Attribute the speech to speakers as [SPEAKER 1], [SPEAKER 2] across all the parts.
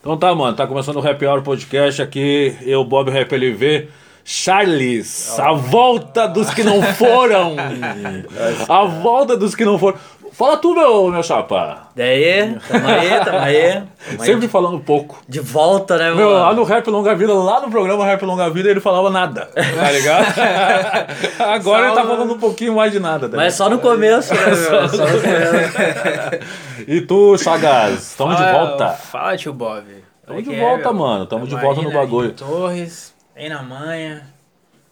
[SPEAKER 1] Então tá, mano, tá começando o Happy Hour Podcast aqui, eu, Bob Rap LV. Charles, a volta dos que não foram! A volta dos que não foram. Fala tu, meu, meu chapa.
[SPEAKER 2] Daí, tamo aí, tamo aí. Tamo aí
[SPEAKER 1] Sempre
[SPEAKER 2] de,
[SPEAKER 1] falando pouco.
[SPEAKER 2] de volta, né,
[SPEAKER 1] Meu, lá
[SPEAKER 2] mano?
[SPEAKER 1] no Rap Longa Vida, lá no programa Rap Longa Vida, ele falava nada, tá ligado? Agora ele tá falando um pouquinho mais de nada. tá
[SPEAKER 2] Mas só no começo, né, meu? Só no começo.
[SPEAKER 1] ligado? E tu, Chagas, estamos de
[SPEAKER 3] Fala-
[SPEAKER 1] volta.
[SPEAKER 3] Ah, Fala, tio Bob. Como é
[SPEAKER 1] Tamo de
[SPEAKER 3] que é,
[SPEAKER 1] volta,
[SPEAKER 3] meu?
[SPEAKER 1] mano. Tamo de
[SPEAKER 3] Tamo
[SPEAKER 1] volta
[SPEAKER 3] aí,
[SPEAKER 1] no
[SPEAKER 3] né,
[SPEAKER 1] bagulho.
[SPEAKER 3] em Torres, aí na manha,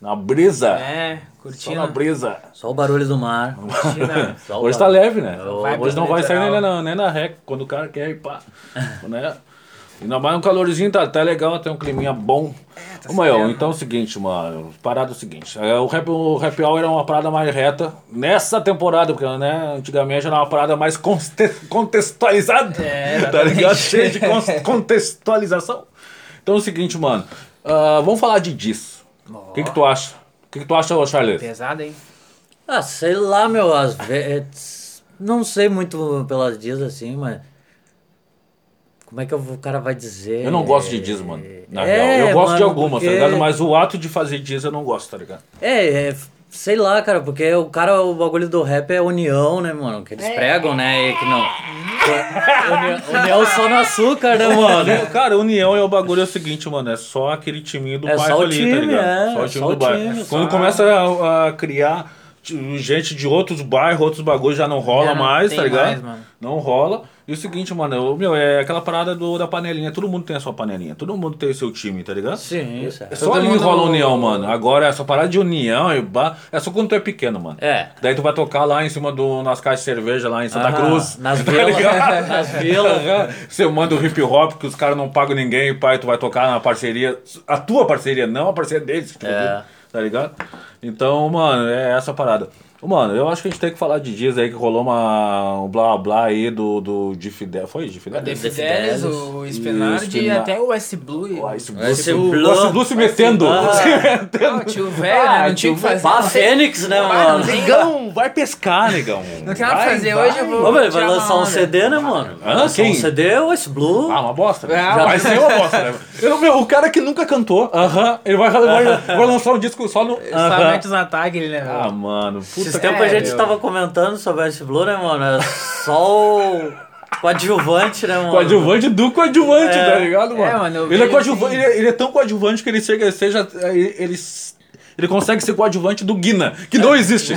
[SPEAKER 1] Na brisa.
[SPEAKER 3] é,
[SPEAKER 1] Só
[SPEAKER 3] curtindo.
[SPEAKER 1] na brisa.
[SPEAKER 2] Só o barulho do mar.
[SPEAKER 3] curtindo.
[SPEAKER 2] Só o
[SPEAKER 1] Hoje tá
[SPEAKER 2] barulho.
[SPEAKER 1] leve, né?
[SPEAKER 3] Vai
[SPEAKER 1] Hoje
[SPEAKER 3] pro
[SPEAKER 1] não vai sair
[SPEAKER 3] litoral.
[SPEAKER 1] nem na, nem na rec, quando o cara quer ir pá. né? Ainda mais um calorzinho, tá, tá legal, tem um climinha bom.
[SPEAKER 3] tá
[SPEAKER 1] Ô, Maior, então é o seguinte, mano. Parada é o seguinte. é, o, rap, o rap hour era uma parada mais reta. Nessa temporada, porque né, antigamente era uma parada mais conte- contextualizada.
[SPEAKER 3] É,
[SPEAKER 1] tá
[SPEAKER 3] exatamente.
[SPEAKER 1] ligado? Cheia de con- contextualização. Então é o seguinte, mano. ah, vamos falar de disso. O que, que tu acha? O que, que tu acha, ô, Charles?
[SPEAKER 3] Pesado, hein?
[SPEAKER 2] Ah, sei lá, meu, às vezes. Não sei muito pelas dias assim, mas. Como é que eu vou- o cara vai dizer?
[SPEAKER 1] Eu não gosto de diz, mano. Na
[SPEAKER 2] É,
[SPEAKER 1] real. Eu gosto de
[SPEAKER 2] mano,
[SPEAKER 1] algumas, tá
[SPEAKER 2] porque-
[SPEAKER 1] ligado? Mas o ato de fazer diz eu não gosto, tá ligado?
[SPEAKER 2] É, é, sei lá, cara, porque o cara, o bagulho do rap é união, né, mano? Que eles pregam, né? E que não. Que- uni- união só no açúcar, né, mano?
[SPEAKER 1] Né, Cara, união é o bagulho é o seguinte, mano. É só aquele timinho do
[SPEAKER 2] É
[SPEAKER 1] bairro
[SPEAKER 2] só o
[SPEAKER 1] ali, tá
[SPEAKER 2] time,
[SPEAKER 1] ligado?
[SPEAKER 2] é,
[SPEAKER 1] só o
[SPEAKER 2] é
[SPEAKER 1] time
[SPEAKER 2] só
[SPEAKER 1] do
[SPEAKER 2] o
[SPEAKER 1] bairro.
[SPEAKER 2] time,
[SPEAKER 1] Quando
[SPEAKER 2] só-
[SPEAKER 1] começa a, a criar t- gente de outros bairros, outros bagulhos, já não rola
[SPEAKER 3] É, não
[SPEAKER 1] mais,
[SPEAKER 3] tem
[SPEAKER 1] tá ligado?
[SPEAKER 3] mais, mano.
[SPEAKER 1] Não rola. E o seguinte, mano, eu- meu, é aquela parada do, da panelinha. Todo mundo tem a sua panelinha. Todo mundo tem o seu time, tá ligado?
[SPEAKER 2] Sim, é. certo.
[SPEAKER 1] Só
[SPEAKER 3] Todo
[SPEAKER 1] ali
[SPEAKER 3] mundo-
[SPEAKER 2] um-
[SPEAKER 1] rola união, mano. Agora, essa parada de união e bar... É só quando tu é pequeno, mano.
[SPEAKER 2] É.
[SPEAKER 1] Daí tu vai tocar lá em cima do... Nas caixas de cerveja lá em Santa
[SPEAKER 2] Aham,
[SPEAKER 1] Cruz.
[SPEAKER 2] Nas
[SPEAKER 1] tá
[SPEAKER 2] vilas.
[SPEAKER 1] ligado?
[SPEAKER 2] nas vilas.
[SPEAKER 1] Aham. Você manda o hip hop que os caras não pagam ninguém, pai, tu vai tocar na parceria, a tua parceria, não a parceria deles, tipo,
[SPEAKER 2] É.
[SPEAKER 1] tá ligado? Então, mano, é essa a parada. Mano, eu acho que a gente tem que falar de dias aí que rolou uma, um blá blá blá aí do, do de Fidel. Foi de Fidel?
[SPEAKER 3] The
[SPEAKER 2] Fidelis,
[SPEAKER 3] Fidelis, o Spinardi e
[SPEAKER 1] Spinardi.
[SPEAKER 3] até o S Blue.
[SPEAKER 1] O Ice Blue,
[SPEAKER 2] Ice
[SPEAKER 1] se-
[SPEAKER 2] Blue.
[SPEAKER 1] o Ice Blue se metendo.
[SPEAKER 2] Ah.
[SPEAKER 1] Se metendo.
[SPEAKER 3] Ah, tio velho, né?
[SPEAKER 2] Ah,
[SPEAKER 3] Não tinha o que
[SPEAKER 2] tio-
[SPEAKER 3] fazer.
[SPEAKER 2] Bah,
[SPEAKER 3] não tem-
[SPEAKER 2] Fênix, né,
[SPEAKER 3] Ah,
[SPEAKER 2] mano?
[SPEAKER 3] Não tem não
[SPEAKER 1] Negão, vai pescar, negão. Não
[SPEAKER 3] tem nada pra fazer hoje, eu vou.
[SPEAKER 2] Ô, velho, vai
[SPEAKER 3] tirar uma
[SPEAKER 2] lançar um
[SPEAKER 3] onda.
[SPEAKER 2] CD, né, mano?
[SPEAKER 1] Hã?
[SPEAKER 2] Vai lançar
[SPEAKER 1] Quem?
[SPEAKER 2] um CD, o Ice Blue.
[SPEAKER 1] Ah, uma bosta? né?
[SPEAKER 3] Ah,
[SPEAKER 1] vai ser uma bosta, né? Eu, meu, o cara que nunca cantou, aham, ele vai, vai- vai lançar um disco só no.
[SPEAKER 3] Só
[SPEAKER 1] aham.
[SPEAKER 3] mete os ataques, ele, né? meu?
[SPEAKER 1] Ah, mano, puta
[SPEAKER 2] Esses
[SPEAKER 1] que
[SPEAKER 2] tempos a gente
[SPEAKER 3] meu.
[SPEAKER 2] tava comentando sobre o Ice Blue, né, mano? É só o coadjuvante, né, mano?
[SPEAKER 1] Coadjuvante do coadjuvante,
[SPEAKER 2] É.
[SPEAKER 1] tá ligado, mano?
[SPEAKER 3] É, mano, eu
[SPEAKER 1] ele, é
[SPEAKER 3] vi
[SPEAKER 1] coadjuvante,
[SPEAKER 3] assim.
[SPEAKER 1] ele, é- ele é tão coadjuvante que ele chega, seja. Ele, ele, ele consegue ser coadjuvante do Guina, que não existe.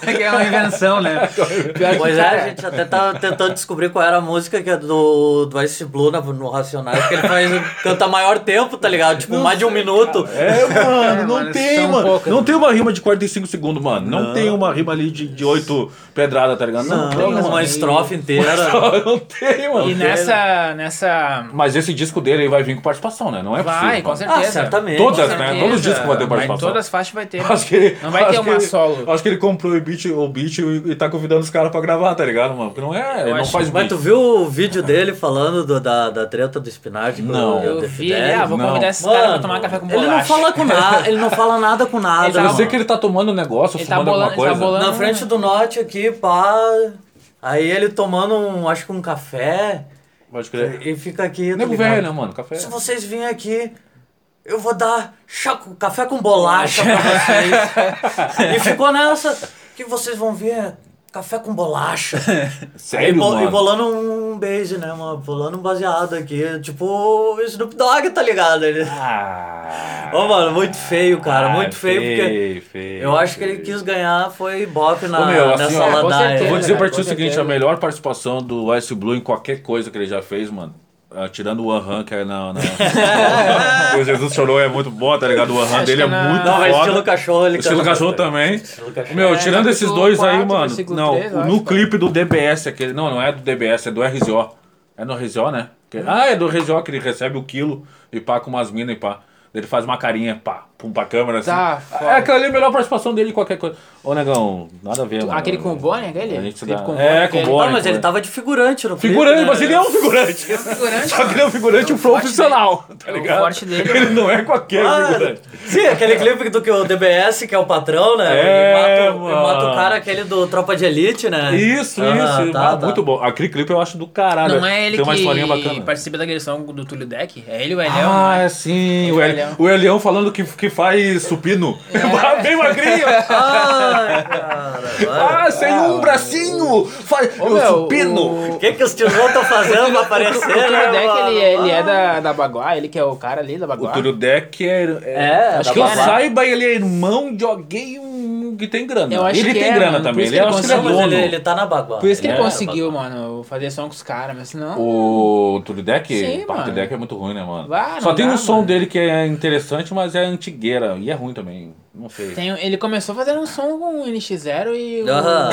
[SPEAKER 3] Que é uma invenção, né? Pior que,
[SPEAKER 2] Pois é,
[SPEAKER 3] cara,
[SPEAKER 2] a
[SPEAKER 1] né?
[SPEAKER 2] gente até tava tentando descobrir qual era a música que é do, do Ice Blue na- no Racionais, que ele faz cantar maior tempo, tá ligado? Tipo, mais de um minuto.
[SPEAKER 1] É, mano,
[SPEAKER 3] É,
[SPEAKER 1] não
[SPEAKER 3] mano,
[SPEAKER 1] tem,
[SPEAKER 3] são
[SPEAKER 1] mano.
[SPEAKER 3] poucas,
[SPEAKER 1] não
[SPEAKER 3] né?
[SPEAKER 1] tem uma rima de 45 segundos, mano. assim. Não, tem uma rima ali de, de 8 pedradas, tá ligado? Não,
[SPEAKER 2] Não,
[SPEAKER 1] tem, mano.
[SPEAKER 2] Ah, uma estrofe inteira.
[SPEAKER 1] Não tem, mano.
[SPEAKER 3] E né? nessa. nessa...
[SPEAKER 1] Mas esse disco dele aí vai vir com participação, né? Não é possível.
[SPEAKER 3] Vai, com
[SPEAKER 1] mano.
[SPEAKER 3] certeza.
[SPEAKER 2] Ah, certamente.
[SPEAKER 1] Todas,
[SPEAKER 3] Com
[SPEAKER 1] né?
[SPEAKER 3] certeza.
[SPEAKER 1] Todos os discos vão ter
[SPEAKER 3] Mas
[SPEAKER 1] participação.
[SPEAKER 3] Todas as faixas vai ter. né?
[SPEAKER 1] Acho que ele,
[SPEAKER 3] Não vai
[SPEAKER 1] acho
[SPEAKER 3] ter
[SPEAKER 1] que
[SPEAKER 3] uma
[SPEAKER 1] ele-
[SPEAKER 3] solo.
[SPEAKER 1] Acho que ele comprou o beat, o beat e, e tá convidando os caras pra gravar, tá ligado, mano? Porque não é, ele não
[SPEAKER 3] acho-
[SPEAKER 1] faz
[SPEAKER 2] Mas
[SPEAKER 1] beat.
[SPEAKER 2] tu viu o vídeo dele falando do- da, da treta do Spinard? com
[SPEAKER 1] Não.
[SPEAKER 2] o
[SPEAKER 3] Eu
[SPEAKER 2] The
[SPEAKER 3] vi ele,
[SPEAKER 2] Fidelis?
[SPEAKER 3] ah, vou
[SPEAKER 1] Não.
[SPEAKER 3] convidar esses
[SPEAKER 2] Mano,
[SPEAKER 3] caras pra tomar café com bolacha.
[SPEAKER 2] Ele não fala com nada, ele não fala nada com nada.
[SPEAKER 3] Ele tava-
[SPEAKER 1] Eu
[SPEAKER 2] mano.
[SPEAKER 1] sei que ele tá tomando um negócio,
[SPEAKER 3] Ele tá
[SPEAKER 1] fumando
[SPEAKER 3] bolando-
[SPEAKER 1] alguma coisa.
[SPEAKER 3] ele tá bolando-
[SPEAKER 2] Na frente do norte aqui, pá. Aí ele tomando um, acho que um café
[SPEAKER 1] Pode crer.
[SPEAKER 2] e fica aqui. tá
[SPEAKER 1] Nego
[SPEAKER 2] ligado?
[SPEAKER 1] velho, né, mano? Café.
[SPEAKER 2] Se vocês virem aqui, eu vou dar chá com- café com bolacha pra vocês. e ficou nessa. Que vocês vão ver é café com bolacha. E,
[SPEAKER 1] Sério,
[SPEAKER 2] bo- e
[SPEAKER 1] mano?
[SPEAKER 2] bolando um beijo, né, mano? Bolando um baseado aqui. Tipo, Snoop Dogg, tá ligado? Ele...
[SPEAKER 1] Ah,
[SPEAKER 2] Ô, mano, muito feio, cara. Muito Ah, feio, porque.
[SPEAKER 1] porque... Feio,
[SPEAKER 2] Eu acho que
[SPEAKER 1] feio.
[SPEAKER 2] ele quis ganhar, foi bop na, é.
[SPEAKER 1] Ô, meu, assim,
[SPEAKER 2] nessa
[SPEAKER 1] ó, com
[SPEAKER 2] ladaia.
[SPEAKER 1] Eu vou dizer pra
[SPEAKER 3] cara,
[SPEAKER 1] ti o
[SPEAKER 3] É, né? com
[SPEAKER 1] seguinte,
[SPEAKER 3] certeza.
[SPEAKER 1] a melhor participação do Ice Blue em qualquer coisa que ele já fez, mano. ah, tirando o One Han, que é na. na... o Jesus chorou é muito bom, tá ligado? O One Han
[SPEAKER 3] Acho
[SPEAKER 1] dele é
[SPEAKER 3] que na-
[SPEAKER 1] muito
[SPEAKER 2] Não, mas
[SPEAKER 1] foda.
[SPEAKER 2] estilo cachorro, ele tá-
[SPEAKER 1] Estilo
[SPEAKER 2] canta
[SPEAKER 1] cachorro tá
[SPEAKER 2] bastante.
[SPEAKER 1] também.
[SPEAKER 2] Estilo cachorro.
[SPEAKER 1] Meu,
[SPEAKER 3] É,
[SPEAKER 1] tirando esses
[SPEAKER 3] capítulo
[SPEAKER 1] dois aí,
[SPEAKER 3] quatro,
[SPEAKER 1] mano.
[SPEAKER 3] versículo
[SPEAKER 1] Não,
[SPEAKER 3] três, eu
[SPEAKER 1] no
[SPEAKER 3] acho,
[SPEAKER 1] clipe do DBS, aquele. Não, não é do DBS, é do RZO. É no RZO,
[SPEAKER 3] Uhum.
[SPEAKER 1] né? Que- Ah, é do RZO que ele recebe o quilo e pá com umas minas e pá. Ele faz uma carinha, pá. pum pra câmera assim.
[SPEAKER 3] Tá, foda.
[SPEAKER 1] é aquela ali é a melhor participação dele em qualquer coisa. Ô, negão, nada a ver. mano.
[SPEAKER 3] Aquele com o Bonnie, aquele?
[SPEAKER 1] A gente
[SPEAKER 3] Clipe
[SPEAKER 1] dá-
[SPEAKER 3] com
[SPEAKER 1] É,
[SPEAKER 3] o Bonnie,
[SPEAKER 1] com o
[SPEAKER 3] aquele.
[SPEAKER 1] Bonnie.
[SPEAKER 2] Não, mas
[SPEAKER 1] com
[SPEAKER 2] ele
[SPEAKER 1] o Bonnie.
[SPEAKER 2] tava de figurante no clipe,
[SPEAKER 1] Figurante,
[SPEAKER 2] né?
[SPEAKER 1] mas ele é um figurante.
[SPEAKER 3] figurante,
[SPEAKER 1] Só que ele é um figurante profissional, tá ligado?
[SPEAKER 3] forte dele,
[SPEAKER 1] Ele não é qualquer
[SPEAKER 2] Ah,
[SPEAKER 1] figurante.
[SPEAKER 2] Sim, aquele clipe do que o DBS, que é o patrão, né?
[SPEAKER 1] É,
[SPEAKER 2] ele, mata, o- ele mata
[SPEAKER 1] mano.
[SPEAKER 2] o cara, aquele do Tropa de Elite, né?
[SPEAKER 1] Isso,
[SPEAKER 2] Ah,
[SPEAKER 1] isso.
[SPEAKER 2] tá,
[SPEAKER 1] Ah,
[SPEAKER 2] tá.
[SPEAKER 1] Muito bom. Aquele clipe eu acho do caralho.
[SPEAKER 3] Não é ele
[SPEAKER 1] Tem uma historinha
[SPEAKER 3] que
[SPEAKER 1] bacana.
[SPEAKER 3] participa daquele som do Túlio Deck? É ele, o Elião?
[SPEAKER 1] Ah,
[SPEAKER 3] né?
[SPEAKER 1] é sim.
[SPEAKER 3] o
[SPEAKER 1] O, El,
[SPEAKER 3] Elião.
[SPEAKER 1] o Elião falando que, que faz supino. Ah, Bem magrinho.
[SPEAKER 2] Ai, cara. olha.
[SPEAKER 1] Ah, sem um bracinho. Faz
[SPEAKER 3] Ô,
[SPEAKER 1] o
[SPEAKER 3] meu,
[SPEAKER 1] supino.
[SPEAKER 2] O que, que os tiozão estão fazendo pra
[SPEAKER 3] O
[SPEAKER 2] aparecer,
[SPEAKER 3] Túlio
[SPEAKER 2] né?
[SPEAKER 3] Deck,
[SPEAKER 2] mano?
[SPEAKER 3] ele, ele é da, da Baguá, ele que é o cara ali da
[SPEAKER 1] O
[SPEAKER 3] Baguá.
[SPEAKER 1] Túlio Deck é.
[SPEAKER 2] É,
[SPEAKER 1] acho
[SPEAKER 2] da
[SPEAKER 1] que eu
[SPEAKER 3] Baguá.
[SPEAKER 1] saiba, ele é irmão de alguém que tem grana.
[SPEAKER 3] Eu acho
[SPEAKER 1] ele
[SPEAKER 3] que
[SPEAKER 1] tem
[SPEAKER 3] é,
[SPEAKER 1] grana
[SPEAKER 3] mano, por
[SPEAKER 1] também.
[SPEAKER 3] isso
[SPEAKER 1] Ele,
[SPEAKER 3] que ele
[SPEAKER 1] acho que ele é
[SPEAKER 2] Não, mas
[SPEAKER 1] dono.
[SPEAKER 2] ele, ele tá na baguá.
[SPEAKER 3] Por isso que
[SPEAKER 1] É,
[SPEAKER 3] ele conseguiu, mano, fazer som com os caras, mas senão...
[SPEAKER 1] O Túlio Deck,
[SPEAKER 3] Sim,
[SPEAKER 1] pá, o Túlio
[SPEAKER 3] mano.
[SPEAKER 1] Deck é muito ruim, né, mano?
[SPEAKER 3] Vai, não
[SPEAKER 1] Só tem
[SPEAKER 3] dá,
[SPEAKER 1] um som
[SPEAKER 3] mano.
[SPEAKER 1] dele que é interessante, mas é antigueira. E é ruim também. Não sei.
[SPEAKER 3] Tem- ele começou fazendo um som com o NX0 e o...
[SPEAKER 2] Aham.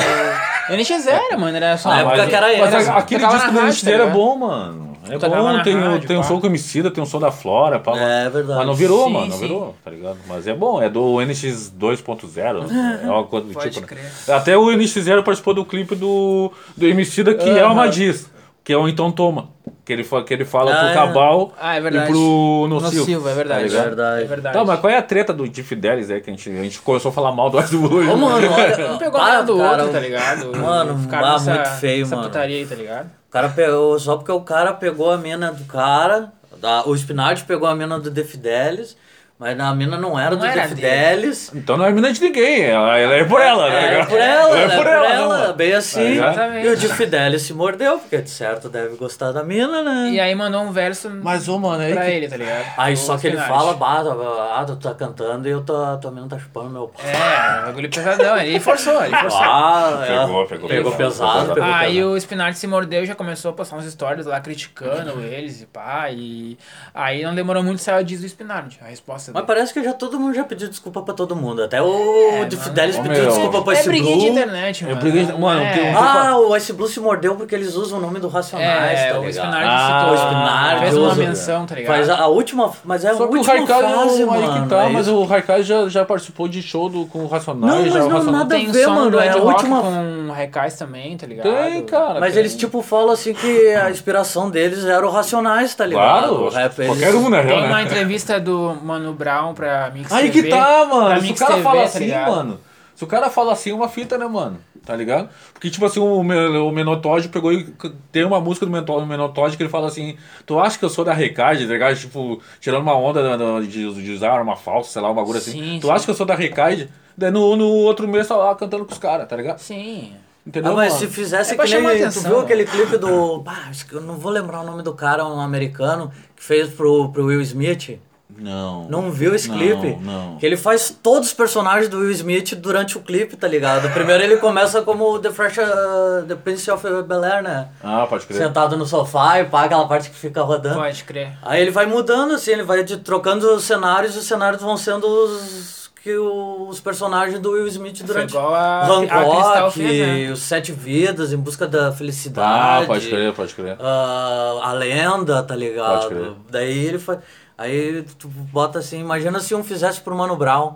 [SPEAKER 3] o NX0, mano, era só...
[SPEAKER 2] Na
[SPEAKER 1] Ah,
[SPEAKER 2] época
[SPEAKER 1] mas-
[SPEAKER 2] que era
[SPEAKER 1] mas
[SPEAKER 2] esse.
[SPEAKER 1] a- aquele
[SPEAKER 3] Tocava
[SPEAKER 1] disco
[SPEAKER 3] na
[SPEAKER 1] do
[SPEAKER 3] rádio,
[SPEAKER 1] Mistério
[SPEAKER 3] tá
[SPEAKER 1] é
[SPEAKER 3] ligado?
[SPEAKER 1] bom, mano. É
[SPEAKER 3] Tocava
[SPEAKER 1] bom,
[SPEAKER 3] na
[SPEAKER 1] tem, o-
[SPEAKER 3] rádio,
[SPEAKER 1] tem um
[SPEAKER 3] pá.
[SPEAKER 1] som com Emicida, tem um som da Flora, pá.
[SPEAKER 2] É verdade.
[SPEAKER 1] Mas não virou,
[SPEAKER 3] Sim,
[SPEAKER 1] mano, não
[SPEAKER 3] sim.
[SPEAKER 1] virou, tá ligado? Mas é bom, é do NX 2.0, é uma coisa do
[SPEAKER 3] Pode
[SPEAKER 1] tipo. né?
[SPEAKER 3] crer.
[SPEAKER 1] Até o NX0 participou do clipe do, do Emicida, que é o Madiz, que é o Então Toma. Que ele, fa- que ele fala
[SPEAKER 2] Ah,
[SPEAKER 1] pro
[SPEAKER 2] é.
[SPEAKER 1] Cabal
[SPEAKER 3] Ah, é verdade.
[SPEAKER 1] e pro Nocivo.
[SPEAKER 3] é verdade.
[SPEAKER 1] Tá ligado?
[SPEAKER 2] verdade.
[SPEAKER 3] É verdade.
[SPEAKER 1] Tá, mas qual é a treta do Diff Delis aí que a gente, a gente começou a falar mal do Ice Blue?
[SPEAKER 2] Ô, mano,
[SPEAKER 3] Um
[SPEAKER 2] olha.
[SPEAKER 3] pegou
[SPEAKER 2] ah,
[SPEAKER 3] nada do
[SPEAKER 2] cara,
[SPEAKER 3] outro, tá ligado?
[SPEAKER 2] Mano,
[SPEAKER 3] Ficaram
[SPEAKER 2] ah,
[SPEAKER 3] nessa-
[SPEAKER 2] muito feio,
[SPEAKER 3] essa
[SPEAKER 2] mano.
[SPEAKER 3] putaria aí, tá ligado?
[SPEAKER 2] O cara pegou, só porque o cara pegou a mina do cara, da- o Spinard pegou a mina do Defidelis, mas a mina não era
[SPEAKER 3] Não
[SPEAKER 2] do
[SPEAKER 3] era
[SPEAKER 2] Defidelis.
[SPEAKER 1] Então não é mina de ninguém, ela, ela é por ela, tá
[SPEAKER 2] É
[SPEAKER 1] ligado?
[SPEAKER 2] por ela,
[SPEAKER 1] é por ela, né, mano?
[SPEAKER 2] bem assim.
[SPEAKER 1] ligado?
[SPEAKER 2] e o Defidelis se mordeu, porque de certo deve gostar da mina, né?
[SPEAKER 3] E aí mandou um verso
[SPEAKER 1] Mas, ô, mano, é aí
[SPEAKER 3] pra
[SPEAKER 1] que-
[SPEAKER 3] ele, tá ligado?
[SPEAKER 2] Aí
[SPEAKER 3] O
[SPEAKER 2] só que ele
[SPEAKER 3] Spinach.
[SPEAKER 2] fala, bah, tá- ah, tu tá cantando e eu tô, tua mina tá chupando meu pau.
[SPEAKER 3] É, um bagulho pesadão, ele forçou, ele forçou.
[SPEAKER 2] Ah, é.
[SPEAKER 1] Pegou, pegou, pegou.
[SPEAKER 2] Pegou pesado. Pegou
[SPEAKER 3] Aí
[SPEAKER 2] pesado.
[SPEAKER 3] o Spinard se mordeu e já começou a postar uns stories lá criticando eles e pá. E aí não demorou muito saiu o diz do Spinard, a resposta
[SPEAKER 2] Mas
[SPEAKER 3] dele.
[SPEAKER 2] parece que já todo mundo já pediu desculpa pra todo mundo. Até o
[SPEAKER 3] mano.
[SPEAKER 2] Defidelis
[SPEAKER 1] Ô,
[SPEAKER 2] pediu
[SPEAKER 1] meu.
[SPEAKER 2] desculpa pra
[SPEAKER 3] é
[SPEAKER 2] esse
[SPEAKER 3] briguinha de
[SPEAKER 2] Blue.
[SPEAKER 3] internet, mano.
[SPEAKER 1] briguei de- mano,
[SPEAKER 3] é,
[SPEAKER 1] tem um-
[SPEAKER 2] Ah, o Ice Blue se mordeu porque eles usam o nome do Racionais,
[SPEAKER 3] é,
[SPEAKER 2] tá
[SPEAKER 3] o
[SPEAKER 2] ligado?
[SPEAKER 3] Spinard
[SPEAKER 1] Ah,
[SPEAKER 3] citou,
[SPEAKER 1] o
[SPEAKER 2] Spinard
[SPEAKER 3] fez uma
[SPEAKER 2] usa-
[SPEAKER 3] menção, tá ligado?
[SPEAKER 2] Mas a, a última, mas
[SPEAKER 1] Só
[SPEAKER 2] é a
[SPEAKER 1] que o
[SPEAKER 2] última
[SPEAKER 1] Raikkonen
[SPEAKER 2] frase,
[SPEAKER 1] aí
[SPEAKER 2] mano.
[SPEAKER 1] que tá,
[SPEAKER 2] é
[SPEAKER 1] mas
[SPEAKER 2] isso.
[SPEAKER 1] o Raikkonen já, já participou de show do, com o Racionais.
[SPEAKER 2] Não, mas
[SPEAKER 1] já, o
[SPEAKER 2] não,
[SPEAKER 1] Racionais-
[SPEAKER 2] nada-
[SPEAKER 3] tem um
[SPEAKER 2] a ver,
[SPEAKER 3] som
[SPEAKER 2] mano,
[SPEAKER 3] do
[SPEAKER 2] é a
[SPEAKER 3] Ed Rock
[SPEAKER 2] última-
[SPEAKER 3] com Recais também, tá ligado?
[SPEAKER 1] Tem, cara.
[SPEAKER 2] Mas
[SPEAKER 1] tem.
[SPEAKER 2] eles tipo falam assim que a inspiração deles era o Racionais, tá ligado?
[SPEAKER 1] Claro,
[SPEAKER 2] o rap, eles-
[SPEAKER 1] qualquer um, na real,
[SPEAKER 3] Tem uma
[SPEAKER 1] né?
[SPEAKER 3] entrevista do Mano Brown pra Mix
[SPEAKER 1] Aí
[SPEAKER 3] TV,
[SPEAKER 1] que tá,
[SPEAKER 3] pra
[SPEAKER 1] mano. Se o
[SPEAKER 3] Mix
[SPEAKER 1] cara
[SPEAKER 3] TV,
[SPEAKER 1] fala
[SPEAKER 3] tá
[SPEAKER 1] assim,
[SPEAKER 3] ligado?
[SPEAKER 1] mano. Se o cara fala assim, é uma fita, né, mano? Tá ligado? Porque, tipo assim, o, Me- o Menotódio pegou e c- tem uma música do Mento- Menotódio que ele fala assim: Tu acha que eu sou da Recage, tá ligado? Tipo, tirando uma onda da- da- de, de usar arma falsa, sei lá, um bagulho assim.
[SPEAKER 3] Sim,
[SPEAKER 1] Tu
[SPEAKER 3] sim.
[SPEAKER 1] acha que eu sou da Recage? Daí no, no outro mês tá lá cantando com os caras, tá ligado?
[SPEAKER 3] Sim.
[SPEAKER 1] Entendeu?
[SPEAKER 2] Ah, mas
[SPEAKER 1] mano?
[SPEAKER 2] se fizesse
[SPEAKER 3] É pra
[SPEAKER 2] que nem
[SPEAKER 3] chamar
[SPEAKER 2] tu
[SPEAKER 3] atenção,
[SPEAKER 2] viu
[SPEAKER 3] né?
[SPEAKER 2] aquele clipe do, bah, acho que eu não vou lembrar o nome do cara, um americano que fez pro, pro Will Smith.
[SPEAKER 1] Não.
[SPEAKER 2] Não viu esse
[SPEAKER 1] Não,
[SPEAKER 2] clipe?
[SPEAKER 1] não.
[SPEAKER 2] Que ele faz todos os personagens do Will Smith durante o clipe, tá ligado? Primeiro ele começa como The Fresh, uh, The Prince of Bel-Air, né?
[SPEAKER 1] Ah, pode crer.
[SPEAKER 2] Sentado no sofá e pá, aquela parte que fica rodando.
[SPEAKER 3] Pode crer.
[SPEAKER 2] Aí ele vai mudando, assim, ele vai de- trocando os cenários e os cenários vão sendo os que o- os personagens do Will Smith durante
[SPEAKER 3] é igual a-
[SPEAKER 2] Hancock,
[SPEAKER 3] a Cristal fez, né?
[SPEAKER 2] os Sete Vidas, Em Busca da Felicidade.
[SPEAKER 1] Ah, pode crer, pode crer.
[SPEAKER 2] ah, a Lenda, tá
[SPEAKER 1] Pode crer.
[SPEAKER 2] ligado? Daí ele faz... Aí tu bota assim, imagina se um fizesse pro Mano Brown.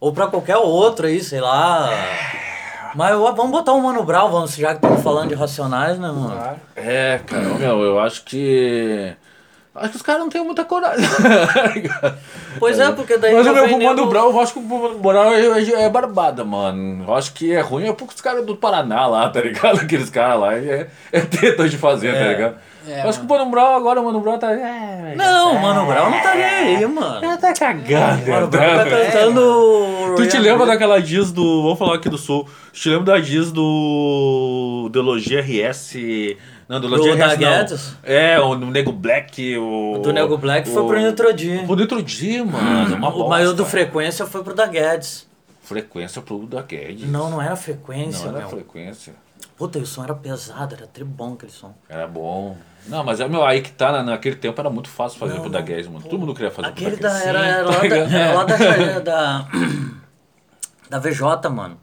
[SPEAKER 2] Ou pra qualquer outro aí, sei lá.
[SPEAKER 3] É.
[SPEAKER 2] Mas ó, vamos botar o Mano Brown, vamos, já que estamos falando de Racionais, né, mano?
[SPEAKER 3] Claro.
[SPEAKER 1] É, cara, ô, meu, eu acho que. Acho que os caras não têm muita coragem. tá
[SPEAKER 2] Pois é, porque daí
[SPEAKER 1] Mas
[SPEAKER 2] já
[SPEAKER 1] o meu
[SPEAKER 2] vem
[SPEAKER 1] pro Mano
[SPEAKER 2] nego-
[SPEAKER 1] Brown, eu acho que o Mano Brown é, é- é barbada, mano. Eu acho que é ruim, é porque os caras do Paraná lá, tá ligado? Aqueles caras lá, é, é teta de fazer, tá ligado?
[SPEAKER 3] É,
[SPEAKER 1] eu acho que o Mano Brown agora, o Mano Brown tá. É,
[SPEAKER 2] Não, o Mano Brown não tá nem aí, mano.
[SPEAKER 1] já tá cagado.
[SPEAKER 2] Mano, o
[SPEAKER 1] tá?
[SPEAKER 2] Brown tá cantando. o
[SPEAKER 1] Tu te
[SPEAKER 2] Royal
[SPEAKER 1] lembra
[SPEAKER 2] Blue.
[SPEAKER 1] daquela diz do. Vamos falar aqui do Sul. Tu te lembra da diz do. Do Elogia RS. Não, do Elogia
[SPEAKER 2] Do
[SPEAKER 1] RS. não.
[SPEAKER 2] Da Guedes?
[SPEAKER 1] É, o do Nego Black. O,
[SPEAKER 2] Do Nego Black foi pro Nitrodir.
[SPEAKER 1] Pro Nitrodir, mano. é Uma
[SPEAKER 2] O maior do
[SPEAKER 1] bosta.
[SPEAKER 2] Frequência foi pro da Guedes.
[SPEAKER 1] Frequência pro da Guedes.
[SPEAKER 2] Não, não era
[SPEAKER 1] Não
[SPEAKER 2] frequência,
[SPEAKER 1] era
[SPEAKER 2] meu.
[SPEAKER 1] é frequência.
[SPEAKER 2] Puta, e o som era pesado, era tribom aquele som.
[SPEAKER 1] Era bom. Não, mas é, meu, aí que tá, na- naquele tempo era muito fácil fazer pro da Guedes, mano. Todo mundo queria fazer pro
[SPEAKER 2] Aquele
[SPEAKER 1] da
[SPEAKER 2] da,
[SPEAKER 1] Guedes.
[SPEAKER 2] era, É. era lá, da, era lá da, da. Da VJ, mano.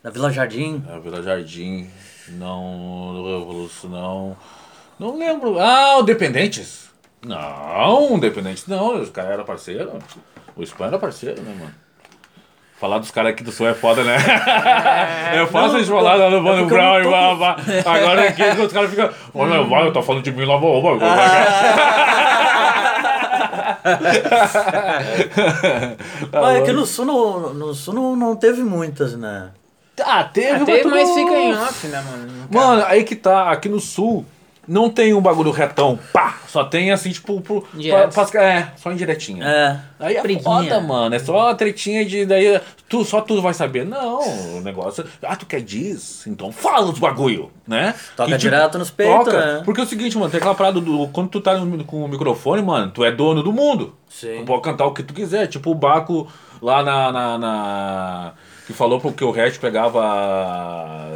[SPEAKER 2] Da Vila Jardim.
[SPEAKER 1] Era Vila Jardim. Não, do Revolução, não. Não lembro. Ah, o Dependentes. Não, Dependentes não. Os caras eram parceiros. O Spam era parceiro, né, mano? Falar dos caras aqui do Sul é foda, né? eu faço
[SPEAKER 2] É. Não,
[SPEAKER 1] eles falar lá no Mano
[SPEAKER 2] porque eu
[SPEAKER 1] Brown
[SPEAKER 2] não
[SPEAKER 1] e
[SPEAKER 2] tô
[SPEAKER 1] blá,
[SPEAKER 2] com-
[SPEAKER 1] blá, blá. Agora aqui os caras ficam. Ô
[SPEAKER 2] Hum.
[SPEAKER 1] meu, vai, eu tô falando de mim lá, vou, vou, vou, vou,
[SPEAKER 2] Ah,
[SPEAKER 1] vou. Tá
[SPEAKER 2] Mas
[SPEAKER 1] louco.
[SPEAKER 2] aqui no sul, no, no sul não, não teve muitas, né?
[SPEAKER 1] Ah, teve,
[SPEAKER 3] Ah,
[SPEAKER 1] mas
[SPEAKER 3] teve,
[SPEAKER 1] tudo-
[SPEAKER 3] mas fica em off, né, mano? Nunca-
[SPEAKER 1] Mano, aí que tá, aqui no sul não tem um bagulho retão, pá, só tem assim, tipo, pro, pra,
[SPEAKER 3] Direto.
[SPEAKER 1] pras- é, só indiretinha.
[SPEAKER 2] É.
[SPEAKER 1] Aí é
[SPEAKER 3] Briguinha.
[SPEAKER 1] foda, mano, é só tretinha de, daí tu, só tu vai saber. Não, o negócio, ah, tu quer diz? Então fala os bagulho, né?
[SPEAKER 2] Toca direto nos peitos, né?
[SPEAKER 1] Porque é o seguinte, mano, tem aquela parada do, quando tu tá no- com o microfone, mano, tu é dono do mundo.
[SPEAKER 2] Sim.
[SPEAKER 1] Tu pode cantar o que tu quiser, tipo o Baco lá na... na- na- que falou porque o Red pegava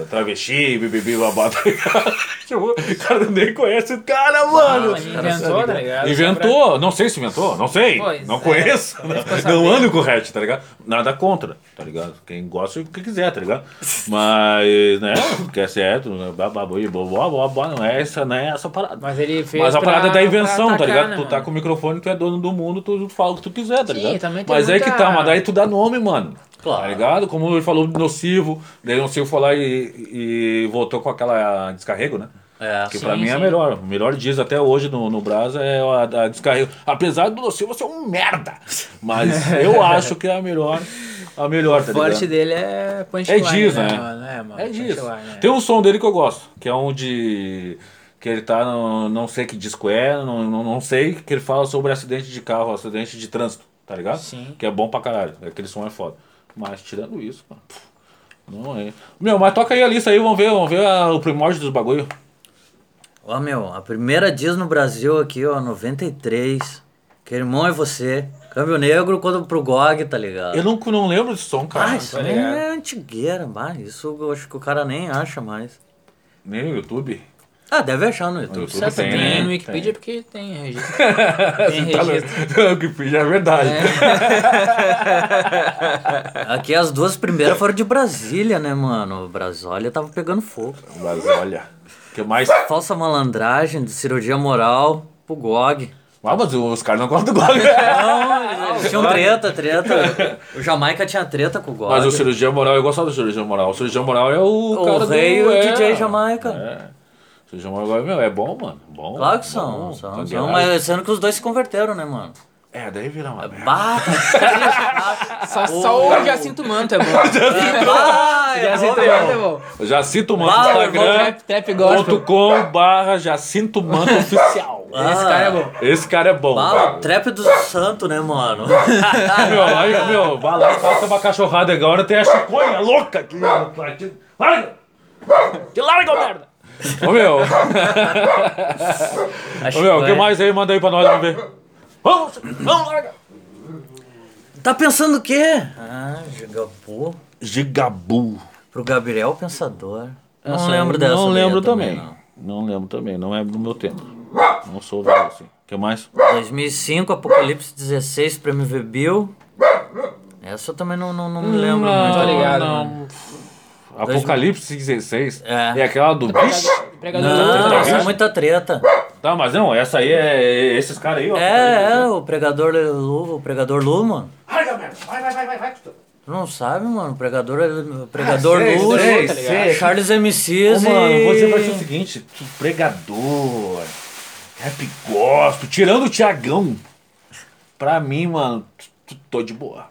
[SPEAKER 1] travesti, bibibi, babá, tá ligado? Tipo, o cara nem conhece o cara, mano.
[SPEAKER 3] Ah, ele inventou, tá ligado?
[SPEAKER 1] Inventou, não sei se inventou, não sei.
[SPEAKER 3] Pois
[SPEAKER 1] não
[SPEAKER 3] é.
[SPEAKER 1] conheço. né?
[SPEAKER 3] ficou
[SPEAKER 1] não
[SPEAKER 3] sabendo.
[SPEAKER 1] ando com o Hatch, tá ligado? Nada contra, tá ligado? Quem gosta o que quiser, tá ligado? Mas, né, que é certo, né? Blá, blá, blá, blá, blá, blá, blá, não é essa, não é essa parada. Mas,
[SPEAKER 3] Mas ele fez.
[SPEAKER 1] a
[SPEAKER 3] pra-
[SPEAKER 1] parada é da
[SPEAKER 3] pra
[SPEAKER 1] invenção,
[SPEAKER 3] atacar,
[SPEAKER 1] tá ligado?
[SPEAKER 3] né,
[SPEAKER 1] tu tá
[SPEAKER 3] mano?
[SPEAKER 1] com o microfone, tu é dono do mundo, tu fala o que tu quiser, tá
[SPEAKER 3] Sim,
[SPEAKER 1] ligado?
[SPEAKER 3] também tem
[SPEAKER 1] Mas aí que
[SPEAKER 3] muita-
[SPEAKER 1] tá, mas daí tu dá nome, mano.
[SPEAKER 2] Claro.
[SPEAKER 1] Tá ligado? Como ele falou do nocivo, daí o nocivo foi lá e, e voltou com aquela descarrego, né?
[SPEAKER 2] É.
[SPEAKER 1] Que
[SPEAKER 2] sim.
[SPEAKER 1] pra mim é a melhor. O melhor diz até hoje no, no Brasa é a, a descarrego. Apesar do Silva ser um merda. Mas eu acho que é a melhor. A melhor, tá
[SPEAKER 3] O forte
[SPEAKER 1] ligado?
[SPEAKER 3] dele é punchline.
[SPEAKER 1] É diz, né?
[SPEAKER 3] mano? É, mano.
[SPEAKER 1] É disso.
[SPEAKER 3] punchline, né?
[SPEAKER 1] Tem um som dele que eu gosto, que é onde. Que ele tá no, não sei que disco é, não, não, não sei, que ele fala sobre acidente de carro, acidente de trânsito, tá ligado?
[SPEAKER 3] Sim.
[SPEAKER 1] Que é bom pra caralho. Aquele som é foda. Mas tirando isso, mano. pff, Não é. Meu, mas toca aí a lista aí, vamos ver, vamos ver a- o primórdio dos bagulho.
[SPEAKER 2] Ó, meu, a primeira diz no Brasil aqui, ó, 93. Que irmão é você. Câmbio Negro quando pro GOG, tá ligado?
[SPEAKER 1] Eu não, não lembro desse som, cara.
[SPEAKER 2] Ah, isso
[SPEAKER 1] tá
[SPEAKER 2] aí
[SPEAKER 1] ligado?
[SPEAKER 2] é antigueira, mas isso eu acho que o cara nem acha mais.
[SPEAKER 1] Nem no YouTube?
[SPEAKER 2] Ah, deve achar no
[SPEAKER 1] No
[SPEAKER 2] YouTube.
[SPEAKER 1] YouTube
[SPEAKER 3] Sabe,
[SPEAKER 1] tem, tá
[SPEAKER 3] tem
[SPEAKER 1] né?
[SPEAKER 3] no Wikipedia porque tem registro. Tem registro.
[SPEAKER 1] O que fiz é verdade.
[SPEAKER 2] Aqui as duas primeiras foram de Brasília, né, mano? O Brasólia tava pegando fogo.
[SPEAKER 1] Mas olha, o que mais...
[SPEAKER 2] Falsa malandragem, de cirurgia moral pro GOG.
[SPEAKER 1] Ah, mas os caras não gostam do gol.
[SPEAKER 2] Não, eles tinham treta, treta. O Jamaica tinha treta com o GOG.
[SPEAKER 1] Mas o cirurgião moral, eu gostava do cirurgião moral. O cirurgião moral é o,
[SPEAKER 2] O
[SPEAKER 1] cara
[SPEAKER 2] rei e
[SPEAKER 1] do...
[SPEAKER 2] o
[SPEAKER 1] é,
[SPEAKER 2] DJ Jamaica.
[SPEAKER 1] É. O cirurgião moral, meu, é bom, mano. Bom,
[SPEAKER 2] Claro que
[SPEAKER 1] bom,
[SPEAKER 2] são,
[SPEAKER 1] tá
[SPEAKER 2] são,
[SPEAKER 1] ligado?
[SPEAKER 2] são, mas Ah, sendo que os dois se converteram, né, mano? tá
[SPEAKER 1] É, daí vira uma merda.
[SPEAKER 2] Bata!
[SPEAKER 3] Só, só o Jacinto Manto é bom.
[SPEAKER 2] Ah, é
[SPEAKER 3] Jacinto
[SPEAKER 2] bom,
[SPEAKER 3] Manto é
[SPEAKER 2] meu.
[SPEAKER 3] bom.
[SPEAKER 1] Jacinto
[SPEAKER 2] Bah,
[SPEAKER 1] Manto,
[SPEAKER 2] irmão,
[SPEAKER 1] Instagram,
[SPEAKER 3] trap- trap
[SPEAKER 2] né?
[SPEAKER 3] gospel.
[SPEAKER 1] ponto com, barra Jacinto Manto Oficial.
[SPEAKER 3] Esse cara é bom.
[SPEAKER 1] Esse cara é bom,
[SPEAKER 2] Ah,
[SPEAKER 1] cara.
[SPEAKER 2] o trap do santo, né, mano?
[SPEAKER 1] Ah, Meu, aí, meu, vai lá e faça uma cachorrada agora, tem a chiconha louca aqui no partido. Larga! Te larga, ô merda! Ô meu, ô
[SPEAKER 2] Acho
[SPEAKER 1] meu, o
[SPEAKER 2] que
[SPEAKER 1] que mais aí? Manda aí pra nós, vamos ver. Vamos, vamos, larga!
[SPEAKER 2] Tá pensando o quê? Ah, Gigabu.
[SPEAKER 1] Gigabu.
[SPEAKER 2] Pro Gabriel Pensador. Não
[SPEAKER 1] Essa
[SPEAKER 2] lembro
[SPEAKER 1] eu
[SPEAKER 2] dessa.
[SPEAKER 1] Não
[SPEAKER 2] daí
[SPEAKER 1] lembro
[SPEAKER 2] também,
[SPEAKER 1] também. Não. lembro também, não é do meu tempo. Não sou velho assim. O que mais?
[SPEAKER 2] não. 2005, Apocalipse 16, Prêmio Vebil. Essa eu também não, não, não me lembro muito.
[SPEAKER 3] tô ligado,
[SPEAKER 1] não. Apocalipse 16
[SPEAKER 2] É.
[SPEAKER 1] é aquela do bicho?
[SPEAKER 3] Pregador
[SPEAKER 2] Não,
[SPEAKER 3] do
[SPEAKER 1] Tá
[SPEAKER 2] essa é
[SPEAKER 1] ligado?
[SPEAKER 2] muita treta.
[SPEAKER 1] Tá, mas não, essa aí é esses caras aí, ó.
[SPEAKER 2] É, é, o pregador Lu, o pregador Lu, mano.
[SPEAKER 1] Larga, merda. Vai, vai, vai, vai, vai. Ah,
[SPEAKER 2] Tu não sabe, mano, o pregador, o pregador
[SPEAKER 1] sei,
[SPEAKER 2] Lu,
[SPEAKER 1] sei,
[SPEAKER 2] tá ligado?
[SPEAKER 1] sei.
[SPEAKER 2] Charles
[SPEAKER 1] Ô,
[SPEAKER 2] MCs
[SPEAKER 1] mano,
[SPEAKER 2] e...
[SPEAKER 1] você vai ser o seguinte, tu pregador, rap gospel, tirando o Tiagão, pra mim, mano, tu- tu- tô de boa.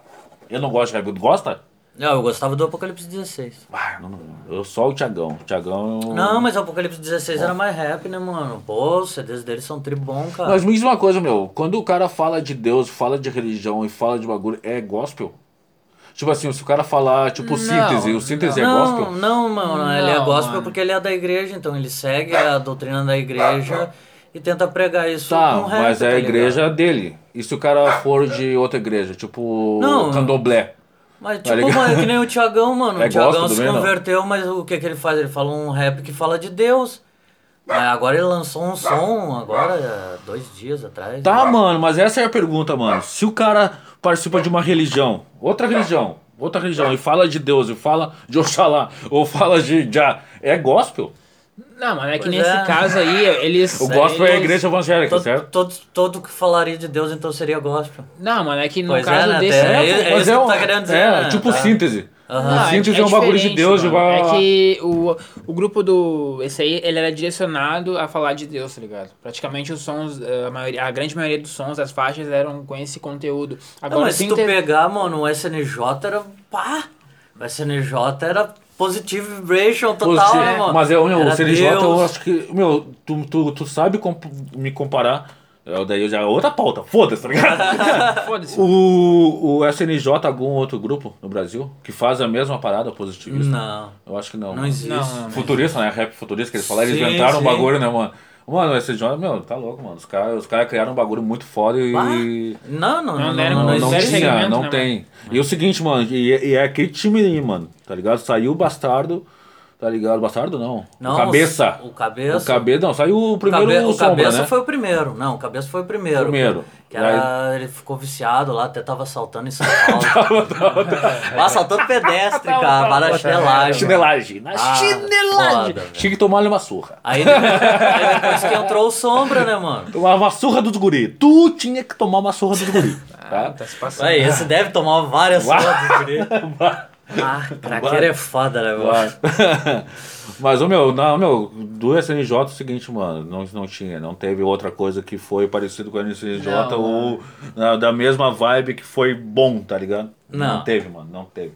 [SPEAKER 1] Eu não gosto de rap, tu gosta?
[SPEAKER 2] Não, eu gostava do Apocalipse 16.
[SPEAKER 1] Ah, não, não, eu só o Tiagão, o é um Tiagão... eu-
[SPEAKER 2] Não, mas o Apocalipse 16 era mais rap, né, mano? Pô, os CDs deles são tri bom, cara.
[SPEAKER 1] Mas me diz uma coisa, meu, quando o cara fala de Deus, fala de religião e fala de bagulho, é gospel? Tipo assim, se o cara falar, tipo, síntese, o síntese é
[SPEAKER 2] não,
[SPEAKER 1] gospel?
[SPEAKER 2] não, mano, ele é
[SPEAKER 3] Não,
[SPEAKER 2] gospel
[SPEAKER 3] mano.
[SPEAKER 2] porque ele é da igreja, então ele segue a doutrina da igreja e tenta pregar isso
[SPEAKER 1] Tá,
[SPEAKER 2] com rap,
[SPEAKER 1] mas é
[SPEAKER 2] tá
[SPEAKER 1] a
[SPEAKER 2] ligado?
[SPEAKER 1] igreja dele. E se o cara for de outra igreja, tipo
[SPEAKER 2] Não.
[SPEAKER 1] candomblé?
[SPEAKER 2] Mas
[SPEAKER 1] Tá
[SPEAKER 2] tipo,
[SPEAKER 1] ligado?
[SPEAKER 2] mano, que nem o Tiagão, mano.
[SPEAKER 1] É
[SPEAKER 2] o Tiagão
[SPEAKER 1] gospel
[SPEAKER 2] se
[SPEAKER 1] também, não?
[SPEAKER 2] converteu, mas o que que ele faz? Ele fala um rap que fala de Deus. Mas agora ele lançou um som, agora, é, dois dias atrás.
[SPEAKER 1] Tá, mano, mas essa é a pergunta, mano. Se o cara participa de uma religião, outra religião, outra religião, e fala de Deus, e fala de Oxalá, ou fala de Já, é gospel?
[SPEAKER 3] Não, mano, é que
[SPEAKER 2] Pois
[SPEAKER 3] nesse
[SPEAKER 2] é.
[SPEAKER 3] caso aí, eles.
[SPEAKER 1] O gospel é a
[SPEAKER 3] eles-
[SPEAKER 1] igreja evangélica,
[SPEAKER 2] Todo,
[SPEAKER 1] certo?
[SPEAKER 2] todo, todo que falaria de Deus então seria gospel.
[SPEAKER 3] Não, mano, é que no
[SPEAKER 2] Pois é,
[SPEAKER 3] caso
[SPEAKER 2] né,
[SPEAKER 3] desse.
[SPEAKER 2] até- é isso que
[SPEAKER 1] um-
[SPEAKER 2] tá querendo dizer,
[SPEAKER 1] é,
[SPEAKER 2] né?
[SPEAKER 1] tipo
[SPEAKER 2] Tá.
[SPEAKER 1] síntese.
[SPEAKER 2] Aham.
[SPEAKER 1] O síntese é, um bagulho de
[SPEAKER 3] Ah, diferente,
[SPEAKER 1] Deus.
[SPEAKER 3] mano.
[SPEAKER 1] igual a-
[SPEAKER 3] É que o, o grupo do. Esse aí, ele era direcionado a falar de Deus, tá ligado? Praticamente os sons, eh, a, maioria- a grande maioria dos sons, das faixas eram com esse conteúdo. Agora,
[SPEAKER 2] Não, mas se
[SPEAKER 3] sim,
[SPEAKER 2] tu
[SPEAKER 3] te-
[SPEAKER 2] pegar, mano, o SNJ era. pá! O SNJ era positive vibration total,
[SPEAKER 1] Poxa,
[SPEAKER 2] né, mano?
[SPEAKER 1] Mas é meu,
[SPEAKER 2] Era
[SPEAKER 1] o CNJ, eu
[SPEAKER 2] Deus.
[SPEAKER 1] acho que. Meu, tu, tu, tu sabe comp- me comparar. É, Daí eu já. Outra pauta, foda-se, tá ligado?
[SPEAKER 3] Foda-se.
[SPEAKER 1] o, o SNJ, algum outro grupo no Brasil que faz a mesma parada positivista?
[SPEAKER 2] Não,
[SPEAKER 1] Eu acho que não.
[SPEAKER 2] não existe.
[SPEAKER 3] Não, não.
[SPEAKER 1] Futurista, né? Rap futurista que eles falaram,
[SPEAKER 2] Sim,
[SPEAKER 1] eles inventaram
[SPEAKER 2] sim.
[SPEAKER 1] um bagulho, né, mano? Mano, o SNJ, meu, tá louco, mano. Os caras os cara criaram um bagulho muito foda e.
[SPEAKER 2] Ah, Não, não, não, não,
[SPEAKER 3] deram-
[SPEAKER 1] Não,
[SPEAKER 2] não,
[SPEAKER 1] um
[SPEAKER 3] Mas
[SPEAKER 1] não
[SPEAKER 3] zero
[SPEAKER 2] existe.
[SPEAKER 1] tinha,
[SPEAKER 3] segmento,
[SPEAKER 1] não
[SPEAKER 3] né,
[SPEAKER 1] tem. E é o seguinte, mano, e, e é aquele time aí, mano, tá ligado? Saiu o bastardo, tá ligado? Bastardo não.
[SPEAKER 2] Não,
[SPEAKER 1] o cabeça.
[SPEAKER 2] o- o Cabeça.
[SPEAKER 1] O cabeça, não, saiu o
[SPEAKER 2] O
[SPEAKER 1] primeiro
[SPEAKER 2] Cabe- o
[SPEAKER 1] sombra,
[SPEAKER 2] cabeça
[SPEAKER 1] né?
[SPEAKER 2] foi o primeiro. Não, o cabeça foi o primeiro.
[SPEAKER 1] Primeiro.
[SPEAKER 2] Que era, ele ficou viciado lá, até tava saltando em São Paulo. Ah, Assaltando pedestre, cara. Para chinelagem.
[SPEAKER 1] Chinelagem. Na
[SPEAKER 2] Ah,
[SPEAKER 1] chinelagem.
[SPEAKER 2] foda, velho.
[SPEAKER 1] Tinha que tomar uma surra.
[SPEAKER 2] Aí depois, aí depois que entrou o Sombra, né, mano?
[SPEAKER 1] Tomar uma surra dos guri. Tu tinha que tomar uma surra dos guri. tá?
[SPEAKER 3] Tá se passando.
[SPEAKER 2] Aí, esse deve tomar várias
[SPEAKER 1] Uau.
[SPEAKER 2] fotos, guri. Ah, craqueiro é foda, né, mano?
[SPEAKER 1] Mas o meu, não, meu, do SNJ é o seguinte, mano, não, não tinha, não teve outra coisa que foi parecido com o SNJ
[SPEAKER 3] Não,
[SPEAKER 1] ou na- da mesma vibe que foi bom, tá ligado?
[SPEAKER 2] Não.
[SPEAKER 1] teve, mano, não teve.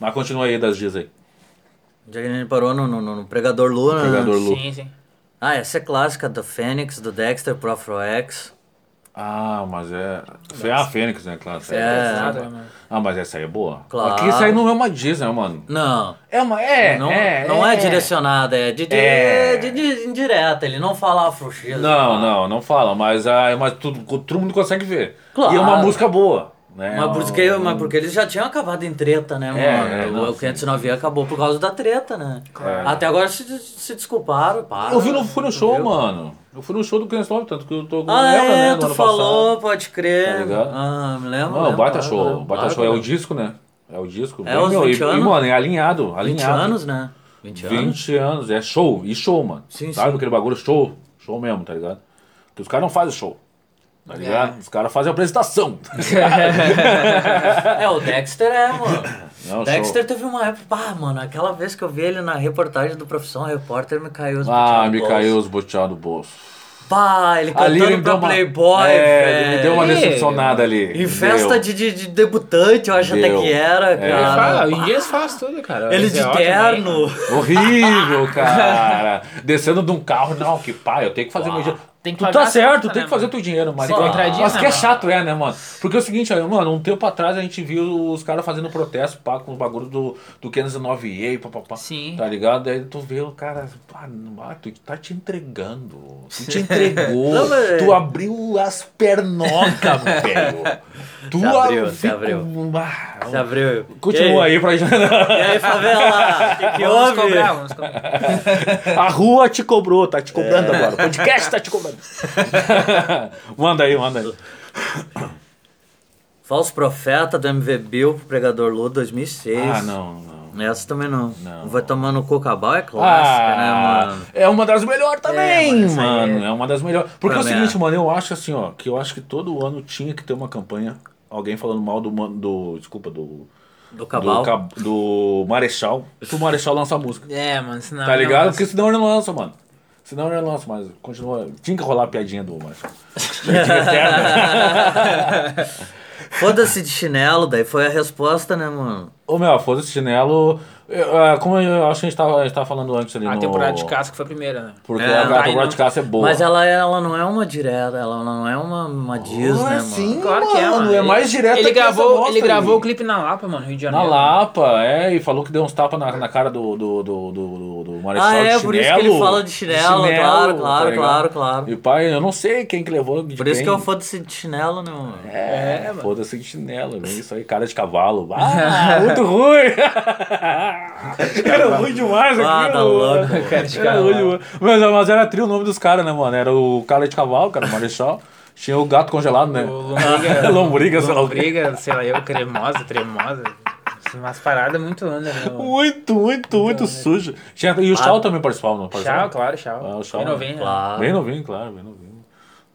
[SPEAKER 1] Mas continua aí das dias aí.
[SPEAKER 2] O Um dia que a gente parou no, no, no- no Pregador Luna. né?
[SPEAKER 1] Pregador Lu.
[SPEAKER 3] Sim, sim.
[SPEAKER 2] Ah, essa é clássica do Fênix, do Dexter pro Afro-X.
[SPEAKER 1] Ah, mas é. Foi a Fênix, né, claro. essa aí
[SPEAKER 2] É.
[SPEAKER 3] Pesado, né, mano?
[SPEAKER 1] Ah, mas essa aí é boa.
[SPEAKER 2] Claro.
[SPEAKER 1] Aqui isso aí não é uma diz, né, mano?
[SPEAKER 2] Não,
[SPEAKER 1] É uma. É,
[SPEAKER 2] não é, não é, direcionada, é de, de,
[SPEAKER 1] É.
[SPEAKER 2] de- de- indireta. Ele não fala Afro-X.
[SPEAKER 1] Não, não, não fala, mas, ah, mas tu, todo mundo consegue ver.
[SPEAKER 2] Claro.
[SPEAKER 1] E é uma música boa. Né?
[SPEAKER 2] É Mas porque, mas porque eles já tinham acabado em treta, né,
[SPEAKER 1] É,
[SPEAKER 2] mano?
[SPEAKER 1] é,
[SPEAKER 2] o,
[SPEAKER 1] não,
[SPEAKER 2] o 509 acabou por causa da treta, né?
[SPEAKER 1] Claro.
[SPEAKER 2] Até agora se, se desculparam, pá.
[SPEAKER 1] Ah, Eu vi no, fui no show,
[SPEAKER 2] Entendeu?
[SPEAKER 1] mano. Eu fui no show do Ken's Love, tanto que eu tô com ela,
[SPEAKER 2] Ah, é,
[SPEAKER 1] né? no
[SPEAKER 2] tu
[SPEAKER 1] ano
[SPEAKER 2] falou,
[SPEAKER 1] passado.
[SPEAKER 2] pode crer.
[SPEAKER 1] Tá ligado?
[SPEAKER 2] Ah, me lembro.
[SPEAKER 1] Não, é um
[SPEAKER 2] lembro,
[SPEAKER 1] baita
[SPEAKER 2] claro,
[SPEAKER 1] show.
[SPEAKER 2] lembro,
[SPEAKER 1] Baita
[SPEAKER 2] claro,
[SPEAKER 1] show é o
[SPEAKER 2] lembro.
[SPEAKER 1] disco, né? É o disco.
[SPEAKER 2] É,
[SPEAKER 1] Bem,
[SPEAKER 2] os 20
[SPEAKER 1] e, e,
[SPEAKER 2] anos.
[SPEAKER 1] mano, é alinhado.
[SPEAKER 2] 20
[SPEAKER 1] alinhado.
[SPEAKER 2] anos, né? 20 anos.
[SPEAKER 1] 20 anos, é show. E show, mano.
[SPEAKER 2] Sim,
[SPEAKER 1] Sabe
[SPEAKER 2] sim.
[SPEAKER 1] aquele bagulho? Show. Show mesmo, tá ligado? Porque os caras não fazem show. Tá ligado? Os caras fazem apresentação.
[SPEAKER 2] É, o Dexter é, mano.
[SPEAKER 1] Não,
[SPEAKER 2] Dexter teve uma época, pá, mano, aquela vez que eu vi ele na reportagem do Profissão Repórter, me caiu os
[SPEAKER 1] show. Ah,
[SPEAKER 2] botões
[SPEAKER 1] me
[SPEAKER 2] do
[SPEAKER 1] caiu
[SPEAKER 2] bolso.
[SPEAKER 1] os boteados do bolso.
[SPEAKER 2] Pá, ele cantando
[SPEAKER 1] ele me
[SPEAKER 2] pra
[SPEAKER 1] deu uma-
[SPEAKER 2] Playboy,
[SPEAKER 1] É,
[SPEAKER 2] velho.
[SPEAKER 1] ele me deu uma
[SPEAKER 3] Ih,
[SPEAKER 1] decepcionada ali.
[SPEAKER 2] Em festa
[SPEAKER 1] Deu.
[SPEAKER 2] de, de- de debutante, eu acho até
[SPEAKER 1] Deu.
[SPEAKER 2] que era,
[SPEAKER 1] É.
[SPEAKER 3] Ele fala,
[SPEAKER 2] cara.
[SPEAKER 3] hoje em dia eles fazem tudo, cara.
[SPEAKER 2] Ele
[SPEAKER 3] Esse é
[SPEAKER 2] de
[SPEAKER 3] ótimo, né?
[SPEAKER 2] terno.
[SPEAKER 1] Horrível, cara. Descendo de um carro, não, que pai, eu tenho que fazer meu dinheiro.
[SPEAKER 3] Tem que
[SPEAKER 1] tu
[SPEAKER 3] pagar
[SPEAKER 1] tá
[SPEAKER 3] as
[SPEAKER 1] certo,
[SPEAKER 3] contas,
[SPEAKER 1] tem
[SPEAKER 3] né,
[SPEAKER 1] que fazer
[SPEAKER 3] mano?
[SPEAKER 1] teu dinheiro, mas,
[SPEAKER 3] Se contradiz,
[SPEAKER 1] mas
[SPEAKER 3] né,
[SPEAKER 1] que é
[SPEAKER 3] mano?
[SPEAKER 1] chato, é, né, mano? Porque é o seguinte, aí, mano, um tempo atrás a gente viu os caras fazendo protesto pá, com o bagulho do, do 509A, papapá.
[SPEAKER 3] Sim.
[SPEAKER 1] Tá ligado? Aí tu vê o cara, pá, ah, tu tá te entregando. Tu te entregou.
[SPEAKER 2] Não, mas-
[SPEAKER 1] tu abriu as pernocas, velho. Tu
[SPEAKER 2] Se abriu,
[SPEAKER 1] a-
[SPEAKER 2] se abriu.
[SPEAKER 1] Ah,
[SPEAKER 2] Se abriu.
[SPEAKER 1] Continua
[SPEAKER 2] E
[SPEAKER 1] aí pra gente.
[SPEAKER 2] E aí, favela? Que que
[SPEAKER 3] Vamos
[SPEAKER 2] houve?
[SPEAKER 3] cobrar, vamos cobrar.
[SPEAKER 1] A rua te cobrou, tá te cobrando
[SPEAKER 2] É.
[SPEAKER 1] agora. O podcast tá te cobrando. manda aí, manda aí.
[SPEAKER 2] Falso Profeta do MV Bill pro Pregador Lu 2006.
[SPEAKER 1] Ah, não, não.
[SPEAKER 2] Essa também não.
[SPEAKER 1] Não.
[SPEAKER 2] Vai tomando no Cocabal é clássica, né,
[SPEAKER 1] Ah,
[SPEAKER 2] mano?
[SPEAKER 1] é uma das melhores
[SPEAKER 2] É,
[SPEAKER 1] também,
[SPEAKER 2] mano, essa aí
[SPEAKER 1] mano.
[SPEAKER 2] é-
[SPEAKER 1] É uma das melhores. Porque é o
[SPEAKER 2] Também
[SPEAKER 1] seguinte,
[SPEAKER 2] é.
[SPEAKER 1] mano, eu acho assim, ó, que eu acho que todo ano tinha que ter uma campanha, alguém falando mal do. man- do desculpa, do.
[SPEAKER 2] Do
[SPEAKER 1] Do,
[SPEAKER 2] Cabal.
[SPEAKER 1] Cab- do Marechal. Se o Marechal lança a música.
[SPEAKER 3] É, mano, senão.
[SPEAKER 1] Tá ligado?
[SPEAKER 3] não,
[SPEAKER 1] Porque senão ele não lança, mano. Senão ele não lança, mas continua. Tinha que rolar a piadinha do Marechal. Piadinha eterna.
[SPEAKER 2] Foda-se de chinelo, daí foi a resposta, né, mano?
[SPEAKER 1] Ô meu, foda-se chinelo. Eu, ah, como eu acho que a gente tava, a gente tava falando antes ali
[SPEAKER 3] A
[SPEAKER 1] no-
[SPEAKER 3] temporada de casco foi a primeira, né?
[SPEAKER 1] Porque
[SPEAKER 2] É.
[SPEAKER 1] a
[SPEAKER 2] Aí
[SPEAKER 1] temporada
[SPEAKER 3] não-
[SPEAKER 1] de caça é boa.
[SPEAKER 2] Mas ela, ela não é uma direta, ela não é uma, uma diz, né, mano?
[SPEAKER 3] Claro que é, mano.
[SPEAKER 1] É mais direto
[SPEAKER 3] Ele
[SPEAKER 1] que essa
[SPEAKER 3] gravou,
[SPEAKER 1] bosta
[SPEAKER 3] ele
[SPEAKER 1] aí.
[SPEAKER 3] gravou o clipe na Lapa, mano, Rio de
[SPEAKER 1] Na
[SPEAKER 3] Janeiro.
[SPEAKER 1] Lapa, é, e falou que deu uns tapas na, na cara do, do, do, do, do- do Marechal
[SPEAKER 2] Ah, é,
[SPEAKER 1] de chinelo.
[SPEAKER 2] por isso que ele fala de chinelo, claro, claro,
[SPEAKER 1] ligado?
[SPEAKER 2] claro, claro.
[SPEAKER 1] E pai, eu não sei quem que levou de
[SPEAKER 2] Por isso
[SPEAKER 1] quem.
[SPEAKER 2] que é o foda-se de chinelo, né, mano?
[SPEAKER 1] É, foda-se de chinelo, né? isso aí, cara de cavalo. Ah, muito ruim! era ruim demais aquilo.
[SPEAKER 2] Ah, tá louco,
[SPEAKER 1] mano.
[SPEAKER 3] cara de
[SPEAKER 1] Era
[SPEAKER 3] cavalo.
[SPEAKER 1] ruim demais. Mas, mas era trio o nome dos caras, né, mano? Era o cara de cavalo, cara, o marechal. Tinha o gato congelado, né?
[SPEAKER 3] O Lombriga.
[SPEAKER 1] Lombriga, sei lá o quê.
[SPEAKER 3] Lombriga, sei lá, eu, cremosa, tremosa. Umas paradas muito under, né? mano?
[SPEAKER 1] Muito, muito, muito sujo. Tinha- e o Shaw também participava, não
[SPEAKER 3] Tchau,
[SPEAKER 1] participava?
[SPEAKER 3] claro, tchau.
[SPEAKER 1] Ah, o Shaw,
[SPEAKER 3] Bem
[SPEAKER 1] né?
[SPEAKER 3] novinho, né?
[SPEAKER 2] Claro.
[SPEAKER 1] Bem novinho, claro, bem novinho.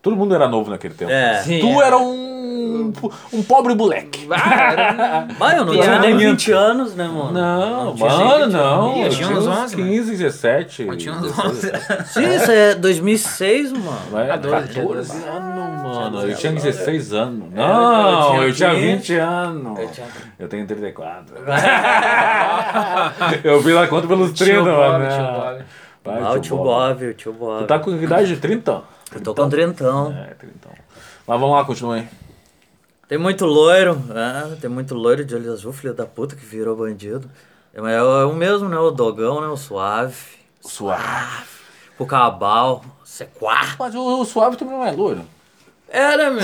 [SPEAKER 1] Todo mundo era novo naquele tempo.
[SPEAKER 2] É.
[SPEAKER 3] Sim,
[SPEAKER 1] Tu
[SPEAKER 3] é.
[SPEAKER 1] era um, um pobre moleque.
[SPEAKER 3] Ah, era um-
[SPEAKER 2] Mas eu não tinha nem
[SPEAKER 1] Piramento.
[SPEAKER 2] 20 anos, né, mano?
[SPEAKER 1] Não,
[SPEAKER 2] tinha né?
[SPEAKER 1] mano,
[SPEAKER 2] jeito,
[SPEAKER 1] não.
[SPEAKER 3] tinha.
[SPEAKER 1] Eu
[SPEAKER 3] Eu tinha uns 11,
[SPEAKER 1] 15, 17.
[SPEAKER 3] Eu tinha um uns
[SPEAKER 1] 16,
[SPEAKER 2] né?
[SPEAKER 3] 11.
[SPEAKER 1] 17.
[SPEAKER 2] Sim, isso é 2006, mano.
[SPEAKER 1] Vai,
[SPEAKER 3] Ah, 12,
[SPEAKER 1] 14
[SPEAKER 2] né?
[SPEAKER 3] tinha
[SPEAKER 1] anos, mano. Eu
[SPEAKER 2] doze,
[SPEAKER 1] tinha
[SPEAKER 2] doze.
[SPEAKER 1] 16 anos.
[SPEAKER 2] É, eu
[SPEAKER 1] Não,
[SPEAKER 2] tinha
[SPEAKER 1] eu tinha
[SPEAKER 2] 15.
[SPEAKER 1] 20 anos.
[SPEAKER 2] Eu tinha-
[SPEAKER 1] Eu tenho 34. Eu vi lá quanto pelos 30,
[SPEAKER 3] Tio Bob,
[SPEAKER 1] mano.
[SPEAKER 3] tio Bob.
[SPEAKER 1] Vai,
[SPEAKER 2] Ah, o tio Bob, o tio
[SPEAKER 1] Tu
[SPEAKER 2] Bob.
[SPEAKER 1] tá com idade de 30?
[SPEAKER 2] Eu tô com trentão.
[SPEAKER 1] É, 30. Mas vamos lá, continua aí.
[SPEAKER 2] Tem muito loiro, né? Tem muito loiro de olho azul, filho da puta, que virou bandido. É, mas é o é o mesmo, né? O Dogão, né? O Suave.
[SPEAKER 1] Suave.
[SPEAKER 2] O Cabal. o Sequá.
[SPEAKER 1] Mas o, o suave também não é loiro.
[SPEAKER 2] Era, meu.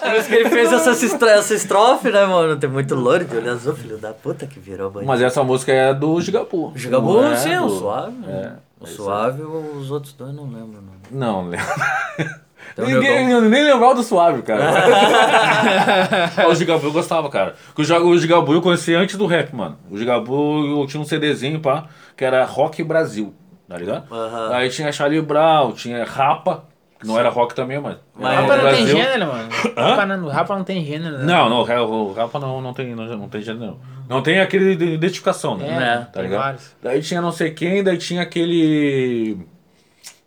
[SPEAKER 2] Por isso que ele fez essa, estra- essa estrofe, né, mano? Tem muito loiro de olho azul, filho da puta, que virou bandido.
[SPEAKER 1] Mas essa música é do Gigabu.
[SPEAKER 2] O Gigabu,
[SPEAKER 1] Não é
[SPEAKER 2] sim, o
[SPEAKER 1] do-
[SPEAKER 2] Suave. né? o
[SPEAKER 1] é isso
[SPEAKER 2] Suave, os outros dois não lembro, não.
[SPEAKER 1] Não, lembro.
[SPEAKER 2] Tem o
[SPEAKER 1] Ninguém, eu
[SPEAKER 2] Negão.
[SPEAKER 1] nem lembrava do Suave, cara. Ah, o Gigabu eu gostava, cara. Porque o Giga- o Gigabu eu conheci antes do rap, mano. O Gigabu eu tinha um CDzinho, pá, que era Rock Brasil, tá ligado?
[SPEAKER 2] Aham.
[SPEAKER 1] Aí tinha Charlie Brown, tinha Rapa, que não era rock também, mas.
[SPEAKER 2] Mas-
[SPEAKER 1] era
[SPEAKER 3] Rapa não tem
[SPEAKER 1] Brasil.
[SPEAKER 3] gênero, mano. Rapa não, rapa não tem gênero, né?
[SPEAKER 1] Não, não, o Ra- o Rapa não, não tem, não, não tem gênero. nenhum. Não tem aquele de identificação, né?
[SPEAKER 3] É,
[SPEAKER 1] tá
[SPEAKER 3] tem
[SPEAKER 1] ligado?
[SPEAKER 3] vários.
[SPEAKER 1] Daí tinha não sei quem, daí tinha aquele.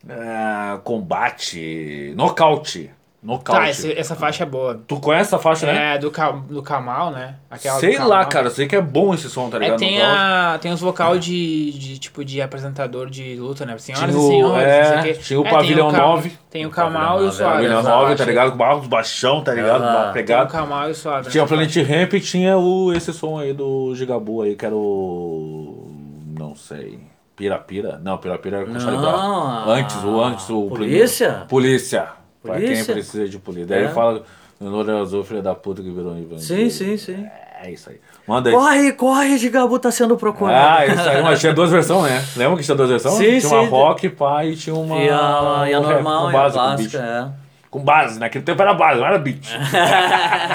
[SPEAKER 1] ah, combate. Nocaute. Nocaute.
[SPEAKER 3] Tá, esse- essa faixa é boa.
[SPEAKER 1] Tu conhece essa faixa, né?
[SPEAKER 3] É, do, Cal- do Kamal, né? Aquela do
[SPEAKER 1] sei lá,
[SPEAKER 3] Kamal.
[SPEAKER 1] cara, eu sei que é bom esse som, tá
[SPEAKER 3] É,
[SPEAKER 1] ligado? É.
[SPEAKER 3] tem,
[SPEAKER 1] Nocaute.
[SPEAKER 3] a, tem os vocal de, de, tipo, de apresentador de luta, né? Senhoras
[SPEAKER 1] Tinha
[SPEAKER 3] e
[SPEAKER 1] o-
[SPEAKER 3] senhores,
[SPEAKER 1] é,
[SPEAKER 3] não sei quê.
[SPEAKER 1] tinha o
[SPEAKER 3] É, tem
[SPEAKER 1] Pavilhão
[SPEAKER 3] Ca-
[SPEAKER 1] 9.
[SPEAKER 3] Tem o Kamal e
[SPEAKER 2] Pavilhão
[SPEAKER 3] o
[SPEAKER 2] 9,
[SPEAKER 3] Suave.
[SPEAKER 1] Pavilhão
[SPEAKER 3] essa
[SPEAKER 1] 9, tá
[SPEAKER 3] faixa.
[SPEAKER 1] ligado? Com barro baixão, tá ligado?
[SPEAKER 2] Ah,
[SPEAKER 1] Uma
[SPEAKER 3] Tem o
[SPEAKER 1] pegada.
[SPEAKER 3] Kamal e o Suave.
[SPEAKER 1] Tinha o
[SPEAKER 3] nessa
[SPEAKER 1] Planet Ramp e tinha o, esse som aí do Gigabu aí, que era o. Não sei. Pirapira? Não, Pirapira era com o Charlie
[SPEAKER 2] Não,
[SPEAKER 1] Brown.
[SPEAKER 2] a-
[SPEAKER 1] Antes, o antes, o.
[SPEAKER 2] Ah. Polícia?
[SPEAKER 1] Polícia. Pra quem
[SPEAKER 2] Polícia?
[SPEAKER 1] precisa de polícia. Daí
[SPEAKER 2] É.
[SPEAKER 1] fala. Menor azul, filha da puta que virou nível.
[SPEAKER 2] Sim, sim, sim.
[SPEAKER 1] É isso aí. Manda aí.
[SPEAKER 2] Corre, corre, Gigabu tá sendo procurado.
[SPEAKER 1] Ah, isso aí, mas tinha duas versões, né? Lembra que tinha duas versões?
[SPEAKER 2] Sim,
[SPEAKER 1] tinha uma
[SPEAKER 2] sim.
[SPEAKER 1] rock, pá, e tinha uma.
[SPEAKER 2] E a, e a
[SPEAKER 1] um rap
[SPEAKER 2] normal
[SPEAKER 1] com
[SPEAKER 2] e a
[SPEAKER 1] base, com
[SPEAKER 2] clássica,
[SPEAKER 1] beat.
[SPEAKER 2] é.
[SPEAKER 1] Com base, né? naquele tempo era base, não era beat.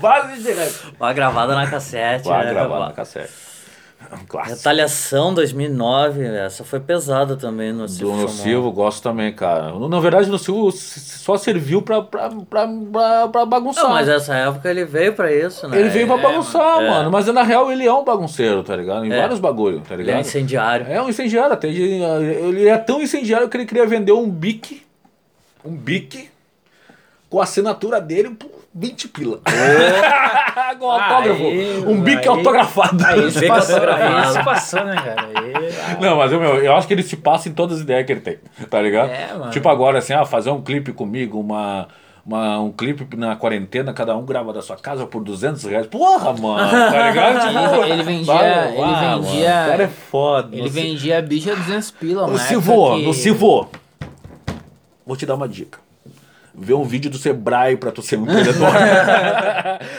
[SPEAKER 1] base direto.
[SPEAKER 2] Uma gravada na cassete.
[SPEAKER 1] Vai
[SPEAKER 2] né?
[SPEAKER 1] gravar na cassete. É um clássico.
[SPEAKER 2] Retaliação 2009, essa foi pesada também no
[SPEAKER 1] Do
[SPEAKER 2] Silvio Chamorro.
[SPEAKER 1] Nocivo, gosto também, cara. No- Na verdade, o Nocivo s- só serviu pra, pra, pra, pra, pra bagunçar.
[SPEAKER 2] Não, mas essa época ele veio pra isso, né?
[SPEAKER 1] Ele veio pra
[SPEAKER 2] É,
[SPEAKER 1] bagunçar, mano. Mas na real ele é um bagunceiro, tá ligado? Em vários bagulho, tá
[SPEAKER 2] Ele é
[SPEAKER 1] ligado?
[SPEAKER 2] incendiário.
[SPEAKER 1] É um incendiário, até de- ele é tão incendiário que ele queria vender um bique, um bique, com a assinatura dele por 20 pila. com autógrafo.
[SPEAKER 3] Aí,
[SPEAKER 1] um bique
[SPEAKER 3] aí.
[SPEAKER 1] autografado.
[SPEAKER 3] Aí isso
[SPEAKER 2] Vem com
[SPEAKER 3] passou,
[SPEAKER 2] autografado.
[SPEAKER 3] aí isso passou, né, cara? Aí-
[SPEAKER 1] Não, mas eu, meu, eu acho que ele se passa em todas as ideias que ele tem, tá ligado?
[SPEAKER 3] É, mano.
[SPEAKER 1] Tipo agora, assim, ah, fazer um clipe comigo, uma, uma- um clipe na quarentena, cada um grava da sua casa por 200 reais. Porra, mano, tá ligado? Tipo,
[SPEAKER 3] Ele- ele vendia-
[SPEAKER 1] vai
[SPEAKER 3] ele
[SPEAKER 1] lá,
[SPEAKER 3] vendia-
[SPEAKER 1] mano, o cara é foda.
[SPEAKER 3] Ele
[SPEAKER 1] não sei-
[SPEAKER 3] vendia a bicha a 200 pila,
[SPEAKER 1] No
[SPEAKER 3] mano.
[SPEAKER 1] Civô, no Civô. Vou te dar uma dica. Vê um vídeo do Sebrae pra tu ser um empreendedor.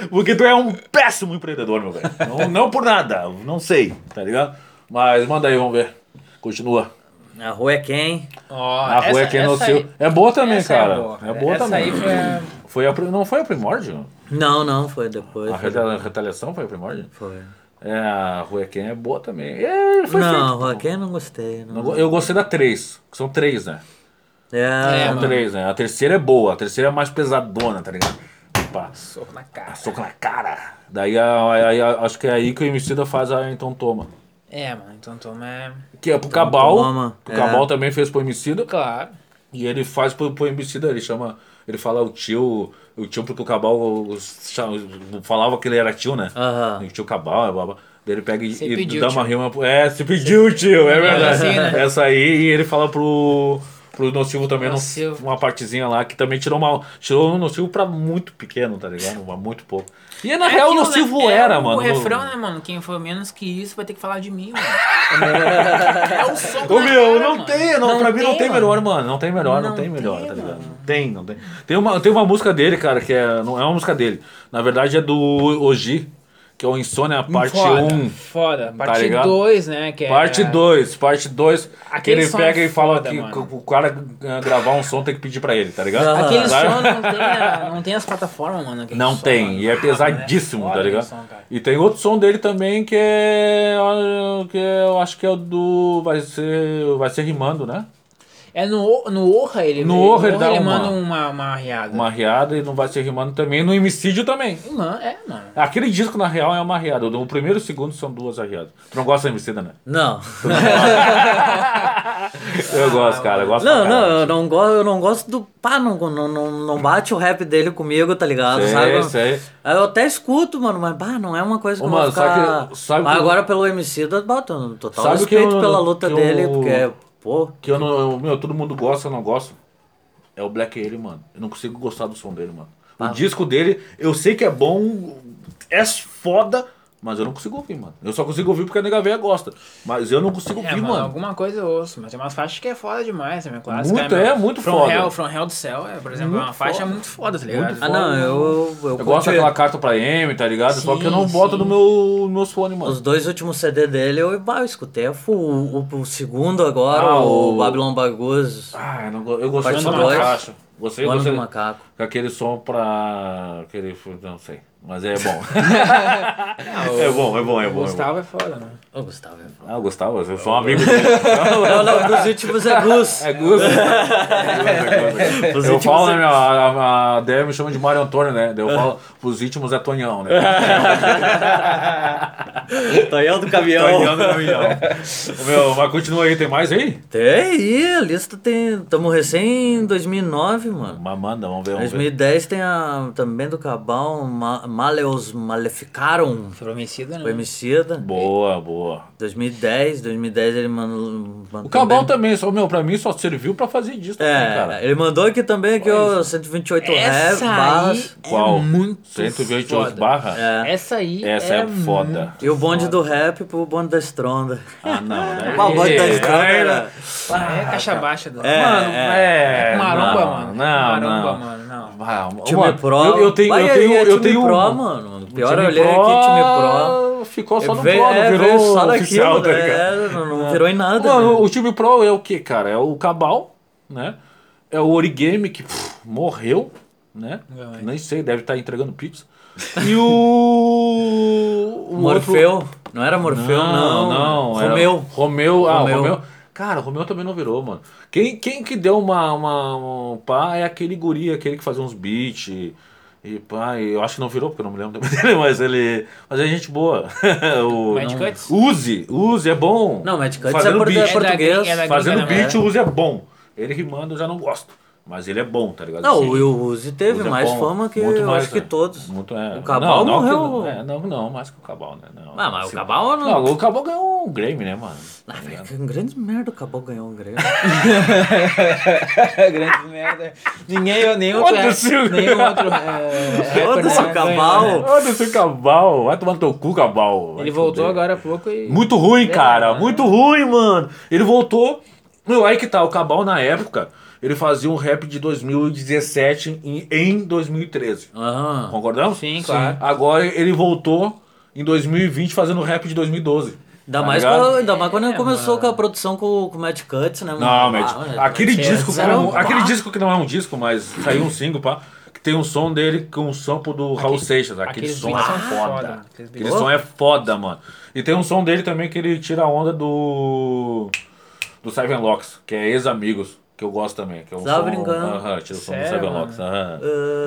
[SPEAKER 1] Porque tu é um péssimo empreendedor, meu velho. Não, não por nada, não sei, tá ligado? Mas manda aí, vamos ver. Continua.
[SPEAKER 2] A rua é quem?
[SPEAKER 3] Ó,
[SPEAKER 1] A rua é quem não
[SPEAKER 3] aí-
[SPEAKER 1] sei. É boa também,
[SPEAKER 3] essa
[SPEAKER 1] cara.
[SPEAKER 3] É boa, cara.
[SPEAKER 1] É boa
[SPEAKER 3] essa
[SPEAKER 1] também.
[SPEAKER 3] Aí foi a-
[SPEAKER 1] Foi a pri- não foi a primórdio?
[SPEAKER 2] Não, não, foi depois.
[SPEAKER 1] A é
[SPEAKER 2] foi
[SPEAKER 1] reta- a retaliação foi a primórdio?
[SPEAKER 2] Foi.
[SPEAKER 1] É, a Rua é Quem é boa também. É, foi
[SPEAKER 2] Não, a rua é quem não gostei. Não.
[SPEAKER 1] feito. Eu gostei da 3, que são três, né?
[SPEAKER 2] É,
[SPEAKER 3] É,
[SPEAKER 1] São
[SPEAKER 3] mano.
[SPEAKER 1] três, né? A terceira é boa, a terceira é mais pesadona, tá ligado? Pá,
[SPEAKER 3] Soco na cara.
[SPEAKER 1] soco na cara. Daí a- aí a- acho que é aí que o Emicida faz a Então Toma.
[SPEAKER 3] É, mano, então toma é...
[SPEAKER 1] Que é pro Cabal.
[SPEAKER 2] Então Toma,
[SPEAKER 1] O
[SPEAKER 2] é.
[SPEAKER 1] Cabal também fez pro Emicida.
[SPEAKER 3] Claro.
[SPEAKER 1] E ele faz pro, pro Emicida, ele chama. Ele fala o tio. O tio, porque o Cabal os- cha- falava que ele era tio, né?
[SPEAKER 2] Aham.
[SPEAKER 1] O tio Cabal, blá, blá. Daí ele pega e,
[SPEAKER 3] Se
[SPEAKER 1] e
[SPEAKER 3] pediu,
[SPEAKER 1] dá uma
[SPEAKER 3] tio.
[SPEAKER 1] rima. pro- É, se pediu, tio, é verdade.
[SPEAKER 3] assim, né?
[SPEAKER 1] Essa aí, e ele fala pro. Pro Nocivo também não-
[SPEAKER 3] Nocivo.
[SPEAKER 1] uma partezinha lá que também tirou mal. Tirou o Nocivo pra muito pequeno, tá ligado? Pra Muito pouco. E na real o
[SPEAKER 3] aquilo,
[SPEAKER 1] Nocivo
[SPEAKER 3] né? É
[SPEAKER 1] era,
[SPEAKER 3] o
[SPEAKER 1] mano.
[SPEAKER 3] refrão, né, mano? Quem for menos que isso vai ter que falar de mim, mano. é o som
[SPEAKER 1] Ô
[SPEAKER 3] na
[SPEAKER 1] meu,
[SPEAKER 3] cara,
[SPEAKER 1] não
[SPEAKER 3] mano.
[SPEAKER 1] tem, não, pra mim não tem melhor, mano. Não tem melhor, não,
[SPEAKER 3] Não
[SPEAKER 1] tem melhor,
[SPEAKER 3] tem,
[SPEAKER 1] tá ligado?
[SPEAKER 3] mano.
[SPEAKER 1] Não tem, não tem. Tem uma, tem uma música dele, cara, que é. Não é uma música dele. Na verdade é do Oji. que é o Insônia Parte
[SPEAKER 3] foda, né?
[SPEAKER 1] 1.
[SPEAKER 3] Foda. Parte
[SPEAKER 1] ligado?
[SPEAKER 3] 2, né? Que é-
[SPEAKER 1] Parte 2, parte 2. Que
[SPEAKER 3] Aquele
[SPEAKER 1] ele
[SPEAKER 3] som
[SPEAKER 1] pega
[SPEAKER 3] é
[SPEAKER 1] e fala
[SPEAKER 3] foda,
[SPEAKER 1] que
[SPEAKER 3] mano.
[SPEAKER 1] o cara eh, gravar um som tem que pedir pra ele, tá ligado?
[SPEAKER 2] Aham.
[SPEAKER 3] Aquele
[SPEAKER 1] Sabe?
[SPEAKER 3] som é não tem, a- não tem as plataformas, mano. aquele
[SPEAKER 1] Não
[SPEAKER 3] som,
[SPEAKER 1] tem,
[SPEAKER 3] mano.
[SPEAKER 1] e é pesadíssimo,
[SPEAKER 3] Foda
[SPEAKER 1] tá ligado?
[SPEAKER 3] aquele som, cara.
[SPEAKER 1] e tem outro som dele também que é. que é- eu acho que é o do. Vai ser. Vai ser rimando, né?
[SPEAKER 3] É no, no Orra ele
[SPEAKER 1] No
[SPEAKER 3] ele-
[SPEAKER 1] Orra ele dá
[SPEAKER 3] ele
[SPEAKER 1] uma-
[SPEAKER 3] manda uma, uma arriada.
[SPEAKER 1] É. Uma riada e não vai ser rimando também. No homicídio também.
[SPEAKER 3] Mano, é, mano.
[SPEAKER 1] Aquele disco, na real, é uma riada. O primeiro e o segundo são duas riadas. Tu não gosta da MC, né?
[SPEAKER 2] Não.
[SPEAKER 1] Eu gosto, cara. Eu gosto
[SPEAKER 2] Não,
[SPEAKER 1] pra
[SPEAKER 2] não,
[SPEAKER 1] caralho.
[SPEAKER 2] eu não, go eu não gosto do. Pá, não, não, não, não bate o rap dele comigo, tá ligado?
[SPEAKER 1] Sei,
[SPEAKER 2] sabe?
[SPEAKER 1] sei.
[SPEAKER 2] Aí Eu até escuto, mano, mas bah, não é uma coisa que
[SPEAKER 1] Ô,
[SPEAKER 2] eu
[SPEAKER 1] mano,
[SPEAKER 2] vou ficar...
[SPEAKER 1] sabe que- sabe
[SPEAKER 2] mas
[SPEAKER 1] que-
[SPEAKER 2] agora pelo MC, eu boto um total
[SPEAKER 1] Sabe que
[SPEAKER 2] respeito
[SPEAKER 1] eu-
[SPEAKER 2] pela luta
[SPEAKER 1] que eu-
[SPEAKER 2] dele, porque, pô...
[SPEAKER 1] Que eu não. eu- meu, todo mundo gosta, eu não gosto. É o Black ele, mano. Eu não consigo gostar do som dele, mano. O disco dele, eu sei que é bom, é foda, mas eu não consigo ouvir, mano. Eu só consigo ouvir porque a nega véia gosta. Mas eu não consigo
[SPEAKER 3] É,
[SPEAKER 1] ouvir,
[SPEAKER 3] mano,
[SPEAKER 1] mano.
[SPEAKER 3] alguma coisa eu ouço, mas tem umas faixas que é foda demais, né? minha clássica.
[SPEAKER 1] Muito,
[SPEAKER 3] meu.
[SPEAKER 1] é, muito
[SPEAKER 3] From
[SPEAKER 1] foda.
[SPEAKER 3] Hell, From Hell do Céu, é, por exemplo, é uma faixa muito foda, tá ligado?
[SPEAKER 2] Ah, não, eu... Eu,
[SPEAKER 1] Eu gosto
[SPEAKER 2] curti.
[SPEAKER 1] daquela carta pra M, tá ligado? só que eu não
[SPEAKER 3] Sim,
[SPEAKER 1] boto
[SPEAKER 3] sim.
[SPEAKER 1] no meu, no meu fone, mano.
[SPEAKER 2] Os dois últimos CD dele, eu, bah, eu escutei eu fui o, o, o segundo agora,
[SPEAKER 1] Ah,
[SPEAKER 2] o...
[SPEAKER 1] o-
[SPEAKER 2] Babylon Bagus,
[SPEAKER 1] Ah, eu, não, go- eu gostei
[SPEAKER 2] Parte
[SPEAKER 1] do
[SPEAKER 2] dois.
[SPEAKER 1] macaco. Gostei,
[SPEAKER 2] o Ano
[SPEAKER 1] gostei.
[SPEAKER 2] do Macaco.
[SPEAKER 1] Com aquele som pra. Aquele. Não sei. Mas é bom.
[SPEAKER 3] o-
[SPEAKER 1] é bom, é bom, é
[SPEAKER 3] O
[SPEAKER 1] bom. é bom.
[SPEAKER 3] Gustavo é foda, né?
[SPEAKER 2] Ô, Gustavo, é-
[SPEAKER 1] Ah, o Gustavo, eu sou um amigo dele.
[SPEAKER 2] não, não, dos últimos é Gus.
[SPEAKER 1] É Gus. Eu falo, né, meu, a, a- a Débora me chama de Mário Antônio, né? Daí Eu falo, pros íntimos é Tonhão, né?
[SPEAKER 2] Tonhão do Caminhão.
[SPEAKER 1] Tonhão do Tonhão. né? Ô, Meu, mas continua aí, tem mais aí?
[SPEAKER 2] Tem aí, a lista tem... Tamo recém em 2009, mano.
[SPEAKER 1] Mas manda, vamos ver. Vamos ver.
[SPEAKER 2] 2010 tem a também do Cabal, Ma Maleus Maleficaram,
[SPEAKER 3] Sobre homicida,
[SPEAKER 2] o
[SPEAKER 3] né?
[SPEAKER 2] Emicida.
[SPEAKER 1] Boa, boa.
[SPEAKER 2] 2010, 2010 ele mandou...
[SPEAKER 1] O Cabal também, só, meu, pra mim só serviu pra fazer disco, assim,
[SPEAKER 2] É,
[SPEAKER 1] cara.
[SPEAKER 2] ele mandou aqui também que o 128 rev,
[SPEAKER 3] Essa aí
[SPEAKER 2] barras.
[SPEAKER 1] É, Qual?
[SPEAKER 3] é muito
[SPEAKER 1] 128
[SPEAKER 3] foda.
[SPEAKER 1] barra?
[SPEAKER 2] É.
[SPEAKER 3] Essa aí
[SPEAKER 1] Essa é, foda.
[SPEAKER 2] E o bonde do rap pro bonde da estronda.
[SPEAKER 1] Ah, não. né?
[SPEAKER 2] O bonde da
[SPEAKER 1] É,
[SPEAKER 2] estronda era...
[SPEAKER 3] Ah, é caixa baixa. Do...
[SPEAKER 2] É,
[SPEAKER 3] mano,
[SPEAKER 1] É,
[SPEAKER 3] maromba,
[SPEAKER 1] não,
[SPEAKER 3] mano.
[SPEAKER 1] Não,
[SPEAKER 3] maromba,
[SPEAKER 1] não.
[SPEAKER 3] mano, não.
[SPEAKER 1] Ah, mano,
[SPEAKER 2] Time Pro.
[SPEAKER 1] Eu, eu tenho,
[SPEAKER 2] Vai,
[SPEAKER 1] eu
[SPEAKER 2] aí,
[SPEAKER 1] tenho,
[SPEAKER 2] é
[SPEAKER 1] eu
[SPEAKER 2] time
[SPEAKER 1] tenho
[SPEAKER 2] Pro,
[SPEAKER 1] um-
[SPEAKER 2] mano.
[SPEAKER 1] o
[SPEAKER 2] Pior,
[SPEAKER 1] time
[SPEAKER 2] eu olhei aqui, time Pro.
[SPEAKER 1] Ficou só no
[SPEAKER 2] Veio-
[SPEAKER 1] Pro, não
[SPEAKER 2] é,
[SPEAKER 1] virou
[SPEAKER 2] veio só naquilo,
[SPEAKER 1] oficial, tá
[SPEAKER 2] né?
[SPEAKER 1] ligado?
[SPEAKER 2] É, não, não virou em nada. né?
[SPEAKER 1] Mano, o time Pro é o que, cara? É o Cabal, né? É o Origami, que pff, morreu, né?
[SPEAKER 3] Não, é.
[SPEAKER 1] Nem sei, deve estar entregando pizza. E o... o
[SPEAKER 2] Morfeu? Não era Morfeu, não.
[SPEAKER 1] não. era
[SPEAKER 2] Romeu.
[SPEAKER 1] Romeu, ah,
[SPEAKER 2] Romeu.
[SPEAKER 1] Romeu. Cara, o Romeu também não virou, mano. Quem, quem que deu uma, uma, um pá é aquele guri, aquele que fazia uns beats. E, e pá, e eu acho que não virou, porque eu não me lembro o nome dele, mas ele. Mas é gente boa. o,
[SPEAKER 3] Mad
[SPEAKER 1] não-
[SPEAKER 3] Cuts?
[SPEAKER 1] Uzi, Uzi é bom.
[SPEAKER 2] Não, Mad Cuts é
[SPEAKER 1] Fazendo
[SPEAKER 2] portu-
[SPEAKER 1] beat.
[SPEAKER 2] é português.
[SPEAKER 3] É da- é da-
[SPEAKER 1] Fazendo
[SPEAKER 3] gringa, né?
[SPEAKER 1] beat, o Uzi é bom. Ele rimando eu já não gosto. Mas ele é bom, tá ligado?
[SPEAKER 2] Não,
[SPEAKER 1] Assim,
[SPEAKER 2] o Will Uzi teve
[SPEAKER 1] Uzi é
[SPEAKER 2] mais
[SPEAKER 1] bom,
[SPEAKER 2] fama que
[SPEAKER 1] muito
[SPEAKER 2] eu
[SPEAKER 1] mais,
[SPEAKER 2] acho que
[SPEAKER 1] né?
[SPEAKER 2] todos.
[SPEAKER 1] Muito, é.
[SPEAKER 2] O Cabal
[SPEAKER 1] não, não,
[SPEAKER 2] morreu.
[SPEAKER 1] que- é, não, não, mais que o Cabal, né? Não,
[SPEAKER 2] Ah, mas o
[SPEAKER 1] Sim.
[SPEAKER 2] Cabal não-
[SPEAKER 1] não. O Cabal ganhou um Grammy, né, mano?
[SPEAKER 2] Ah, velho, que grande merda, acabou ganhou um grande.
[SPEAKER 1] É
[SPEAKER 3] Grande merda. Ninguém, nenhum outro,
[SPEAKER 1] Foda-se,
[SPEAKER 3] rap-
[SPEAKER 1] né?
[SPEAKER 3] nenhum outro é, rapper,
[SPEAKER 2] Foda-se,
[SPEAKER 3] né,
[SPEAKER 2] o Cabal.
[SPEAKER 3] ganhou, né?
[SPEAKER 1] É. Olha esse Cabal, vai tomar no teu cu, Cabal. Vai
[SPEAKER 3] Ele
[SPEAKER 1] te
[SPEAKER 3] voltou
[SPEAKER 1] fuder.
[SPEAKER 3] agora há pouco e...
[SPEAKER 1] Muito ruim,
[SPEAKER 3] Verdade,
[SPEAKER 1] cara,
[SPEAKER 3] né?
[SPEAKER 1] muito ruim, mano. Ele voltou. Meu, aí que tá, o Cabal na época, ele fazia um rap de 2017 em, em 2013.
[SPEAKER 2] Aham.
[SPEAKER 1] Concordamos?
[SPEAKER 3] Sim, claro.
[SPEAKER 1] Agora ele voltou em 2020 fazendo rap de 2012.
[SPEAKER 2] Ainda,
[SPEAKER 1] tá
[SPEAKER 2] mais
[SPEAKER 1] ligado?
[SPEAKER 2] quando, ainda mais quando ele
[SPEAKER 3] É,
[SPEAKER 2] começou
[SPEAKER 3] mano.
[SPEAKER 2] com a produção com, com o Matt Cuts, né? mano?
[SPEAKER 1] Não,
[SPEAKER 2] Ah,
[SPEAKER 1] Matt,
[SPEAKER 2] mano,
[SPEAKER 1] aquele
[SPEAKER 2] Matt
[SPEAKER 1] disco,
[SPEAKER 2] Cutts
[SPEAKER 1] que
[SPEAKER 2] era
[SPEAKER 1] não-
[SPEAKER 2] um-
[SPEAKER 1] aquele
[SPEAKER 2] Ah,
[SPEAKER 1] disco que não é um disco, mas saiu um single, pá, que tem um som dele com um sample do Raul Seixas. Aquele
[SPEAKER 3] aqueles
[SPEAKER 1] som é
[SPEAKER 3] beats são
[SPEAKER 1] foda.
[SPEAKER 3] foda. Aqueles
[SPEAKER 1] Aquele
[SPEAKER 3] beats-
[SPEAKER 1] som é foda, mano. E tem um som dele também que ele tira a onda do do Seven Locks, que é Ex-Amigos, que eu gosto também, que é um
[SPEAKER 2] Tá
[SPEAKER 1] som,
[SPEAKER 2] brincando?
[SPEAKER 1] Aham, tira o som do
[SPEAKER 3] Sério,
[SPEAKER 1] Seven
[SPEAKER 3] mano?
[SPEAKER 1] Locks, aham,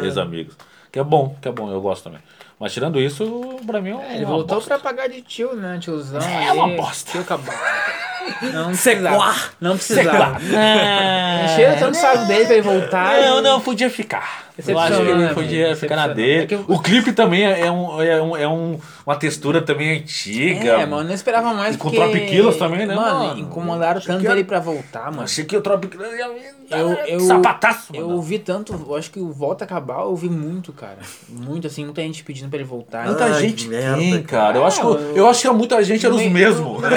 [SPEAKER 1] Ex-Amigos. Que é bom, que é bom, eu gosto também. Mas tirando isso, pra mim é uma
[SPEAKER 3] É, Ele voltou
[SPEAKER 1] bosta.
[SPEAKER 3] pra pagar de tio, né? Tiozão.
[SPEAKER 1] É
[SPEAKER 3] ali,
[SPEAKER 1] uma bosta.
[SPEAKER 3] Tio cabal. Não precisava.
[SPEAKER 2] Sequar.
[SPEAKER 3] Não precisava. Encheram tanto o saco dele pra ele voltar.
[SPEAKER 1] É. Não,
[SPEAKER 3] e-
[SPEAKER 1] não, podia ficar. Eu
[SPEAKER 3] Decepcionou,
[SPEAKER 1] acho que
[SPEAKER 3] né,
[SPEAKER 1] ele
[SPEAKER 3] velho?
[SPEAKER 1] podia ficar na
[SPEAKER 3] Decepcionou.
[SPEAKER 1] dele.
[SPEAKER 3] É que eu-
[SPEAKER 1] O clipe também é, um, é, um, é um- uma textura também antiga.
[SPEAKER 3] É, mano, não esperava mais
[SPEAKER 1] E com
[SPEAKER 3] porque...
[SPEAKER 1] Tropiquilas também, né,
[SPEAKER 3] Mano,
[SPEAKER 1] mano?
[SPEAKER 3] incomodaria incomodaram tanto
[SPEAKER 1] que era-
[SPEAKER 3] ele pra voltar, mano.
[SPEAKER 1] Achei que o Tropic ia vir dar
[SPEAKER 3] Eu, eu,
[SPEAKER 1] sapataço,
[SPEAKER 3] eu
[SPEAKER 1] mano.
[SPEAKER 3] ouvi tanto, eu acho que o Volta a Cabal eu ouvi muito, cara. Muito, assim, muita gente pedindo pra ele voltar.
[SPEAKER 1] Muita
[SPEAKER 2] Ai,
[SPEAKER 1] gente
[SPEAKER 2] merda,
[SPEAKER 1] tem, cara. Eu, acho que,
[SPEAKER 3] cara.
[SPEAKER 1] eu acho que muita gente era os
[SPEAKER 3] Meio-
[SPEAKER 1] mesmos.
[SPEAKER 3] É,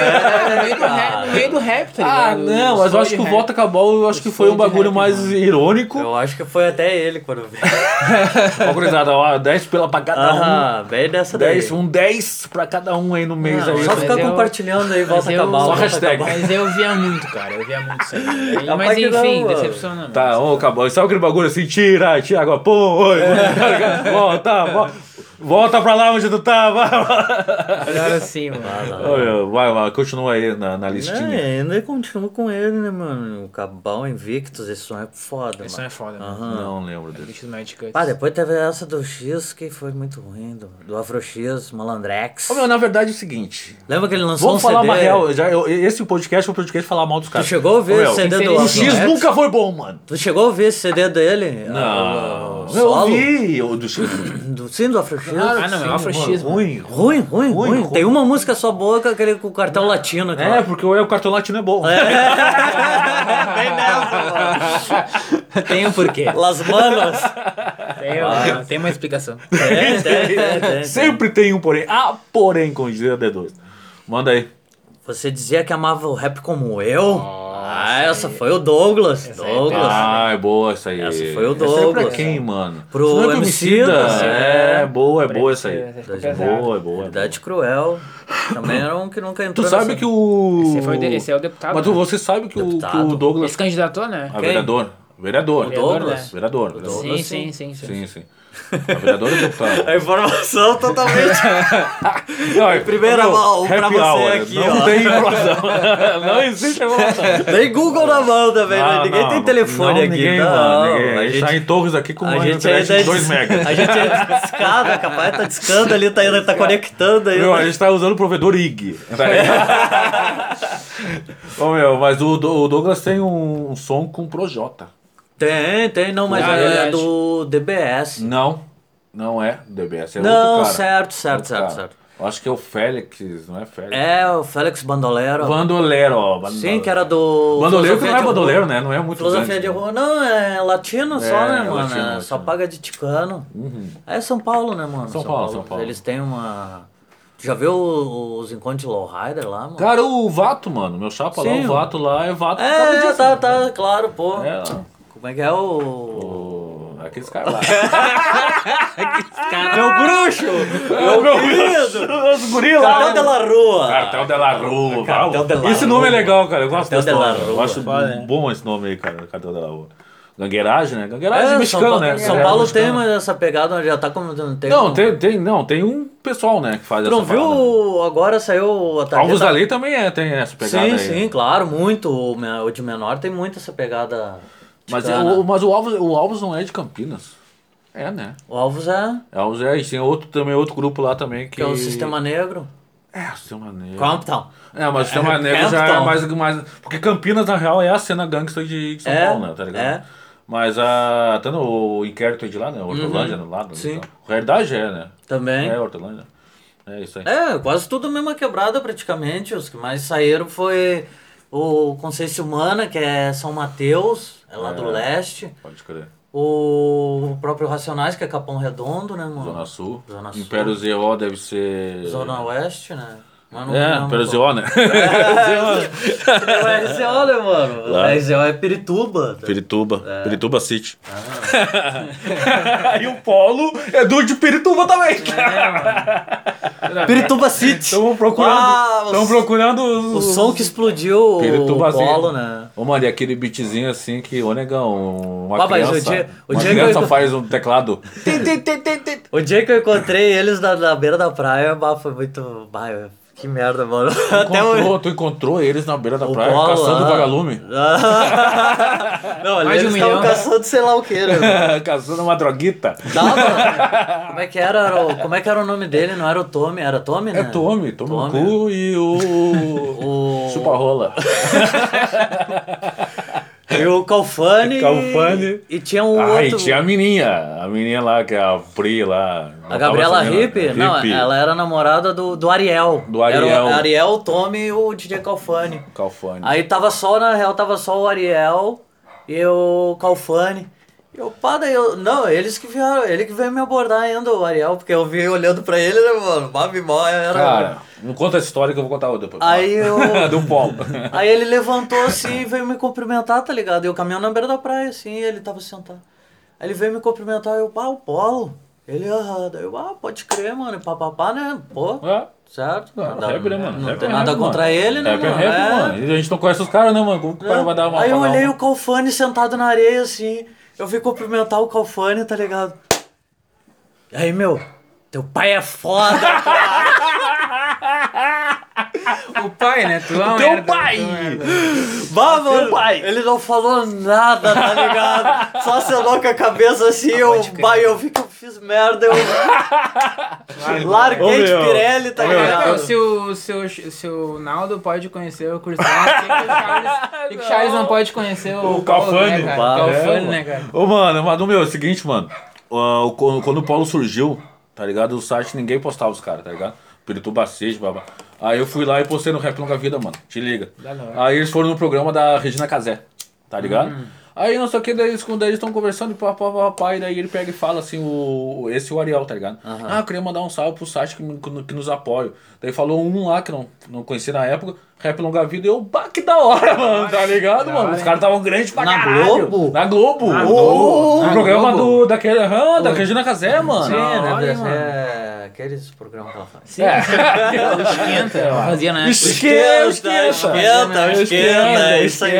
[SPEAKER 3] no meio do rap, no meio do rap, tá ligado?
[SPEAKER 1] Ah, não, mas eu acho que o voto acabou, eu acho que foi um
[SPEAKER 3] som de
[SPEAKER 1] bagulho
[SPEAKER 3] rap, É
[SPEAKER 1] mais irônico.
[SPEAKER 2] Eu acho que foi até ele quando veio.
[SPEAKER 3] um-
[SPEAKER 1] Ó, gurizada, ó, 10 pela pra cada um.
[SPEAKER 2] Aham, bem dessa daí.
[SPEAKER 1] 10, um 10 pra cada um aí no mês aí.
[SPEAKER 2] Só
[SPEAKER 1] tá
[SPEAKER 3] mas
[SPEAKER 2] ficar
[SPEAKER 1] ligado?
[SPEAKER 3] eu-
[SPEAKER 2] compartilhando aí, volta
[SPEAKER 3] eu-
[SPEAKER 2] a acabar.
[SPEAKER 3] só
[SPEAKER 2] volta a
[SPEAKER 1] hashtag.
[SPEAKER 2] acabar.
[SPEAKER 3] Mas eu via muito, cara. Eu via muito isso aí. Mas,
[SPEAKER 2] Capaz que não,
[SPEAKER 3] enfim,
[SPEAKER 2] mano.
[SPEAKER 3] decepciona.
[SPEAKER 1] Tá, ô, acabou. Sabe aquele bagulho assim? Tira, Thiago, pô, oi. É. Volta, volta, volta pra lá onde tu tá, tava.
[SPEAKER 3] Agora sim, mano.
[SPEAKER 1] Ô, Vai, vai, continua aí na, na listinha.
[SPEAKER 2] É, ainda continua com ele, né, mano? O Cabal Invictus, esse som é foda,
[SPEAKER 3] Isso
[SPEAKER 2] mano.
[SPEAKER 3] é foda, mano.
[SPEAKER 2] Aham.
[SPEAKER 1] Não lembro dele.
[SPEAKER 3] Bichos Magic Cuts.
[SPEAKER 2] Pá, depois teve essa do X que foi muito ruim, do, do Afro X, Malandrex.
[SPEAKER 1] Ô, meu, na verdade é o seguinte.
[SPEAKER 2] Lembra que ele lançou
[SPEAKER 1] Vamos
[SPEAKER 2] um
[SPEAKER 1] falar
[SPEAKER 2] CD?
[SPEAKER 1] uma real. Já, eu- esse podcast é um podcast de falar mal dos
[SPEAKER 2] Tu
[SPEAKER 1] caras.
[SPEAKER 2] chegou a
[SPEAKER 1] Ô,
[SPEAKER 2] ouvir
[SPEAKER 1] meu,
[SPEAKER 2] o CD do
[SPEAKER 3] o
[SPEAKER 1] O
[SPEAKER 2] Afro
[SPEAKER 1] X
[SPEAKER 2] X?
[SPEAKER 1] nunca foi bom, mano.
[SPEAKER 2] Tu chegou a ouvir esse CD dele? Ah,
[SPEAKER 1] Não,
[SPEAKER 2] o
[SPEAKER 1] eu
[SPEAKER 2] solo?
[SPEAKER 1] vi. Eu, do X.
[SPEAKER 2] Do, sim, do Afro X?
[SPEAKER 3] Ah, não, é o Afro X, mano.
[SPEAKER 1] Ruim, ruim.
[SPEAKER 2] Ruim, ruim, ruim,
[SPEAKER 1] Ruim, ruim.
[SPEAKER 2] Tem uma música só boa que é aquele com o cartão latino.
[SPEAKER 1] É,
[SPEAKER 2] cara.
[SPEAKER 1] porque o cartão latino é bom.
[SPEAKER 2] Bem nessa,
[SPEAKER 3] Tem um porquê.
[SPEAKER 2] mano. Las Manos.
[SPEAKER 3] Tem, uma- tem uma explicação.
[SPEAKER 2] É, tem, tem, tem.
[SPEAKER 1] Sempre tem um porém. Ah, porém, com dizia D2. Manda aí.
[SPEAKER 2] Você dizia que amava o rap como eu? ah, essa foi o Douglas. Douglas.
[SPEAKER 1] Ah, é boa essa aí.
[SPEAKER 2] Essa foi o
[SPEAKER 1] Essa aí é
[SPEAKER 2] Douglas.
[SPEAKER 1] pra quem, mano?
[SPEAKER 2] Pro
[SPEAKER 1] Isso não é do
[SPEAKER 2] Emicida,
[SPEAKER 1] Emicida?
[SPEAKER 2] é.
[SPEAKER 1] É, boa, é boa essa aí.
[SPEAKER 3] Essa
[SPEAKER 1] Boa,
[SPEAKER 3] ficou
[SPEAKER 1] é
[SPEAKER 3] pesada.
[SPEAKER 1] boa, é boa.
[SPEAKER 2] Verdade cruel. Também era um que nunca
[SPEAKER 1] Tu
[SPEAKER 2] entrou.
[SPEAKER 1] sabe
[SPEAKER 2] nessa-
[SPEAKER 1] que o...
[SPEAKER 3] Esse foi o de- esse é o deputado,
[SPEAKER 1] Mas tu,
[SPEAKER 3] né?
[SPEAKER 1] você sabe que o, que
[SPEAKER 2] Deputado. é
[SPEAKER 1] o Douglas...
[SPEAKER 3] Esse candidatou, né?
[SPEAKER 1] Ah, vereador. Vereador.
[SPEAKER 2] Douglas?
[SPEAKER 1] Vereador. vereador.
[SPEAKER 3] Sim, sim, sim, sim.
[SPEAKER 1] Sim, sim. A vereadora é deputada.
[SPEAKER 2] A informação totalmente.
[SPEAKER 1] Não, é-
[SPEAKER 2] primeira
[SPEAKER 1] meu,
[SPEAKER 2] mão pra
[SPEAKER 1] happy
[SPEAKER 2] você
[SPEAKER 1] hour,
[SPEAKER 2] aqui,
[SPEAKER 1] Não
[SPEAKER 2] ó.
[SPEAKER 1] tem informação. Não existe informação.
[SPEAKER 2] Tem Google na mão também, né?
[SPEAKER 1] Não,
[SPEAKER 2] Ninguém
[SPEAKER 1] não,
[SPEAKER 2] tem telefone
[SPEAKER 1] não,
[SPEAKER 2] aqui.
[SPEAKER 1] Ninguém,
[SPEAKER 2] não,
[SPEAKER 1] mano, ninguém.
[SPEAKER 2] A
[SPEAKER 1] tá
[SPEAKER 2] gente,
[SPEAKER 1] em torres aqui com
[SPEAKER 2] a
[SPEAKER 1] uma
[SPEAKER 2] gente
[SPEAKER 1] internet
[SPEAKER 2] ainda é
[SPEAKER 1] de
[SPEAKER 2] dis-
[SPEAKER 1] 2 megas.
[SPEAKER 2] A gente é discada, capaz tá discando ali, tá, ainda tá conectando aí.
[SPEAKER 1] Meu, a gente tá usando o provedor IG. tá ligado? Ô, meu, mas o, Do- o Douglas tem um som com Projota.
[SPEAKER 2] Tem, tem, não, mas
[SPEAKER 3] Ah,
[SPEAKER 2] é,
[SPEAKER 3] verdade.
[SPEAKER 2] do DBS.
[SPEAKER 1] Não, não é DBS, é
[SPEAKER 2] não,
[SPEAKER 1] outro cara.
[SPEAKER 2] certo, certo,
[SPEAKER 1] Outro
[SPEAKER 2] certo,
[SPEAKER 1] cara.
[SPEAKER 2] certo.
[SPEAKER 1] Eu acho que é o Félix, não é Félix?
[SPEAKER 2] É, o Félix Bandolero.
[SPEAKER 1] Bandolero, ó. Bandolero.
[SPEAKER 2] Sim, que era do.
[SPEAKER 1] Bandoleiro que não é
[SPEAKER 2] Filosofia de
[SPEAKER 1] bandoleiro,
[SPEAKER 2] Rua.
[SPEAKER 1] né? Não é muito
[SPEAKER 2] Filosofia
[SPEAKER 1] grande,
[SPEAKER 2] de
[SPEAKER 1] né?
[SPEAKER 2] rua, não, é latino
[SPEAKER 1] É,
[SPEAKER 2] só,
[SPEAKER 1] é
[SPEAKER 2] né, mano?
[SPEAKER 1] latino,
[SPEAKER 2] É
[SPEAKER 1] latino. Uhum.
[SPEAKER 2] Só paga de ticano. É São Paulo, né, mano?
[SPEAKER 1] São Paulo, São Paulo.
[SPEAKER 2] Eles têm uma. Tu Já viu os encontros de Lowrider lá, mano?
[SPEAKER 1] Cara, o Vato, mano. Meu chapa lá,
[SPEAKER 2] Sim.
[SPEAKER 1] o Vato lá é Vato. por causa
[SPEAKER 2] é,
[SPEAKER 1] disso,
[SPEAKER 2] tá,
[SPEAKER 1] né?
[SPEAKER 2] tá, claro, pô.
[SPEAKER 1] É, ó.
[SPEAKER 2] Como é que é o.
[SPEAKER 1] O- Aqueles caras lá.
[SPEAKER 2] Meu bruxo!
[SPEAKER 1] Ah!
[SPEAKER 2] É
[SPEAKER 1] Meu
[SPEAKER 2] querido!
[SPEAKER 1] Os gorila!
[SPEAKER 2] Cartel de la Rua!
[SPEAKER 1] Ah, Cartel de la Rua.
[SPEAKER 2] Cartel de la
[SPEAKER 1] Esse nome é
[SPEAKER 2] Rua.
[SPEAKER 1] legal, cara. Eu gosto
[SPEAKER 2] Cartel
[SPEAKER 1] desse
[SPEAKER 2] de la
[SPEAKER 1] nome. Eu
[SPEAKER 2] Rua.
[SPEAKER 1] acho
[SPEAKER 3] Foda, né?
[SPEAKER 1] bom esse nome aí, cara. Cartel de la Rua. Gangueiragem, né? Gangueiragem
[SPEAKER 2] É, São
[SPEAKER 1] mexicano,
[SPEAKER 2] Paulo,
[SPEAKER 1] né?
[SPEAKER 2] São
[SPEAKER 1] É,
[SPEAKER 2] Paulo
[SPEAKER 1] mexicano.
[SPEAKER 2] tem mas essa pegada, já tá como. Tem
[SPEAKER 1] Não,
[SPEAKER 2] como-
[SPEAKER 1] tem, tem, não, tem um pessoal, né, que faz
[SPEAKER 2] Tu não
[SPEAKER 1] essa parada.
[SPEAKER 2] viu? Agora saiu a
[SPEAKER 1] né? Alvos
[SPEAKER 2] Thalita-
[SPEAKER 1] da Lei também é, tem essa pegada
[SPEAKER 2] Sim,
[SPEAKER 1] aí. né?
[SPEAKER 2] sim, claro, muito. O me- o de menor tem muito essa pegada.
[SPEAKER 1] Mas,
[SPEAKER 2] ticana.
[SPEAKER 1] o, mas o, Alvos, o Alvos não é de Campinas. É, né?
[SPEAKER 2] O Alvos é,
[SPEAKER 1] Alvos é, e tem outro, também outro grupo lá também que...
[SPEAKER 2] que é o Sistema Negro.
[SPEAKER 1] É, o Sistema Negro.
[SPEAKER 2] Compton.
[SPEAKER 1] É, mas o Sistema Negro já é
[SPEAKER 2] Campton.
[SPEAKER 1] mais, mais. Porque Campinas, na real, é a cena gangsta de, de São
[SPEAKER 2] É,
[SPEAKER 1] Paulo, né? Tá ligado?
[SPEAKER 2] é.
[SPEAKER 1] Mas a. Tá no inquérito aí de lá, né? Hortolândia, no lado.
[SPEAKER 2] Uhum. Sim.
[SPEAKER 1] Então. Realidade é, né?
[SPEAKER 2] Também.
[SPEAKER 1] É, Hortolândia. É isso aí.
[SPEAKER 2] É, quase tudo a mesma quebrada praticamente. Os que mais saíram foi o Consciência Humana, que é São Mateus, é lá
[SPEAKER 1] É.
[SPEAKER 2] do leste.
[SPEAKER 1] Pode crer.
[SPEAKER 2] O próprio Racionais, que é Capão Redondo, né, mano?
[SPEAKER 1] Zona Sul.
[SPEAKER 2] Zona Sul.
[SPEAKER 1] Império ZO deve ser.
[SPEAKER 2] Zona Oeste, né? Mas
[SPEAKER 1] É, Império ZO, né?
[SPEAKER 2] É o RZO, né, mano?
[SPEAKER 1] Claro.
[SPEAKER 2] O RZO é Pirituba. tá?
[SPEAKER 1] Pirituba. Pirituba City. É. e o Polo é do de Pirituba também.
[SPEAKER 2] É. Pirituba City.
[SPEAKER 1] Estamos procurando.
[SPEAKER 2] Ah, o-
[SPEAKER 1] Estão procurando
[SPEAKER 2] O som que explodiu o
[SPEAKER 1] Piritubazinho.
[SPEAKER 2] polo, né?
[SPEAKER 1] Ô, mano, e aquele beatzinho assim que, ô, negão, uma
[SPEAKER 2] Ah, mas
[SPEAKER 1] criança,
[SPEAKER 2] o dia- o
[SPEAKER 1] uma
[SPEAKER 2] dia que eu-
[SPEAKER 1] criança faz um teclado.
[SPEAKER 2] O dia que eu encontrei eles na, na beira da praia, bah, foi muito. Bah, que merda, mano. Até
[SPEAKER 1] encontrou,
[SPEAKER 2] o.
[SPEAKER 1] Tu encontrou eles na beira da
[SPEAKER 2] o
[SPEAKER 1] praia,
[SPEAKER 2] polo,
[SPEAKER 1] caçando
[SPEAKER 2] ah.
[SPEAKER 1] vagalume.
[SPEAKER 2] Não, ali
[SPEAKER 3] Mais de um
[SPEAKER 2] eles estavam
[SPEAKER 3] milhão.
[SPEAKER 2] caçando sei lá o que, né?
[SPEAKER 1] caçando uma droguita.
[SPEAKER 2] Tava. Como é que era, era o- como é que era o nome dele? Não era o Tommy, era Tommy, né?
[SPEAKER 1] É Tommy, Tommy no
[SPEAKER 2] Tommy.
[SPEAKER 1] cu e o...
[SPEAKER 2] O-
[SPEAKER 1] Chupa-rola.
[SPEAKER 2] E o Calfani.
[SPEAKER 1] Calfani.
[SPEAKER 2] E tinha um
[SPEAKER 1] ah,
[SPEAKER 2] outro.
[SPEAKER 1] e tinha a menininha, a menininha lá, que é a Pri lá.
[SPEAKER 2] A Gabriela
[SPEAKER 1] Hippie?
[SPEAKER 2] Hippie, não, ela era namorada do, do Ariel.
[SPEAKER 1] né? Do
[SPEAKER 2] Era
[SPEAKER 1] Ariel.
[SPEAKER 2] o Ariel, o Tommy e o DJ Calfani.
[SPEAKER 1] Calfane.
[SPEAKER 2] Aí tava só, na real, tava só o Ariel e o Calfani. Eu, para, eu. Não, eles que vieram, ele que veio me abordar ainda, o Ariel, porque eu vi olhando pra ele, né, mano? Babi mó né? era.
[SPEAKER 1] Cara, não conta essa história que eu vou contar outra depois.
[SPEAKER 2] Aí eu.
[SPEAKER 1] Do pau.
[SPEAKER 2] Aí ele levantou assim e veio me cumprimentar, tá ligado? Eu caminhando na beira da praia, assim, e ele tava sentado. Aí ele veio me cumprimentar, eu, pá, o Polo. Ele, ah, daí eu, ah, pode crer, mano, e papapá, né? Pô,
[SPEAKER 1] É.
[SPEAKER 2] certo?
[SPEAKER 1] Não,
[SPEAKER 2] Dá-
[SPEAKER 1] rap, né, mano?
[SPEAKER 2] Não
[SPEAKER 1] Rap
[SPEAKER 2] tem
[SPEAKER 1] é
[SPEAKER 2] nada
[SPEAKER 1] rap,
[SPEAKER 2] contra
[SPEAKER 1] mano.
[SPEAKER 2] ele, né,
[SPEAKER 1] Rap é
[SPEAKER 2] mano?
[SPEAKER 1] rap,
[SPEAKER 2] É.
[SPEAKER 1] mano. E A gente não conhece os caras, né, mano? Como que o cara vai dar uma
[SPEAKER 2] Aí eu
[SPEAKER 1] falar
[SPEAKER 2] olhei
[SPEAKER 1] uma-
[SPEAKER 2] o Calfani sentado na areia, assim. Eu fui cumprimentar o Calfani, tá ligado? E aí, meu, teu pai é foda, cara.
[SPEAKER 3] O pai, né? Tu é um
[SPEAKER 1] Teu
[SPEAKER 3] merda,
[SPEAKER 1] pai!
[SPEAKER 3] tu é um merda.
[SPEAKER 2] Bah, mano,
[SPEAKER 1] pai.
[SPEAKER 2] ele não falou nada, tá ligado? Só acenou com a cabeça assim, eu,
[SPEAKER 3] pode crer.
[SPEAKER 2] bah, eu vi que eu fiz merda, eu
[SPEAKER 1] Ô,
[SPEAKER 2] larguei de
[SPEAKER 1] meu.
[SPEAKER 2] Pirelli, tá
[SPEAKER 1] Ô, meu,
[SPEAKER 3] Então,
[SPEAKER 2] ligado?
[SPEAKER 3] se o, se, o, se o Naldo pode conhecer o Cristiano, por que que o Charles, por que que o Charles não pode conhecer o,
[SPEAKER 1] O Calfani,
[SPEAKER 3] Paulo,
[SPEAKER 1] pá,
[SPEAKER 3] né, cara? O
[SPEAKER 1] é,
[SPEAKER 3] Calfani,
[SPEAKER 1] mano.
[SPEAKER 3] né, cara?
[SPEAKER 1] Ô, mano, mas o meu, é o seguinte, mano. ah, o- quando, quando o Paulo surgiu, tá ligado? O site ninguém postava os caras, tá ligado? Pirituba Seja, babá. Aí eu fui lá e postei no Rap Longa Vida, mano. Te liga.
[SPEAKER 3] Da
[SPEAKER 2] é.
[SPEAKER 3] hora.
[SPEAKER 1] Aí eles foram no programa da Regina Casé, tá ligado?
[SPEAKER 2] Hum.
[SPEAKER 1] Aí não sei o que, daí eles quando eles estão conversando, e pá, pá, pá, pá, e daí ele pega e fala assim, o, o- esse é o Ariel, tá ligado? Ah, eu queria mandar um salve pro site que, me- que, que nos apoia. Daí falou um lá que não, não conhecia na época, Rap Longa Vida, e eu, bah, que da hora, mano, tá ligado, mano? Os caras estavam grandes pra
[SPEAKER 2] Na
[SPEAKER 1] caralho.
[SPEAKER 2] Globo?
[SPEAKER 1] Na Globo?
[SPEAKER 2] Na
[SPEAKER 1] Na
[SPEAKER 2] Globo.
[SPEAKER 1] Globo.
[SPEAKER 2] Na
[SPEAKER 1] O programa
[SPEAKER 3] Globo.
[SPEAKER 1] do, daquele, aham, da Regina Casé, mano.
[SPEAKER 2] É, né,
[SPEAKER 3] Olha, mano.
[SPEAKER 2] é, aqueles programas que ela faz.
[SPEAKER 3] Sim, o esquenta, eu fazia
[SPEAKER 1] Ah,
[SPEAKER 3] né? na época.
[SPEAKER 1] Esquenta,
[SPEAKER 2] Esquenta,
[SPEAKER 1] esquenta,
[SPEAKER 2] esquenta, esquenta, é isso aí.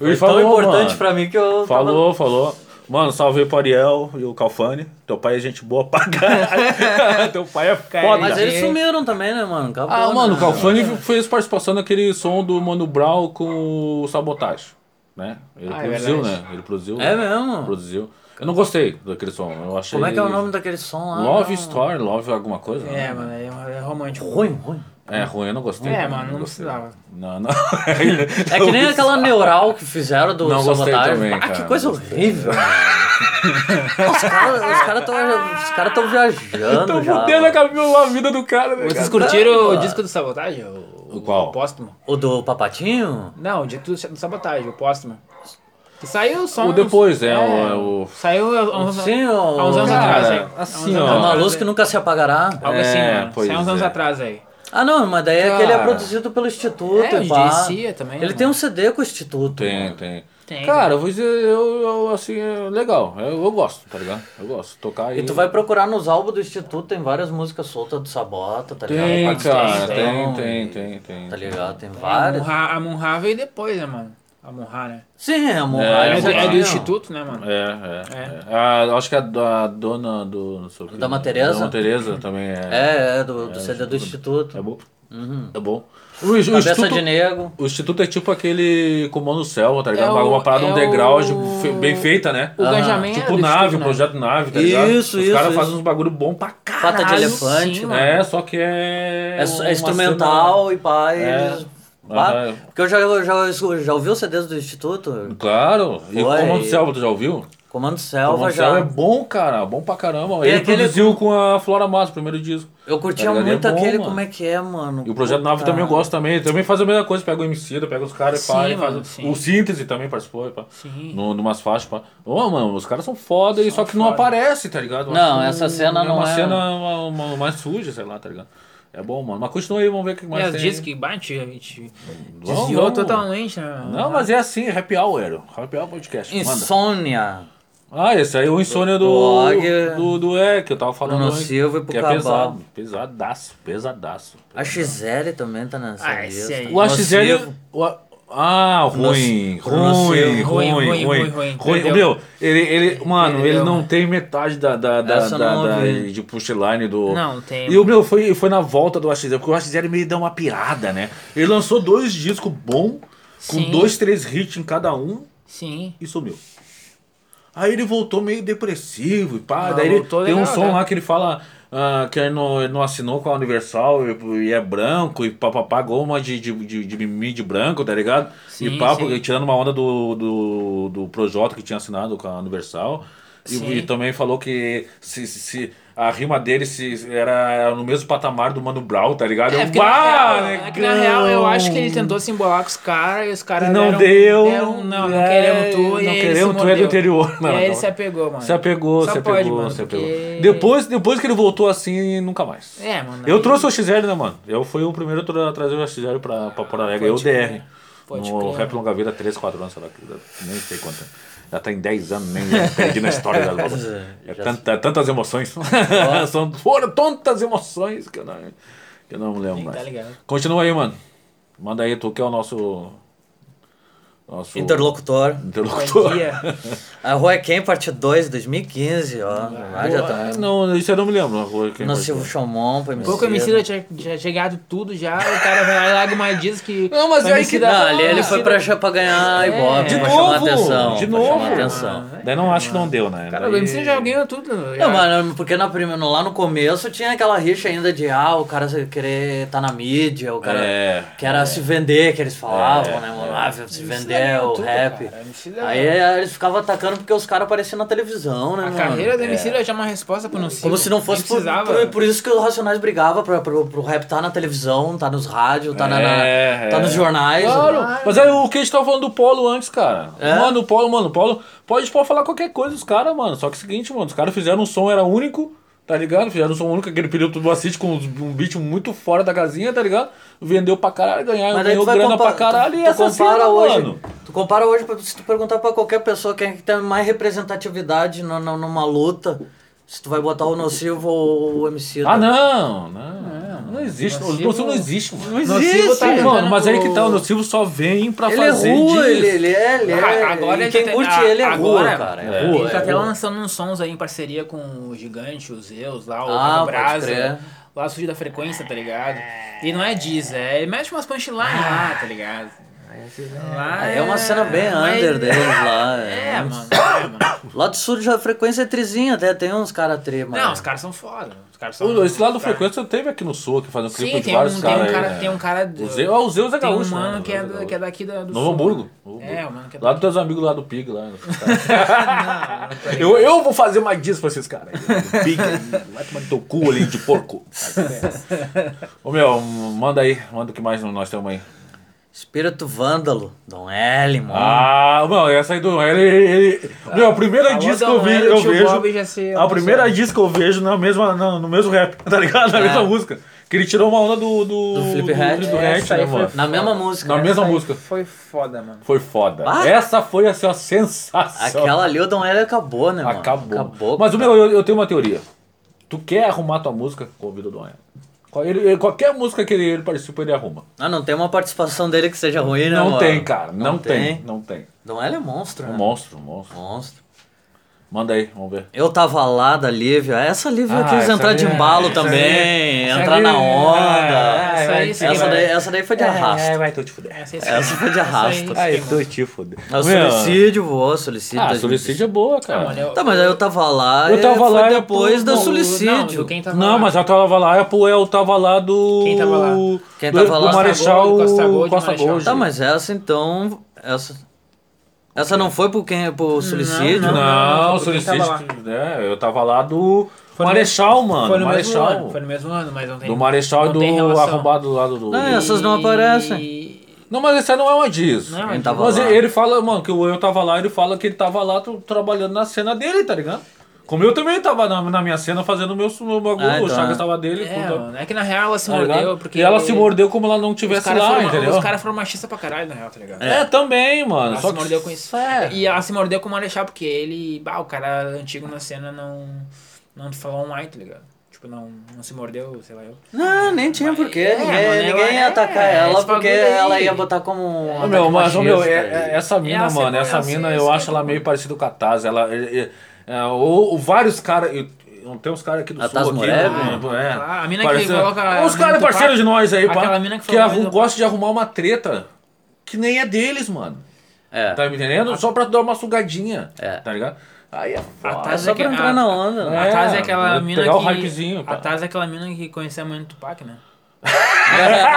[SPEAKER 1] Foi
[SPEAKER 2] Foi tão importante pra mim que eu tava-
[SPEAKER 1] Falou, falou. Mano, salve aí pro Ariel e o Calfani. Teu pai é gente boa pra caralho. Teu pai é
[SPEAKER 3] Cara,
[SPEAKER 1] foda.
[SPEAKER 2] Mas eles
[SPEAKER 3] Dinheiro.
[SPEAKER 2] sumiram também, né, mano? Acabou,
[SPEAKER 1] Ah, mano, o
[SPEAKER 2] né?
[SPEAKER 1] Calfani fez participação naquele som do Mano Brown com o Sabotage, né? Ele
[SPEAKER 3] Ah, é
[SPEAKER 1] produziu,
[SPEAKER 3] verdade.
[SPEAKER 1] né? Ele produziu.
[SPEAKER 2] É mesmo?
[SPEAKER 1] Produziu. Eu não gostei daquele som. Eu achei...
[SPEAKER 2] Como é que é o nome daquele som lá?
[SPEAKER 1] Love
[SPEAKER 2] Não.
[SPEAKER 1] Story, Love alguma coisa?
[SPEAKER 3] Ah. É,
[SPEAKER 1] né?
[SPEAKER 3] mano, é é romântico.
[SPEAKER 2] Ruim, ruim.
[SPEAKER 1] É, ruim, eu não gostei.
[SPEAKER 3] É,
[SPEAKER 1] Eu
[SPEAKER 3] mano, não
[SPEAKER 1] gostei.
[SPEAKER 3] precisava.
[SPEAKER 1] Não, não.
[SPEAKER 2] É que nem aquela neural que fizeram do
[SPEAKER 1] Não gostei
[SPEAKER 2] sabotagem.
[SPEAKER 1] também,
[SPEAKER 2] ah, que
[SPEAKER 1] cara,
[SPEAKER 2] coisa
[SPEAKER 1] não gostei.
[SPEAKER 2] horrível. mano. os caras os cara tão, os cara tão viajando.
[SPEAKER 1] Tô
[SPEAKER 2] já,
[SPEAKER 1] fudendo a
[SPEAKER 2] mano.
[SPEAKER 1] cabelo- a vida do cara, né?
[SPEAKER 3] Vocês
[SPEAKER 1] cara?
[SPEAKER 3] curtiram o disco do Sabotagem? O,
[SPEAKER 1] O qual?
[SPEAKER 3] O Póstumo.
[SPEAKER 2] O do Papatinho?
[SPEAKER 3] Não, o disco do Sabotagem, o Póstumo. Que saiu só...
[SPEAKER 1] O
[SPEAKER 3] uns-
[SPEAKER 1] depois, é, o- o-
[SPEAKER 3] Saiu há uns,
[SPEAKER 2] Sim, o-
[SPEAKER 3] há uns anos
[SPEAKER 1] Cara,
[SPEAKER 3] atrás, aí.
[SPEAKER 1] assim, ó.
[SPEAKER 2] É
[SPEAKER 3] Há uns anos
[SPEAKER 2] uma
[SPEAKER 3] atrás,
[SPEAKER 2] luz que
[SPEAKER 3] aí.
[SPEAKER 2] nunca se apagará.
[SPEAKER 3] Algo assim,
[SPEAKER 1] É,
[SPEAKER 3] mano.
[SPEAKER 1] pois
[SPEAKER 3] Saiu uns anos
[SPEAKER 1] é.
[SPEAKER 3] atrás aí.
[SPEAKER 2] Ah, não, mas daí é que ele é
[SPEAKER 1] Cara.
[SPEAKER 2] produzido pelo Instituto.
[SPEAKER 3] É,
[SPEAKER 2] e
[SPEAKER 3] o
[SPEAKER 2] pá.
[SPEAKER 3] DCA também,
[SPEAKER 2] Ele
[SPEAKER 3] né,
[SPEAKER 2] tem um
[SPEAKER 3] mano?
[SPEAKER 2] CD com o Instituto.
[SPEAKER 1] Tem,
[SPEAKER 2] mano.
[SPEAKER 1] tem.
[SPEAKER 3] Tem,
[SPEAKER 1] Cara, eu vou dizer, eu, eu, assim, é legal. Eu, eu gosto, tá ligado? Eu gosto. Tocar
[SPEAKER 2] E tu vai procurar nos álbuns do Instituto, tem várias músicas soltas do Sabota, tá ligado?
[SPEAKER 1] Tem, cara,
[SPEAKER 2] Participação,
[SPEAKER 1] tem, tem,
[SPEAKER 2] então, e-
[SPEAKER 1] tem, tem.
[SPEAKER 2] Tá ligado? Tem
[SPEAKER 3] A
[SPEAKER 2] várias.
[SPEAKER 3] Munha, a Munha veio depois, né, mano? A Munha, né?
[SPEAKER 2] Sim, é a
[SPEAKER 1] É,
[SPEAKER 3] É,
[SPEAKER 2] Monrad.
[SPEAKER 3] do, é do
[SPEAKER 1] Munha.
[SPEAKER 3] Instituto, né, mano?
[SPEAKER 1] É, é. é. Ah, acho que a da dona do. não sei o quê.
[SPEAKER 2] Da Mãe Teresa?
[SPEAKER 1] Da Mãe Teresa também é.
[SPEAKER 2] É, é, do, do CD do Instituto.
[SPEAKER 1] É bom. É bom. O, o
[SPEAKER 2] Uhum. Cabeça
[SPEAKER 1] instituto,
[SPEAKER 2] de Nego.
[SPEAKER 1] o instituto é tipo aquele comando céu, tá ligado?
[SPEAKER 3] É
[SPEAKER 1] uma,
[SPEAKER 3] o-
[SPEAKER 1] uma parada,
[SPEAKER 3] é
[SPEAKER 1] um degrau
[SPEAKER 3] o-
[SPEAKER 1] tipo, fe- bem feita, né?
[SPEAKER 3] O Ganjamin é
[SPEAKER 1] Tipo
[SPEAKER 3] do
[SPEAKER 1] nave,
[SPEAKER 3] Instituto, né?
[SPEAKER 1] projeto nave, tá ligado?
[SPEAKER 2] Isso,
[SPEAKER 1] Os
[SPEAKER 2] isso,
[SPEAKER 1] caras
[SPEAKER 2] isso.
[SPEAKER 1] fazem uns bagulho bom pra
[SPEAKER 2] Pata
[SPEAKER 1] caralho.
[SPEAKER 2] de elefante.
[SPEAKER 3] sim, mano.
[SPEAKER 1] É, só que é.
[SPEAKER 2] É,
[SPEAKER 1] uma
[SPEAKER 2] é instrumental e pá. e
[SPEAKER 1] É.
[SPEAKER 2] eles- pá.
[SPEAKER 1] Aham.
[SPEAKER 2] Porque eu já, eu já, eu já ouvi os CDs do Instituto.
[SPEAKER 1] cena- Claro. E o
[SPEAKER 2] Foi.
[SPEAKER 1] Comando Céu, tu já ouviu?
[SPEAKER 2] Comando
[SPEAKER 1] O
[SPEAKER 2] Selva
[SPEAKER 1] Comando
[SPEAKER 2] já.
[SPEAKER 1] Céu é bom, cara. Bom pra caramba.
[SPEAKER 2] Tem
[SPEAKER 1] Ele
[SPEAKER 2] aquele-
[SPEAKER 1] produziu com a Flora Massa, o primeiro disco.
[SPEAKER 2] Eu curtia
[SPEAKER 1] Tá ligado?
[SPEAKER 2] muito
[SPEAKER 1] É bom,
[SPEAKER 2] aquele,
[SPEAKER 1] mano.
[SPEAKER 2] como é que é, mano.
[SPEAKER 1] E o Projeto Nave também eu gosto também. Também faz a mesma coisa, pega o MC, pega os caras e
[SPEAKER 3] Sim,
[SPEAKER 1] pá, e
[SPEAKER 3] mano,
[SPEAKER 1] faz.
[SPEAKER 3] sim.
[SPEAKER 1] O Síntese também participou, e pá.
[SPEAKER 3] Sim.
[SPEAKER 1] No, numas faixas, pá. Ô, mano, os caras são foda, e só que não aparece, tá ligado? Eu
[SPEAKER 2] Não,
[SPEAKER 1] acho
[SPEAKER 2] essa cena não
[SPEAKER 1] uma
[SPEAKER 2] é-
[SPEAKER 1] cena uma- uma- mais suja, sei lá, tá ligado? É bom, mano. Mas continua aí, vamos ver o que mais
[SPEAKER 3] Mas
[SPEAKER 1] tem.
[SPEAKER 3] diz que bate, a gente
[SPEAKER 1] Vamos,
[SPEAKER 3] desviou
[SPEAKER 1] vamos.
[SPEAKER 3] totalmente, né? mano?
[SPEAKER 1] Não, mas é assim, Happy Hour. Happy Hour Podcast, manda.
[SPEAKER 2] Insônia.
[SPEAKER 1] Ah, esse aí é o Insônia do.
[SPEAKER 2] Do
[SPEAKER 1] Do,
[SPEAKER 2] Águia.
[SPEAKER 1] do, é, que eu tava falando.
[SPEAKER 2] Bruno
[SPEAKER 1] antes,
[SPEAKER 2] Silva e
[SPEAKER 1] que é
[SPEAKER 2] Pucabá.
[SPEAKER 1] pesado. Pesadaço, pesadaço.
[SPEAKER 2] A XL também tá nessa
[SPEAKER 3] Ah, esse
[SPEAKER 2] lista.
[SPEAKER 3] aí.
[SPEAKER 1] O AXL.
[SPEAKER 2] Nocivo.
[SPEAKER 1] o A- Ah, ruim,
[SPEAKER 2] Nocivo.
[SPEAKER 1] ruim, ruim,
[SPEAKER 2] Nocivo.
[SPEAKER 1] ruim,
[SPEAKER 3] Ruim,
[SPEAKER 1] ruim,
[SPEAKER 3] ruim, ruim,
[SPEAKER 1] Ruim,
[SPEAKER 3] perdeu.
[SPEAKER 1] Meu, ele, ele, mano,
[SPEAKER 3] Perdeu,
[SPEAKER 1] ele não
[SPEAKER 3] mano.
[SPEAKER 1] tem metade da, da, da,
[SPEAKER 2] Essa eu
[SPEAKER 1] da,
[SPEAKER 2] não
[SPEAKER 1] da-
[SPEAKER 2] ouvi.
[SPEAKER 1] de pushline do.
[SPEAKER 3] Não, tem,
[SPEAKER 1] E o meu foi, foi na volta do AXL, porque o AXL meio dá uma pirada, né? Ele lançou dois discos bons, com
[SPEAKER 3] Sim.
[SPEAKER 1] dois, três hits em cada um,
[SPEAKER 3] Sim.
[SPEAKER 1] e sumiu. Aí ele voltou meio depressivo e pá.
[SPEAKER 3] Ah,
[SPEAKER 1] daí ele,
[SPEAKER 3] voltou
[SPEAKER 1] tem um
[SPEAKER 3] legal,
[SPEAKER 1] som
[SPEAKER 3] né?
[SPEAKER 1] lá que ele fala ah, que ele não, ele não assinou com a Universal e, e é branco e papapá, goma de, de, de, de mimimi de branco, tá ligado?
[SPEAKER 3] Sim,
[SPEAKER 1] e pá,
[SPEAKER 3] sim.
[SPEAKER 1] porque- tirando uma onda do, do, do Projota que tinha assinado com a Universal.
[SPEAKER 3] Sim.
[SPEAKER 1] E, e também falou que se, se a rima dele se, era, era no mesmo patamar do Mano Brown, tá ligado?
[SPEAKER 3] É,
[SPEAKER 1] Eu, né,
[SPEAKER 3] porque na,
[SPEAKER 1] "Bah,
[SPEAKER 3] real, é que na
[SPEAKER 1] negão!"
[SPEAKER 3] real, eu acho que ele tentou se embolar com os caras e os caras
[SPEAKER 1] Não
[SPEAKER 3] deram- um-
[SPEAKER 1] deu.
[SPEAKER 3] deram, não, não
[SPEAKER 1] É,
[SPEAKER 3] queremos tu. e
[SPEAKER 1] não
[SPEAKER 3] aí ele
[SPEAKER 1] queremos
[SPEAKER 3] se
[SPEAKER 1] tu, é do
[SPEAKER 3] mordeu.
[SPEAKER 1] interior,
[SPEAKER 3] E
[SPEAKER 1] mano.
[SPEAKER 3] aí ele se apegou, mano.
[SPEAKER 1] Se apegou,
[SPEAKER 3] Só
[SPEAKER 1] se
[SPEAKER 3] pode,
[SPEAKER 1] apegou,
[SPEAKER 3] mano,
[SPEAKER 1] se
[SPEAKER 3] porque-
[SPEAKER 1] apegou. Depois, depois que ele voltou assim, nunca mais.
[SPEAKER 3] É, mano.
[SPEAKER 1] Eu
[SPEAKER 3] aí-
[SPEAKER 1] trouxe o XL, né, mano? Eu fui o primeiro a trazer o XL pra, pra Porto Alegre, eu
[SPEAKER 3] pode crer,
[SPEAKER 1] DR.
[SPEAKER 3] pode
[SPEAKER 1] no
[SPEAKER 3] crer.
[SPEAKER 1] Rap Longa Vida, 3, 4 anos, sei lá, que já- nem sei quanto. Já tem 10 anos, nem nem perdi na história das bandas. É
[SPEAKER 2] Já-
[SPEAKER 1] tanta- tantas emoções. São, foram tantas emoções que eu não, que eu não me lembro
[SPEAKER 3] tá
[SPEAKER 1] mais.
[SPEAKER 3] ligado.
[SPEAKER 1] Continua aí, mano. Manda aí, tu que é o nosso. nosso
[SPEAKER 2] Interlocutor.
[SPEAKER 1] interlocutor.
[SPEAKER 3] Bom é dia.
[SPEAKER 2] A Rua é Quem, parte 2, 2015, ó. Ah, já tá.
[SPEAKER 1] Ah, Não, isso eu não me lembro. Rua, quem
[SPEAKER 2] No
[SPEAKER 1] foi?
[SPEAKER 2] Silvio Chamon, foi
[SPEAKER 3] Pouco MC já tinha, tinha chegado tudo já, o cara vai lá e larga uma diz é que.
[SPEAKER 1] Não, mas
[SPEAKER 3] o
[SPEAKER 1] aí
[SPEAKER 3] MC
[SPEAKER 1] que-
[SPEAKER 3] da-
[SPEAKER 2] Não, ali ele foi pra, pra ganhar Ibope,
[SPEAKER 1] De
[SPEAKER 2] pra
[SPEAKER 1] novo,
[SPEAKER 2] chamar atenção.
[SPEAKER 1] de
[SPEAKER 2] pra
[SPEAKER 1] novo. Ah,
[SPEAKER 2] chamar atenção.
[SPEAKER 1] Daí não acho que não deu, né?
[SPEAKER 3] Cara,
[SPEAKER 1] Daí-
[SPEAKER 3] o MC já ganhou tudo. É, já.
[SPEAKER 1] É.
[SPEAKER 2] Não, mano, porque na prime- lá no começo tinha aquela rixa ainda de ah, o cara querer estar na mídia, o cara
[SPEAKER 1] É.
[SPEAKER 2] que era se vender, que eles falavam,
[SPEAKER 1] É,
[SPEAKER 2] né, mano? Ah, se
[SPEAKER 3] é
[SPEAKER 2] vender o
[SPEAKER 3] tudo,
[SPEAKER 2] rap.
[SPEAKER 3] cara, MC é-
[SPEAKER 2] Aí eh, eles ficavam atacando porque os caras apareciam na televisão, né,
[SPEAKER 3] A
[SPEAKER 2] mano?
[SPEAKER 3] carreira do MC já tinha uma resposta pro não
[SPEAKER 1] tipo,
[SPEAKER 2] Como se não fosse por, por, por isso que o Racionais brigava pra, pro, pro rap tá na televisão, tá nos rádios, tá, na, na-
[SPEAKER 1] É,
[SPEAKER 2] tá
[SPEAKER 1] é.
[SPEAKER 2] nos jornais.
[SPEAKER 1] Claro, mas aí o que a gente tava falando do Polo antes, cara.
[SPEAKER 2] É?
[SPEAKER 1] Mano, o Polo, mano, o Polo. Pode, a gente pode falar qualquer coisa dos caras, mano. Só que é o seguinte, mano, os caras fizeram um som, era único, tá ligado? Fizeram um som único, aquele período do Bacite com uns- um beat muito fora da casinha, tá ligado? Vendeu pra caralho, ganhar,
[SPEAKER 2] Mas daí
[SPEAKER 1] ganhou
[SPEAKER 2] tu vai
[SPEAKER 1] grana pra
[SPEAKER 2] compa-
[SPEAKER 1] caralho
[SPEAKER 2] tu,
[SPEAKER 1] e
[SPEAKER 2] tu
[SPEAKER 1] essa
[SPEAKER 2] compara
[SPEAKER 1] cena,
[SPEAKER 2] hoje,
[SPEAKER 1] mano.
[SPEAKER 2] Tu compara hoje, pra- se tu perguntar pra qualquer pessoa quem é que tem mais representatividade na- na- numa luta, se tu vai botar o Nocivo ou o MC.
[SPEAKER 3] É.
[SPEAKER 1] Ah, não, não. Não existe. O
[SPEAKER 3] Nocivo-
[SPEAKER 1] Nocivo não existe, mano. Não
[SPEAKER 3] existe.
[SPEAKER 1] mano.
[SPEAKER 3] Mano,
[SPEAKER 1] Mas aí que tá, o
[SPEAKER 3] o-
[SPEAKER 1] Nocivo só vem pra
[SPEAKER 2] Ele é
[SPEAKER 1] fazer
[SPEAKER 2] rua,
[SPEAKER 1] disso.
[SPEAKER 2] ele, ele é. Ele é
[SPEAKER 3] Ah, agora
[SPEAKER 2] e quem
[SPEAKER 3] tá-
[SPEAKER 2] curte
[SPEAKER 3] ah,
[SPEAKER 2] ele é
[SPEAKER 3] agora,
[SPEAKER 2] rua, cara.
[SPEAKER 1] é.
[SPEAKER 2] É
[SPEAKER 3] Ele
[SPEAKER 2] rua.
[SPEAKER 3] tá
[SPEAKER 2] é
[SPEAKER 3] até
[SPEAKER 2] rua.
[SPEAKER 3] lançando uns sons aí em parceria com o Gigante, o Zeus, lá, o
[SPEAKER 2] Ah,
[SPEAKER 3] ah,
[SPEAKER 2] pode crer.
[SPEAKER 3] Brasa, lá surge da frequência, tá ligado? E não é diz, é, ele mete umas punchlines lá,
[SPEAKER 2] Ah.
[SPEAKER 3] tá ligado? Lá
[SPEAKER 2] É uma cena bem
[SPEAKER 3] mas-
[SPEAKER 2] under deles lá.
[SPEAKER 3] É,
[SPEAKER 2] É.
[SPEAKER 3] mano, é, mano.
[SPEAKER 2] Lá do sul já a frequência é trizinha, até tem uns caras tri, mano.
[SPEAKER 3] Não, os caras são foda. Os caras são
[SPEAKER 1] O- Esse lado do
[SPEAKER 3] cara-
[SPEAKER 1] Frequência teve aqui no Sul, que faz um clipe
[SPEAKER 3] É. Sim,
[SPEAKER 1] de
[SPEAKER 3] tem um,
[SPEAKER 1] vários
[SPEAKER 3] tem um
[SPEAKER 1] caras. aí,
[SPEAKER 3] cara,
[SPEAKER 1] né?
[SPEAKER 3] tem um cara do-
[SPEAKER 1] O Zeus, ah, o Zeus é
[SPEAKER 3] Tem um
[SPEAKER 1] gaúcho. né?
[SPEAKER 3] mano que é,
[SPEAKER 1] O Zeus
[SPEAKER 3] do- que é daqui da, do
[SPEAKER 1] Novo
[SPEAKER 3] sul.
[SPEAKER 1] Hamburgo.
[SPEAKER 3] É, o mano que é
[SPEAKER 1] Lá dos teus amigos lá do Pig, lá. né? eu, eu vou fazer mais disso pra esses caras. aí. Pig, vai tomar no teu cu ali de porco. Ô meu, manda aí, manda o que mais nós temos aí.
[SPEAKER 2] Espírito Vândalo, Dom L, mano.
[SPEAKER 1] Ah, mano, essa aí do ele, ele Meu, a primeira
[SPEAKER 3] Falou
[SPEAKER 1] disco que
[SPEAKER 3] Dom
[SPEAKER 1] eu, vi,
[SPEAKER 3] L,
[SPEAKER 1] eu
[SPEAKER 3] o Tá né? tio
[SPEAKER 1] vejo.
[SPEAKER 3] Bob já se
[SPEAKER 1] a
[SPEAKER 3] alcançou.
[SPEAKER 1] primeira disco que eu vejo na mesma, na- no mesmo rap, tá ligado? Na
[SPEAKER 3] É.
[SPEAKER 1] mesma música. Que ele tirou uma onda do. Do,
[SPEAKER 2] Do Flip Hat.
[SPEAKER 1] do Hat,
[SPEAKER 3] Essa aí
[SPEAKER 1] né,
[SPEAKER 3] foi
[SPEAKER 1] mano?
[SPEAKER 2] Na mesma música.
[SPEAKER 1] Na
[SPEAKER 2] né?
[SPEAKER 1] mesma música.
[SPEAKER 3] Foi foda, mano.
[SPEAKER 1] Foi foda.
[SPEAKER 2] Ah!
[SPEAKER 1] Essa foi assim, ó, sensação.
[SPEAKER 2] Aquela ali, o Dom L acabou, né, mano?
[SPEAKER 1] Acabou.
[SPEAKER 2] Acabou.
[SPEAKER 1] Mas o meu, eu, eu tenho uma teoria. Tu quer arrumar tua música, convida o Dom L. Qual- ele- ele- qualquer música que ele, ele participa, ele arruma.
[SPEAKER 2] Ah, não tem uma participação dele que seja ruim, né,
[SPEAKER 1] Não,
[SPEAKER 2] mano?
[SPEAKER 1] tem, cara. Não,
[SPEAKER 2] Não
[SPEAKER 1] tem.
[SPEAKER 2] tem.
[SPEAKER 1] Não tem.
[SPEAKER 2] Dom L é monstro,
[SPEAKER 1] Um
[SPEAKER 2] né?
[SPEAKER 1] monstro, um monstro.
[SPEAKER 2] Monstro.
[SPEAKER 1] Manda aí, vamos ver.
[SPEAKER 2] Eu tava lá da Lívia. Essa Lívia
[SPEAKER 1] Ah,
[SPEAKER 2] quis
[SPEAKER 1] essa
[SPEAKER 2] entrar de
[SPEAKER 3] um
[SPEAKER 1] aí é-
[SPEAKER 2] embalo
[SPEAKER 1] essa
[SPEAKER 2] também,
[SPEAKER 1] aí-
[SPEAKER 2] entrar
[SPEAKER 1] essa
[SPEAKER 2] na
[SPEAKER 1] aí-
[SPEAKER 2] onda.
[SPEAKER 1] Ah,
[SPEAKER 3] Essa
[SPEAKER 1] vai
[SPEAKER 3] aí sim,
[SPEAKER 1] te-
[SPEAKER 2] essa,
[SPEAKER 3] é.
[SPEAKER 2] daí, essa daí foi de arrasto.
[SPEAKER 1] é, vai tu te fuder.
[SPEAKER 3] Essa, é
[SPEAKER 2] Essa foi de arrasto.
[SPEAKER 3] Essa É aí,
[SPEAKER 1] Ai,
[SPEAKER 3] mano.
[SPEAKER 1] tu te fuder. Meu,
[SPEAKER 2] Ah, Suicídio, voou, Suicídio.
[SPEAKER 1] Ah,
[SPEAKER 2] das-
[SPEAKER 1] suicídio é boa,
[SPEAKER 3] Ah,
[SPEAKER 1] cara.
[SPEAKER 3] mano, eu-
[SPEAKER 2] Tá, mas aí eu tava lá.
[SPEAKER 1] Eu
[SPEAKER 2] e
[SPEAKER 1] tava
[SPEAKER 2] foi
[SPEAKER 1] lá, eu
[SPEAKER 2] depois
[SPEAKER 1] tô-
[SPEAKER 2] da
[SPEAKER 1] não,
[SPEAKER 3] Não, do
[SPEAKER 2] suicídio.
[SPEAKER 3] quem tava
[SPEAKER 1] Não,
[SPEAKER 3] lá.
[SPEAKER 1] mas eu tava lá, a Puel tava lá do.
[SPEAKER 3] Quem tava lá?
[SPEAKER 2] Quem
[SPEAKER 1] do-
[SPEAKER 2] tava lá?
[SPEAKER 1] Do Marechal
[SPEAKER 3] Costa Gold,
[SPEAKER 1] Costa
[SPEAKER 3] Costa Gold.
[SPEAKER 1] Gold.
[SPEAKER 2] Tá, mas essa então. Essa. Essa não foi pro quem? Pro suicídio?
[SPEAKER 3] não,
[SPEAKER 1] Não,
[SPEAKER 3] não,
[SPEAKER 1] o
[SPEAKER 3] foi quem
[SPEAKER 1] Solicídio,
[SPEAKER 3] tava
[SPEAKER 1] né? Eu tava lá do
[SPEAKER 3] Foi no
[SPEAKER 1] Marechal, mano.
[SPEAKER 3] Foi no
[SPEAKER 1] Marechal.
[SPEAKER 3] mesmo ano. Foi no mesmo ano, mas não tem.
[SPEAKER 1] Do Marechal e
[SPEAKER 3] não tem
[SPEAKER 1] do
[SPEAKER 3] relação.
[SPEAKER 1] arrombado lá do. do-
[SPEAKER 2] Não, essas não
[SPEAKER 3] E-
[SPEAKER 2] aparecem.
[SPEAKER 1] Não, mas esse aí não é uma disso.
[SPEAKER 3] Não é uma
[SPEAKER 2] Quem
[SPEAKER 3] disso.
[SPEAKER 2] tava
[SPEAKER 1] Mas
[SPEAKER 2] lá?
[SPEAKER 1] ele fala, mano, que o eu tava lá, ele fala que ele tava lá tu- trabalhando na cena dele, tá ligado? Como eu também tava na, na minha cena fazendo o meu, meu bagulho,
[SPEAKER 2] Ah, então,
[SPEAKER 1] o Chagas
[SPEAKER 2] é.
[SPEAKER 1] tava dele.
[SPEAKER 3] É,
[SPEAKER 1] tudo,
[SPEAKER 3] mano, é que na real ela se
[SPEAKER 1] tá ligado?
[SPEAKER 3] mordeu porque.
[SPEAKER 1] E ela se mordeu como ela não
[SPEAKER 3] Os
[SPEAKER 1] tivesse
[SPEAKER 3] caras
[SPEAKER 1] lá,
[SPEAKER 3] foram,
[SPEAKER 1] entendeu?
[SPEAKER 3] os cara foram machistas pra caralho, na real, tá ligado?
[SPEAKER 1] É, também, mano.
[SPEAKER 3] Ela
[SPEAKER 1] só
[SPEAKER 3] se
[SPEAKER 1] que-
[SPEAKER 3] mordeu com isso.
[SPEAKER 1] É.
[SPEAKER 3] E ela se mordeu com o Marechal, porque ele. Bah, o cara antigo na cena não. Não falou um ai, tá ligado? Tipo, não, não se mordeu, sei lá eu.
[SPEAKER 2] Não, nem tinha porquê.
[SPEAKER 3] É,
[SPEAKER 2] ninguém
[SPEAKER 3] mano,
[SPEAKER 2] ninguém
[SPEAKER 3] ela
[SPEAKER 2] ia atacar
[SPEAKER 3] é,
[SPEAKER 2] ela
[SPEAKER 3] esse
[SPEAKER 2] porque
[SPEAKER 3] bagulho aí.
[SPEAKER 2] ela ia botar como um.
[SPEAKER 1] Ô,
[SPEAKER 2] ataque
[SPEAKER 1] meu, mas, ô, meu, é-
[SPEAKER 2] machista
[SPEAKER 1] é-
[SPEAKER 2] e-
[SPEAKER 1] essa mina,
[SPEAKER 3] Ela se
[SPEAKER 1] mano,
[SPEAKER 3] põe
[SPEAKER 1] essa
[SPEAKER 3] assim,
[SPEAKER 1] mina,
[SPEAKER 3] esse
[SPEAKER 1] eu
[SPEAKER 3] que é
[SPEAKER 1] acho ela
[SPEAKER 3] bom.
[SPEAKER 1] meio parecida com a Taz. Ela. É, é, é, ou, ou vários caras. eu- eu- Tem uns caras aqui do
[SPEAKER 2] A
[SPEAKER 1] sul.
[SPEAKER 2] Taz
[SPEAKER 1] aqui,
[SPEAKER 2] Moreb?
[SPEAKER 1] mano, é,
[SPEAKER 3] Ah, a mina que
[SPEAKER 1] parece-
[SPEAKER 3] coloca-
[SPEAKER 1] Uns caras
[SPEAKER 3] muito
[SPEAKER 1] parceiros de
[SPEAKER 3] papo.
[SPEAKER 1] nós aí,
[SPEAKER 3] Aquela
[SPEAKER 1] pá.
[SPEAKER 3] mina que
[SPEAKER 1] Que
[SPEAKER 3] falou
[SPEAKER 1] arrum-
[SPEAKER 3] do-
[SPEAKER 1] gosta de arrumar uma treta que nem é deles, mano.
[SPEAKER 2] É.
[SPEAKER 1] Tá me entendendo? Só pra dar uma sugadinha.
[SPEAKER 2] É.
[SPEAKER 1] Tá ligado? Aí é
[SPEAKER 3] A
[SPEAKER 1] foda.
[SPEAKER 3] Taz
[SPEAKER 2] só
[SPEAKER 3] é que-
[SPEAKER 2] pra entrar
[SPEAKER 3] a-
[SPEAKER 2] na onda, né?
[SPEAKER 3] A Taz é aquela
[SPEAKER 1] vou
[SPEAKER 3] mina
[SPEAKER 1] pegar o
[SPEAKER 3] que.
[SPEAKER 1] hypezinho,
[SPEAKER 3] a
[SPEAKER 1] pá.
[SPEAKER 3] Taz é aquela mina que conhecia a mãe do Tupac, né?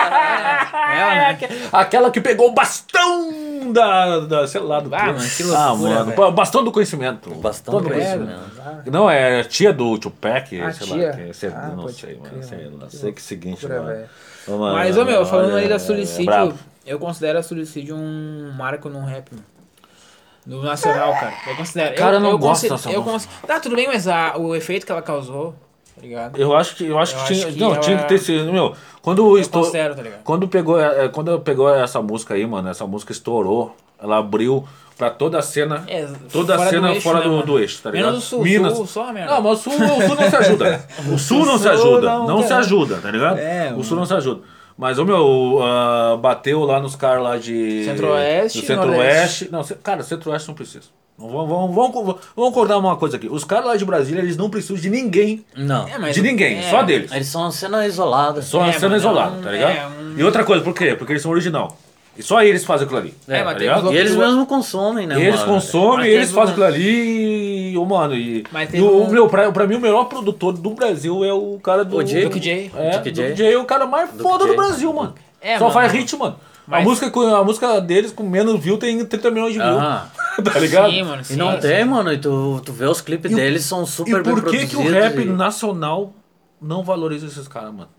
[SPEAKER 3] Ela, né?
[SPEAKER 1] Aquela que pegou o bastão da, da sei lá, do
[SPEAKER 3] Ah,
[SPEAKER 1] quê.
[SPEAKER 3] mano, que loucura,
[SPEAKER 1] Ah, mano,
[SPEAKER 3] velho.
[SPEAKER 1] pô, bastão do conhecimento.
[SPEAKER 2] Bastão do conhecimento.
[SPEAKER 1] Não, é a tia do Tupac,
[SPEAKER 3] Ah,
[SPEAKER 1] sei
[SPEAKER 3] tia.
[SPEAKER 1] lá, que, sei,
[SPEAKER 3] Ah,
[SPEAKER 1] não
[SPEAKER 3] pode
[SPEAKER 1] sei,
[SPEAKER 3] crer,
[SPEAKER 1] mano, sei,
[SPEAKER 3] mano,
[SPEAKER 1] não
[SPEAKER 3] que
[SPEAKER 1] sei que é seguinte,
[SPEAKER 3] loucura,
[SPEAKER 1] mano.
[SPEAKER 3] velho.
[SPEAKER 1] Ô, mano,
[SPEAKER 3] Mas, ô meu, falando
[SPEAKER 1] olha, é
[SPEAKER 3] aí da
[SPEAKER 1] brabo.
[SPEAKER 3] suicídio, eu considero a suicídio um marco no rap, mano. No nacional, cara. Eu considero.
[SPEAKER 1] Cara,
[SPEAKER 3] eu,
[SPEAKER 1] eu não
[SPEAKER 3] eu
[SPEAKER 1] gosto
[SPEAKER 3] consi-
[SPEAKER 1] dessa
[SPEAKER 3] eu
[SPEAKER 1] música.
[SPEAKER 3] cons- Tá, tudo bem, mas a- o efeito que ela causou, tá ligado?
[SPEAKER 1] Eu acho que eu acho
[SPEAKER 3] Eu
[SPEAKER 1] que
[SPEAKER 3] acho
[SPEAKER 1] tinha,
[SPEAKER 3] que
[SPEAKER 1] não,
[SPEAKER 3] ela-
[SPEAKER 1] tinha que ter sido, meu. Quando
[SPEAKER 3] Eu
[SPEAKER 1] estou
[SPEAKER 3] considero, tá ligado?
[SPEAKER 1] quando pegou eh, eh, quando pegou essa música aí, mano, essa música estourou, ela abriu pra toda a cena,
[SPEAKER 3] É,
[SPEAKER 1] toda
[SPEAKER 3] fora
[SPEAKER 1] a
[SPEAKER 3] do
[SPEAKER 1] cena
[SPEAKER 3] eixo,
[SPEAKER 1] fora
[SPEAKER 3] né,
[SPEAKER 1] do,
[SPEAKER 3] mano?
[SPEAKER 1] do eixo, tá ligado?
[SPEAKER 3] Menos o Sul,
[SPEAKER 1] Minas.
[SPEAKER 3] Sul só, merda.
[SPEAKER 1] Não, mas o Sul, o Sul não se ajuda. O Sul não se ajuda, não,
[SPEAKER 3] não
[SPEAKER 1] se
[SPEAKER 3] quer.
[SPEAKER 1] ajuda, tá ligado?
[SPEAKER 2] É,
[SPEAKER 1] o Sul não se ajuda. Mas o meu ah, bateu lá nos caras lá de
[SPEAKER 3] Centro-Oeste,
[SPEAKER 1] do Centro-Oeste. Não, ce- cara, Centro-Oeste não precisa. Não, Vamos, vamos, vamos, vamos concordar uma coisa aqui. Os caras lá de Brasília, eles não precisam de ninguém
[SPEAKER 2] Não.
[SPEAKER 3] É, mas-
[SPEAKER 1] de ninguém,
[SPEAKER 3] é,
[SPEAKER 1] só deles.
[SPEAKER 2] Eles são uma cena isolada.
[SPEAKER 1] Só
[SPEAKER 3] é,
[SPEAKER 1] uma cena
[SPEAKER 3] mano,
[SPEAKER 1] isolada,
[SPEAKER 3] é um-
[SPEAKER 1] tá ligado?
[SPEAKER 3] é um-
[SPEAKER 1] E outra coisa, por quê? Porque eles são original. E só eles fazem aquilo ali.
[SPEAKER 3] É, mas
[SPEAKER 1] tá
[SPEAKER 3] tem
[SPEAKER 1] ligado?
[SPEAKER 3] uns
[SPEAKER 2] E eles mesmos consomem, né?
[SPEAKER 1] Eles
[SPEAKER 2] mano?
[SPEAKER 1] consomem,
[SPEAKER 3] Mas
[SPEAKER 1] eles
[SPEAKER 3] teve
[SPEAKER 1] fazem aquilo
[SPEAKER 3] uma-
[SPEAKER 1] ali. E, ô, mano, e.
[SPEAKER 3] Mas
[SPEAKER 1] e
[SPEAKER 3] teve
[SPEAKER 1] o,
[SPEAKER 3] um-
[SPEAKER 1] meu, pra, pra mim, o melhor produtor do Brasil é o cara do.
[SPEAKER 2] O Jay.
[SPEAKER 3] Duke J.
[SPEAKER 1] É,
[SPEAKER 2] Duke
[SPEAKER 1] Duke
[SPEAKER 2] J.
[SPEAKER 1] J. é o cara mais foda
[SPEAKER 2] J.
[SPEAKER 1] do Brasil, mano.
[SPEAKER 3] É,
[SPEAKER 1] Só
[SPEAKER 3] mano.
[SPEAKER 1] faz hit, mano. A,
[SPEAKER 3] Mas-
[SPEAKER 1] música, com- a música deles com menos view tem 30 milhões de views.
[SPEAKER 2] Aham.
[SPEAKER 1] tá ligado?
[SPEAKER 3] Sim, mano, sim.
[SPEAKER 2] E não
[SPEAKER 3] sim.
[SPEAKER 2] tem, mano. E tu, tu vê os clipes
[SPEAKER 1] E o-
[SPEAKER 2] deles, são super
[SPEAKER 1] E
[SPEAKER 2] bem
[SPEAKER 1] por que, que
[SPEAKER 2] produzidos.
[SPEAKER 1] o rap
[SPEAKER 2] e-
[SPEAKER 1] nacional não valoriza esses caras, mano?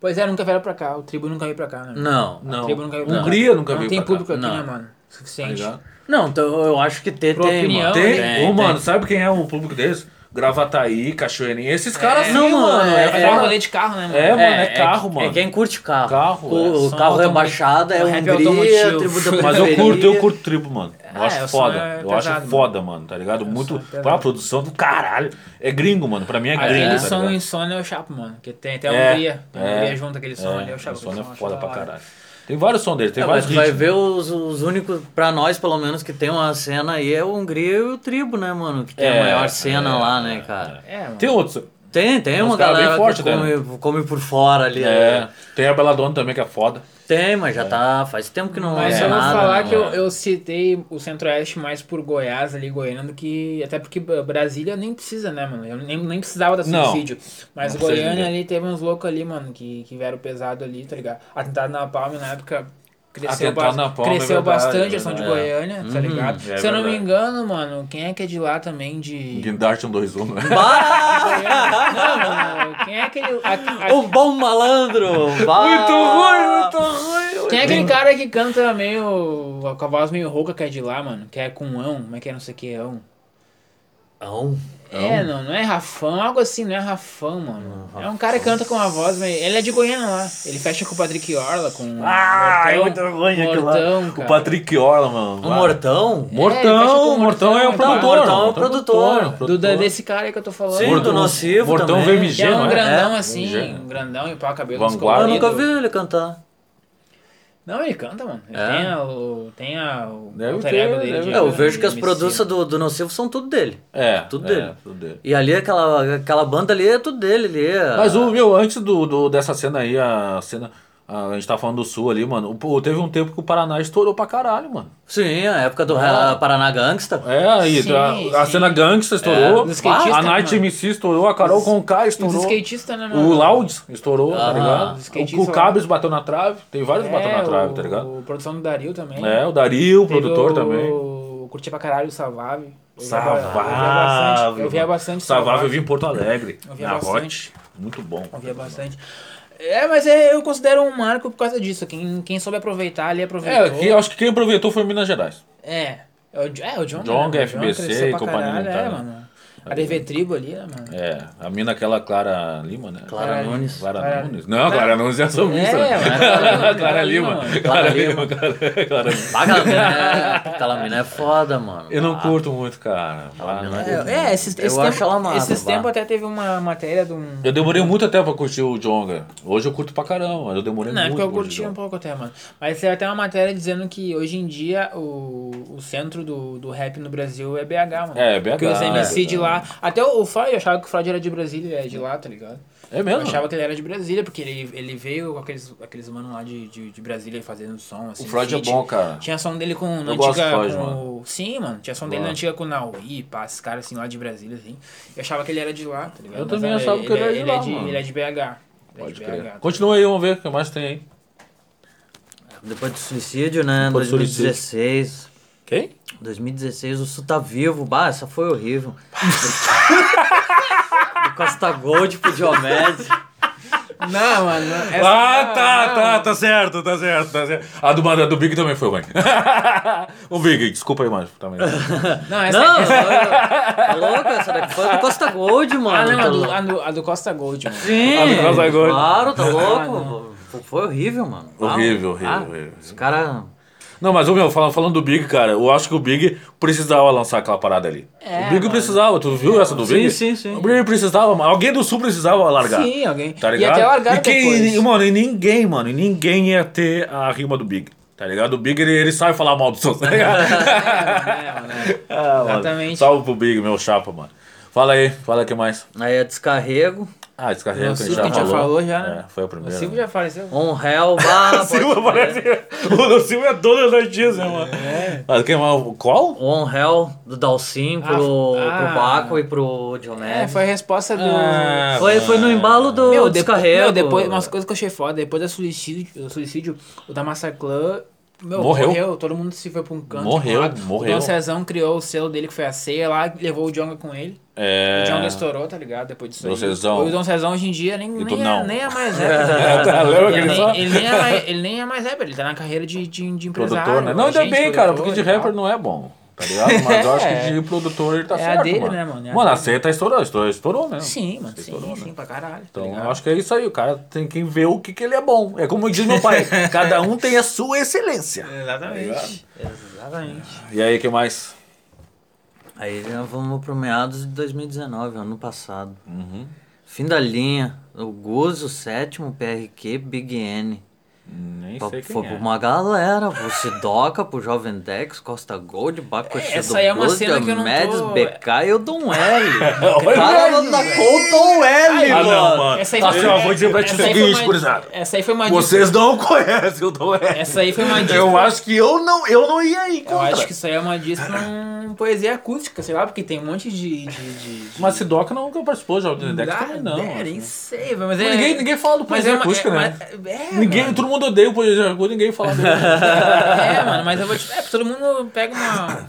[SPEAKER 3] Pois é, nunca vieram pra cá. O tribo nunca veio pra cá, né?
[SPEAKER 2] Não. Não,
[SPEAKER 1] Não.
[SPEAKER 3] O tribo nunca veio pra cá.
[SPEAKER 1] Hungria nunca
[SPEAKER 3] não
[SPEAKER 1] veio
[SPEAKER 3] tem
[SPEAKER 1] pra cá, Tá
[SPEAKER 3] público aqui,
[SPEAKER 2] não.
[SPEAKER 3] né, mano? Suficiente.
[SPEAKER 1] ligado?
[SPEAKER 2] então eu acho que ter
[SPEAKER 3] Pro
[SPEAKER 2] tem,
[SPEAKER 3] opinião,
[SPEAKER 2] mano.
[SPEAKER 1] Tem,
[SPEAKER 2] Tem,
[SPEAKER 1] ô,
[SPEAKER 2] tem.
[SPEAKER 1] mano, sabe quem é o público deles? Gravataí, Cachoeirinha, esses caras sim,
[SPEAKER 2] não, mano,
[SPEAKER 1] mano. É,
[SPEAKER 3] É, é,
[SPEAKER 1] foda.
[SPEAKER 3] rolê de carro, né, mano?
[SPEAKER 1] É, mano, é,
[SPEAKER 2] que-
[SPEAKER 1] carro, mano.
[SPEAKER 2] É quem curte carro.
[SPEAKER 1] Carro,
[SPEAKER 2] O-
[SPEAKER 1] é,
[SPEAKER 2] o,
[SPEAKER 3] som
[SPEAKER 2] carro
[SPEAKER 3] automotivo.
[SPEAKER 2] rebaixado é
[SPEAKER 3] O rap
[SPEAKER 2] Hungria,
[SPEAKER 3] automotivo.
[SPEAKER 2] tribo da
[SPEAKER 1] Mas eu
[SPEAKER 2] periferia.
[SPEAKER 1] curto, eu curto tribo, mano. Eu
[SPEAKER 3] É,
[SPEAKER 1] acho
[SPEAKER 3] o som
[SPEAKER 1] foda.
[SPEAKER 3] é
[SPEAKER 1] eu
[SPEAKER 3] pesado,
[SPEAKER 1] acho
[SPEAKER 3] mano.
[SPEAKER 1] foda, mano, tá ligado? Muito.
[SPEAKER 3] é pesado. Ah,
[SPEAKER 1] Pô, a produção do caralho. É gringo, mano. Pra mim é gringo.
[SPEAKER 3] Aquele
[SPEAKER 1] tá
[SPEAKER 3] som
[SPEAKER 1] ligado?
[SPEAKER 3] insônia é o Chapo, mano. Que tem até a
[SPEAKER 1] É,
[SPEAKER 3] Hungria. Tem a
[SPEAKER 1] é,
[SPEAKER 3] Hungria junto, aquele som
[SPEAKER 1] É,
[SPEAKER 3] ali é o Chapo.
[SPEAKER 1] o som é
[SPEAKER 3] aquele eu acho
[SPEAKER 1] foda
[SPEAKER 3] da
[SPEAKER 1] pra
[SPEAKER 3] hora.
[SPEAKER 1] caralho. Tem vários sons deles, tem
[SPEAKER 2] É, mas
[SPEAKER 1] vários
[SPEAKER 2] tu vai
[SPEAKER 1] ritmos.
[SPEAKER 2] ver os, os únicos, pra nós pelo menos, que tem uma cena aí é o Hungria e o Tribo, né, mano? Que tem
[SPEAKER 1] É,
[SPEAKER 2] a maior cena
[SPEAKER 1] é,
[SPEAKER 2] lá, né, cara?
[SPEAKER 3] É, mano.
[SPEAKER 1] Tem outros.
[SPEAKER 2] Tem, tem
[SPEAKER 1] Mas
[SPEAKER 2] uma
[SPEAKER 1] o cara é bem
[SPEAKER 2] galera
[SPEAKER 1] forte,
[SPEAKER 2] que come, come por fora ali.
[SPEAKER 1] É,
[SPEAKER 2] né?
[SPEAKER 1] tem a Beladona também, que é foda.
[SPEAKER 2] Tem, mas já tá. Faz tempo que não
[SPEAKER 1] É,
[SPEAKER 3] Mas
[SPEAKER 2] lança
[SPEAKER 3] eu vou
[SPEAKER 2] nada.
[SPEAKER 3] falar
[SPEAKER 2] né,
[SPEAKER 3] que eu,
[SPEAKER 2] mano?
[SPEAKER 3] eu citei o Centro-Oeste mais por Goiás ali, Goiânia, do que. Até porque Bra- Brasília nem precisa, né, mano? Eu nem, nem precisava da
[SPEAKER 1] Não.
[SPEAKER 3] suicídio. Mas
[SPEAKER 1] Não precisa de
[SPEAKER 3] Goiânia
[SPEAKER 1] ninguém.
[SPEAKER 3] ali teve uns loucos ali, mano, que, que vieram pesado ali, tá ligado? Atentado na Palma na época. Cresceu,
[SPEAKER 1] Atentado
[SPEAKER 3] bas-
[SPEAKER 1] na Palma, é
[SPEAKER 3] cresceu
[SPEAKER 1] verdade,
[SPEAKER 3] bastante, eles são de
[SPEAKER 1] é.
[SPEAKER 3] Goiânia, tá ligado?
[SPEAKER 1] é
[SPEAKER 3] Se eu não me
[SPEAKER 1] verdade.
[SPEAKER 3] engano, mano, quem é que é de lá também de.
[SPEAKER 1] Guindartion 2-1, né?
[SPEAKER 2] Bah!
[SPEAKER 3] Não, mano, quem é aquele. a- a-
[SPEAKER 2] O bom malandro! bah!
[SPEAKER 1] Muito ruim, muito ruim.
[SPEAKER 3] Tem é aquele cara que canta meio. com a voz meio rouca que é de lá, mano. Que é com ão, como é que é não sei o que ão.
[SPEAKER 2] Não.
[SPEAKER 3] É, não, não é Rafão, algo assim, não é Rafão, mano. é um cara que canta com uma voz meio. Ele é de Goiânia lá. Ele fecha com o Patrick Orla, com.
[SPEAKER 1] Ah, é
[SPEAKER 3] o
[SPEAKER 1] muito ruim aquilo lá.
[SPEAKER 3] Mortão,
[SPEAKER 1] O
[SPEAKER 3] cara.
[SPEAKER 1] Patrick Orla, mano.
[SPEAKER 2] O um Mortão?
[SPEAKER 3] É, fecha com
[SPEAKER 1] Mortão,
[SPEAKER 3] o
[SPEAKER 1] Mortão é o
[SPEAKER 3] Mortão,
[SPEAKER 1] produtor.
[SPEAKER 2] Mortão é o produtor.
[SPEAKER 3] Do, da- desse cara aí que eu tô falando.
[SPEAKER 2] Sim,
[SPEAKER 3] mano.
[SPEAKER 2] do Nocivo
[SPEAKER 1] Mortão
[SPEAKER 2] também.
[SPEAKER 3] Que é
[SPEAKER 1] vermigeno,
[SPEAKER 3] um
[SPEAKER 1] né?
[SPEAKER 3] grandão
[SPEAKER 2] É,
[SPEAKER 3] assim,
[SPEAKER 1] vermigeno.
[SPEAKER 3] um grandão e o pau cabelo
[SPEAKER 1] Vanguarda.
[SPEAKER 2] Eu
[SPEAKER 3] descolorido.
[SPEAKER 2] nunca vi ele cantar.
[SPEAKER 3] Não, ele canta, mano. Ele
[SPEAKER 2] É?
[SPEAKER 3] tem a, o, tem a, o
[SPEAKER 1] Deve
[SPEAKER 3] alter
[SPEAKER 1] ter,
[SPEAKER 3] ego dele.
[SPEAKER 1] deve
[SPEAKER 3] de-
[SPEAKER 1] ter.
[SPEAKER 2] Eu vejo que as
[SPEAKER 3] de
[SPEAKER 2] produções do, do Nocivo são tudo dele.
[SPEAKER 1] É,
[SPEAKER 2] Tudo
[SPEAKER 1] é,
[SPEAKER 2] dele.
[SPEAKER 1] tudo dele.
[SPEAKER 2] E ali, aquela, aquela banda ali é tudo dele. Ali é...
[SPEAKER 1] Mas o meu, antes do, do- dessa cena aí, a cena. A, gente tá falando do sul ali, mano. Pô, teve um tempo que o Paraná estourou pra caralho, mano.
[SPEAKER 2] Sim, a época do Ra- Paraná Gangsta.
[SPEAKER 1] É, aí,
[SPEAKER 3] Sim,
[SPEAKER 1] a, a
[SPEAKER 3] sim.
[SPEAKER 1] cena Gangsta estourou.
[SPEAKER 3] Dos skatistas,
[SPEAKER 1] a Night
[SPEAKER 3] mano.
[SPEAKER 1] MC estourou, a Carol Conká
[SPEAKER 3] Os
[SPEAKER 1] estourou.
[SPEAKER 3] skatistas, né, mano?
[SPEAKER 1] O Louds estourou, tá
[SPEAKER 2] Ah,
[SPEAKER 1] ligado?
[SPEAKER 3] os
[SPEAKER 1] O,
[SPEAKER 3] skatistas
[SPEAKER 1] o Cabres bateu na trave. Tem vários que bateu na
[SPEAKER 3] É,
[SPEAKER 1] trave,
[SPEAKER 3] o-
[SPEAKER 1] tá ligado?
[SPEAKER 3] O produção do Dario também.
[SPEAKER 1] É, o Dario, o
[SPEAKER 3] Teve
[SPEAKER 1] produtor também.
[SPEAKER 3] O curti pra caralho o Savave. Eu via ba-
[SPEAKER 1] Savave.
[SPEAKER 3] Eu via bastante.
[SPEAKER 1] Savave, eu vi em Porto Alegre.
[SPEAKER 3] Eu via
[SPEAKER 1] na
[SPEAKER 3] bastante.
[SPEAKER 1] Hot. Muito bom.
[SPEAKER 3] Eu via bastante. É, mas é, eu considero um marco por causa disso. Quem, quem soube aproveitar ali aproveitou.
[SPEAKER 1] É, que, eu acho que quem aproveitou foi Minas Gerais.
[SPEAKER 3] É. É o, é, o John.
[SPEAKER 1] Jong,
[SPEAKER 3] né? O
[SPEAKER 1] FBC,
[SPEAKER 3] cresceu pra
[SPEAKER 1] Companhia
[SPEAKER 3] caralho,
[SPEAKER 1] Alimentar,
[SPEAKER 3] É,
[SPEAKER 1] né?
[SPEAKER 3] mano. A DV Tribo ali, né, mano?
[SPEAKER 1] É, a mina aquela Clara Lima, né?
[SPEAKER 2] Clara
[SPEAKER 3] Caralho.
[SPEAKER 2] Nunes.
[SPEAKER 1] Clara
[SPEAKER 3] Clara-
[SPEAKER 1] Nunes. Não, Clara Nunes é a sumista.
[SPEAKER 3] É, mas Clara-
[SPEAKER 1] Clara Lima. Clara Lima. Clara- Clara Lima.
[SPEAKER 2] Ah, Aquela mina é, aquela mina é foda, mano.
[SPEAKER 1] Eu
[SPEAKER 3] Ah.
[SPEAKER 1] não curto muito, cara.
[SPEAKER 3] É, é, esses,
[SPEAKER 2] Eu
[SPEAKER 3] esse
[SPEAKER 2] acho
[SPEAKER 3] tempo,
[SPEAKER 2] ela massa,
[SPEAKER 3] esses
[SPEAKER 2] bah.
[SPEAKER 3] tempos até teve uma matéria de um.
[SPEAKER 1] Eu demorei muito tempo pra curtir o Jonga. Hoje eu curto pra caramba, mas eu demorei
[SPEAKER 3] Na
[SPEAKER 1] muito.
[SPEAKER 3] época eu
[SPEAKER 1] pra curtir
[SPEAKER 3] curti
[SPEAKER 1] o
[SPEAKER 3] um
[SPEAKER 1] Djonga.
[SPEAKER 3] pouco até, mano. Mas saiu até uma matéria dizendo que hoje em dia o, o centro do, do rap no Brasil é BH, mano.
[SPEAKER 1] É, BH,
[SPEAKER 3] Porque os MC
[SPEAKER 1] é,
[SPEAKER 3] de lá. Até o, o Freud, eu achava que o Freud era de Brasília, ele é de lá, tá ligado?
[SPEAKER 1] É
[SPEAKER 3] Eu
[SPEAKER 1] mesmo?
[SPEAKER 3] achava que ele era de Brasília, porque ele, ele veio com aqueles, aqueles manos lá de, de, de Brasília fazendo som, assim.
[SPEAKER 1] O Freud é
[SPEAKER 3] feat.
[SPEAKER 1] bom, cara.
[SPEAKER 3] Tinha som dele com. Na
[SPEAKER 1] Eu gosto do
[SPEAKER 3] antiga,
[SPEAKER 1] Freud,
[SPEAKER 3] com
[SPEAKER 1] mano.
[SPEAKER 3] o- Sim, mano. Tinha som dele na
[SPEAKER 1] Gosto.
[SPEAKER 3] antiga com o Naui, pá, esses caras assim lá de Brasília, assim. Eu achava que ele era de lá, tá ligado?
[SPEAKER 1] Eu
[SPEAKER 3] Mas,
[SPEAKER 1] também
[SPEAKER 3] ah,
[SPEAKER 1] achava que ele era de
[SPEAKER 3] ele
[SPEAKER 1] lá,
[SPEAKER 3] É de,
[SPEAKER 1] mano.
[SPEAKER 3] ele é de BH.
[SPEAKER 1] Pode
[SPEAKER 3] BH,
[SPEAKER 1] crer.
[SPEAKER 3] gato.
[SPEAKER 1] Continua aí, vamos ver o que mais tem aí.
[SPEAKER 2] Depois do suicídio, né?
[SPEAKER 1] Depois do suicídio.
[SPEAKER 2] 2016.
[SPEAKER 1] Quem?
[SPEAKER 2] 2016, o Su tá vivo. Bah, essa foi horrível. do Costa Gold pro Diomedes.
[SPEAKER 3] Não, mano. essa-
[SPEAKER 2] é
[SPEAKER 1] Ah,
[SPEAKER 3] não.
[SPEAKER 1] tá, tá, tá certo, tá certo, tá certo. A do, a do Big também foi ruim. o Big, desculpa aí, mas também.
[SPEAKER 3] Não, essa,
[SPEAKER 2] Não,
[SPEAKER 3] essa-
[SPEAKER 2] tá louco? Essa daqui foi do Costa Gold,
[SPEAKER 3] Ah,
[SPEAKER 2] mano.
[SPEAKER 3] não,
[SPEAKER 2] tá
[SPEAKER 3] a do,
[SPEAKER 2] louco.
[SPEAKER 3] a do, a do Costa Gold, mano.
[SPEAKER 2] Sim,
[SPEAKER 1] a do Costa Gold.
[SPEAKER 2] claro, tá
[SPEAKER 3] Ah, não.
[SPEAKER 2] louco. Foi horrível, mano. Ah,
[SPEAKER 1] Horrível, horrível,
[SPEAKER 2] ah,
[SPEAKER 1] horrível.
[SPEAKER 2] Os caras...
[SPEAKER 1] Não, mas ô, meu, falando, falando do Big, cara, eu acho que o Big precisava lançar aquela parada ali.
[SPEAKER 3] É,
[SPEAKER 1] o Big
[SPEAKER 3] mano.
[SPEAKER 1] precisava, tu viu essa do
[SPEAKER 2] Sim,
[SPEAKER 1] Big?
[SPEAKER 2] sim, sim.
[SPEAKER 1] O Big precisava, mano. Alguém do Sul precisava largar.
[SPEAKER 3] Sim, alguém.
[SPEAKER 1] Tá
[SPEAKER 3] e
[SPEAKER 1] ligado?
[SPEAKER 3] até largaram
[SPEAKER 1] e quem,
[SPEAKER 3] depois.
[SPEAKER 1] e, Mano, e ninguém, mano, e ninguém ia ter a rima do Big. Tá ligado? O Big, ele, ele sabe falar mal do Souza, tá ligado?
[SPEAKER 3] É, mano, é.
[SPEAKER 1] Ah, mano,
[SPEAKER 3] Exatamente.
[SPEAKER 1] Salve pro Big, meu chapa, mano. Fala aí, fala o que mais.
[SPEAKER 2] Aí é descarrego.
[SPEAKER 1] Ah, descarrega
[SPEAKER 3] O
[SPEAKER 1] que a gente
[SPEAKER 3] Silvio
[SPEAKER 1] já
[SPEAKER 3] que a gente já
[SPEAKER 1] falou.
[SPEAKER 3] falou já, né?
[SPEAKER 1] É, foi o
[SPEAKER 3] O
[SPEAKER 1] primeiro.
[SPEAKER 3] Silvio já faleceu.
[SPEAKER 2] On Hell, bah, é pode
[SPEAKER 1] Silvio parece. O do Silvio é dono da notícia, mano. Ah, quem mais? O Qual?
[SPEAKER 2] O On Hell do Dalsim pro,
[SPEAKER 3] Ah,
[SPEAKER 2] pro Baco e pro
[SPEAKER 3] É,
[SPEAKER 2] Diomedes.
[SPEAKER 3] foi a resposta do.
[SPEAKER 1] Ah,
[SPEAKER 2] foi, foi no embalo do
[SPEAKER 3] Meu, depo-
[SPEAKER 2] descarrego.
[SPEAKER 3] meu, depois, umas coisas que eu achei foda, depois do suicídio, do suicídio o da Massaclan, meu,
[SPEAKER 1] Morreu.
[SPEAKER 3] morreu. todo mundo se foi pra um canto.
[SPEAKER 1] Morreu,
[SPEAKER 3] pro lado.
[SPEAKER 1] morreu.
[SPEAKER 3] O Dom Cezão criou o selo dele, que foi a ceia lá, levou o Jonga com ele.
[SPEAKER 1] É.
[SPEAKER 3] O Jonga estourou, tá ligado? Depois disso
[SPEAKER 1] Dom
[SPEAKER 3] aí.
[SPEAKER 1] Cezão.
[SPEAKER 3] O Dom Cezão hoje em dia nem,
[SPEAKER 1] tu
[SPEAKER 3] nem,
[SPEAKER 1] não.
[SPEAKER 3] é, nem é mais rapper.
[SPEAKER 1] Tá, Lembra
[SPEAKER 3] Ele,
[SPEAKER 1] aquele só?
[SPEAKER 3] nem, ele, nem é mais, ele nem é mais rapper, ele tá na carreira de, de, de empresário.
[SPEAKER 1] Produtor, né? Não, ainda
[SPEAKER 3] agente,
[SPEAKER 1] bem, cara,
[SPEAKER 3] produtor
[SPEAKER 1] porque de
[SPEAKER 3] e tal.
[SPEAKER 1] rapper não é bom. Tá ligado? Mas eu acho que de produtor ele tá
[SPEAKER 3] É a
[SPEAKER 1] certo.
[SPEAKER 3] dele,
[SPEAKER 1] mano.
[SPEAKER 3] né, mano? É a
[SPEAKER 1] mano, a
[SPEAKER 3] dele.
[SPEAKER 1] ceia tá estourou, estourou, estourou mesmo.
[SPEAKER 3] Sim, mano, sim,
[SPEAKER 1] Estourou,
[SPEAKER 3] sim,
[SPEAKER 1] né?
[SPEAKER 3] pra caralho.
[SPEAKER 1] Então,
[SPEAKER 3] tá ligado?
[SPEAKER 1] eu acho que é isso aí. O cara tem que ver o que, que ele é bom. É como diz meu pai: cada um tem a sua excelência.
[SPEAKER 3] É. Exatamente. Exatamente.
[SPEAKER 1] E aí, que mais?
[SPEAKER 2] Aí já vamos pro meados de 2019, ano passado.
[SPEAKER 1] Uhum.
[SPEAKER 2] Fim da linha. O Guzo, sétimo, PRQ, Big N.
[SPEAKER 1] Nem
[SPEAKER 2] Pra-
[SPEAKER 1] sei quem
[SPEAKER 2] Foi
[SPEAKER 1] é.
[SPEAKER 2] pra uma galera, pro Sidoca, pro Jovem Dex, Costa Gold, Baco
[SPEAKER 3] É, essa aí é uma cena que eu não tô- tá
[SPEAKER 2] BK e o Dom L.
[SPEAKER 1] Olha
[SPEAKER 2] Cara,
[SPEAKER 1] aí.
[SPEAKER 2] na Colton L,
[SPEAKER 1] Ah,
[SPEAKER 2] mano.
[SPEAKER 1] não, mano.
[SPEAKER 3] Essa aí
[SPEAKER 1] Tá,
[SPEAKER 3] foi-
[SPEAKER 1] assim, ó, vou dizer pra ti o
[SPEAKER 3] essa aí foi
[SPEAKER 1] seguinte,
[SPEAKER 3] uma-
[SPEAKER 1] gurizada.
[SPEAKER 3] Essa aí foi uma
[SPEAKER 1] Vocês não conhecem o Dom L.
[SPEAKER 3] Essa aí foi uma dica.
[SPEAKER 1] Eu acho que eu não, eu não ia
[SPEAKER 3] Eu
[SPEAKER 1] encontrar.
[SPEAKER 3] acho que isso aí é uma disco em poesia acústica, sei lá, porque tem um monte de. de, de, de...
[SPEAKER 1] Mas Sidoca nunca participou de Jovem Index
[SPEAKER 3] Ah,
[SPEAKER 1] também, não.
[SPEAKER 3] é,
[SPEAKER 1] acho,
[SPEAKER 3] nem
[SPEAKER 1] né?
[SPEAKER 3] sei, mas é.
[SPEAKER 1] Mas ninguém, ninguém fala do
[SPEAKER 3] mas
[SPEAKER 1] Poesia
[SPEAKER 3] é uma-
[SPEAKER 1] Acústica,
[SPEAKER 3] é,
[SPEAKER 1] né?
[SPEAKER 3] mas- é,
[SPEAKER 1] ninguém,
[SPEAKER 3] mano.
[SPEAKER 1] todo mundo odeia o Poesia Acústica, ninguém fala dele.
[SPEAKER 3] É, mano, mas eu vou te. É, todo mundo pega uma.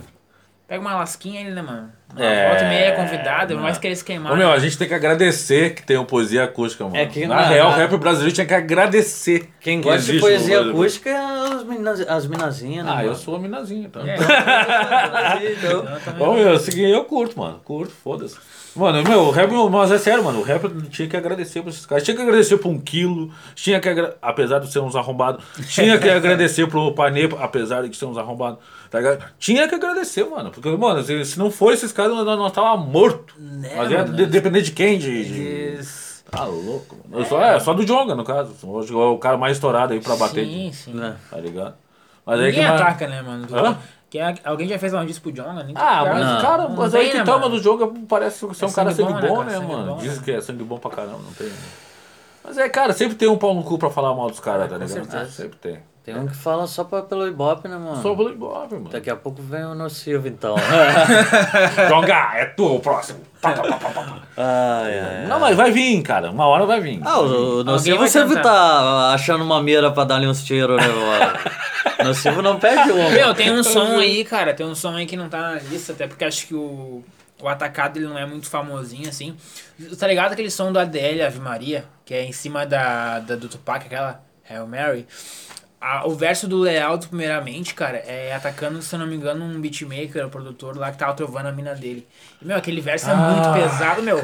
[SPEAKER 3] Pega uma lasquinha ali, né, mano? Uma
[SPEAKER 1] É,
[SPEAKER 3] volta e meia é convidado,
[SPEAKER 1] mano.
[SPEAKER 3] mais que eles queimaram.
[SPEAKER 1] Ô, meu, a gente tem que agradecer que tem o Poesia Acústica, mano.
[SPEAKER 2] É que
[SPEAKER 1] na,
[SPEAKER 2] na-
[SPEAKER 1] real, o
[SPEAKER 2] na-
[SPEAKER 1] rap brasileiro tinha que agradecer.
[SPEAKER 2] Quem
[SPEAKER 1] que
[SPEAKER 2] gosta
[SPEAKER 1] existe
[SPEAKER 2] de
[SPEAKER 1] no
[SPEAKER 2] poesia
[SPEAKER 1] Brasil.
[SPEAKER 2] acústica é as, minas, as minazinhas, né?
[SPEAKER 1] Ah, eu
[SPEAKER 2] mano?
[SPEAKER 1] sou a minazinha, tá?
[SPEAKER 3] É,
[SPEAKER 2] Então,
[SPEAKER 1] Ô, meu, assim, eu curto, mano. Curto, foda-se. Mano, meu, o rap, mas é sério, mano. O rap tinha que agradecer pra esses caras. Tinha que agradecer pra um quilo. Tinha que agra- Apesar de ser uns arrombados. Tinha que agradecer pro Panepa, apesar de ser uns arrombados. Tá ligado? Tinha que agradecer, mano. Porque, mano, se, se não for esses caras, nós, nós tava morto.
[SPEAKER 3] Né,
[SPEAKER 1] mas ia de- depender de quem? De.
[SPEAKER 3] É.
[SPEAKER 1] de... Tá louco, mano. Eu só, é, só do Jonga, no caso. Hoje é o cara mais estourado aí pra bater.
[SPEAKER 3] Sim, sim.
[SPEAKER 2] né?
[SPEAKER 1] Tá ligado? Mas aí
[SPEAKER 3] Ninguém
[SPEAKER 1] que mais-
[SPEAKER 3] ataca, né, mano?
[SPEAKER 1] Hã?
[SPEAKER 3] Quem, é- alguém já fez uma disco pro Jonga? Nem
[SPEAKER 1] Ah, mas
[SPEAKER 2] Não.
[SPEAKER 1] o cara,
[SPEAKER 3] Não
[SPEAKER 1] mas
[SPEAKER 3] tem,
[SPEAKER 1] aí que
[SPEAKER 3] né,
[SPEAKER 1] toma
[SPEAKER 3] mano?
[SPEAKER 1] do jogo parece ser um
[SPEAKER 3] É
[SPEAKER 1] cara
[SPEAKER 3] sangue
[SPEAKER 1] sangue
[SPEAKER 3] bom, né,
[SPEAKER 1] bom,
[SPEAKER 3] cara?
[SPEAKER 1] né,
[SPEAKER 3] Sangue
[SPEAKER 1] mano?
[SPEAKER 3] bom,
[SPEAKER 1] Diz
[SPEAKER 3] né?
[SPEAKER 1] que é sangue bom pra caramba, não tem. né? Mas é, cara, sempre tem um pau no cu pra falar mal dos caras, tá ligado?
[SPEAKER 3] É, certeza.
[SPEAKER 1] Sempre tem.
[SPEAKER 2] Tem um que fala só pra, pelo Ibope, né, mano?
[SPEAKER 1] Só pelo Ibope,
[SPEAKER 3] Tá
[SPEAKER 1] mano.
[SPEAKER 2] Daqui a pouco vem o nocivo, então.
[SPEAKER 1] Joga, é tu o próximo. Pá, pá, pá, pá, pá.
[SPEAKER 2] ai, ai.
[SPEAKER 1] Não, mas vai vir, cara. Uma hora vai vir.
[SPEAKER 2] Ah, o, o Nocivo
[SPEAKER 3] vai
[SPEAKER 2] sempre
[SPEAKER 3] cantar.
[SPEAKER 2] tá achando uma mira pra dar-lhe uns tiros, né, mano? Nocivo não perde uma.
[SPEAKER 3] Meu, tem um som aí, cara, tem um som aí que não tá na lista, até porque acho que o, o atacado ele não é muito famosinho, assim. Tá ligado aquele som do ADL, Ave Maria, que é em cima da, da do Tupac, aquela Hail Mary? A- o verso do Lealdo, primeiramente, cara, é atacando, se eu não me engano, um beatmaker, um produtor lá que tava trovando a mina dele. E, meu, aquele verso
[SPEAKER 1] Ah,
[SPEAKER 3] é muito pesado, meu.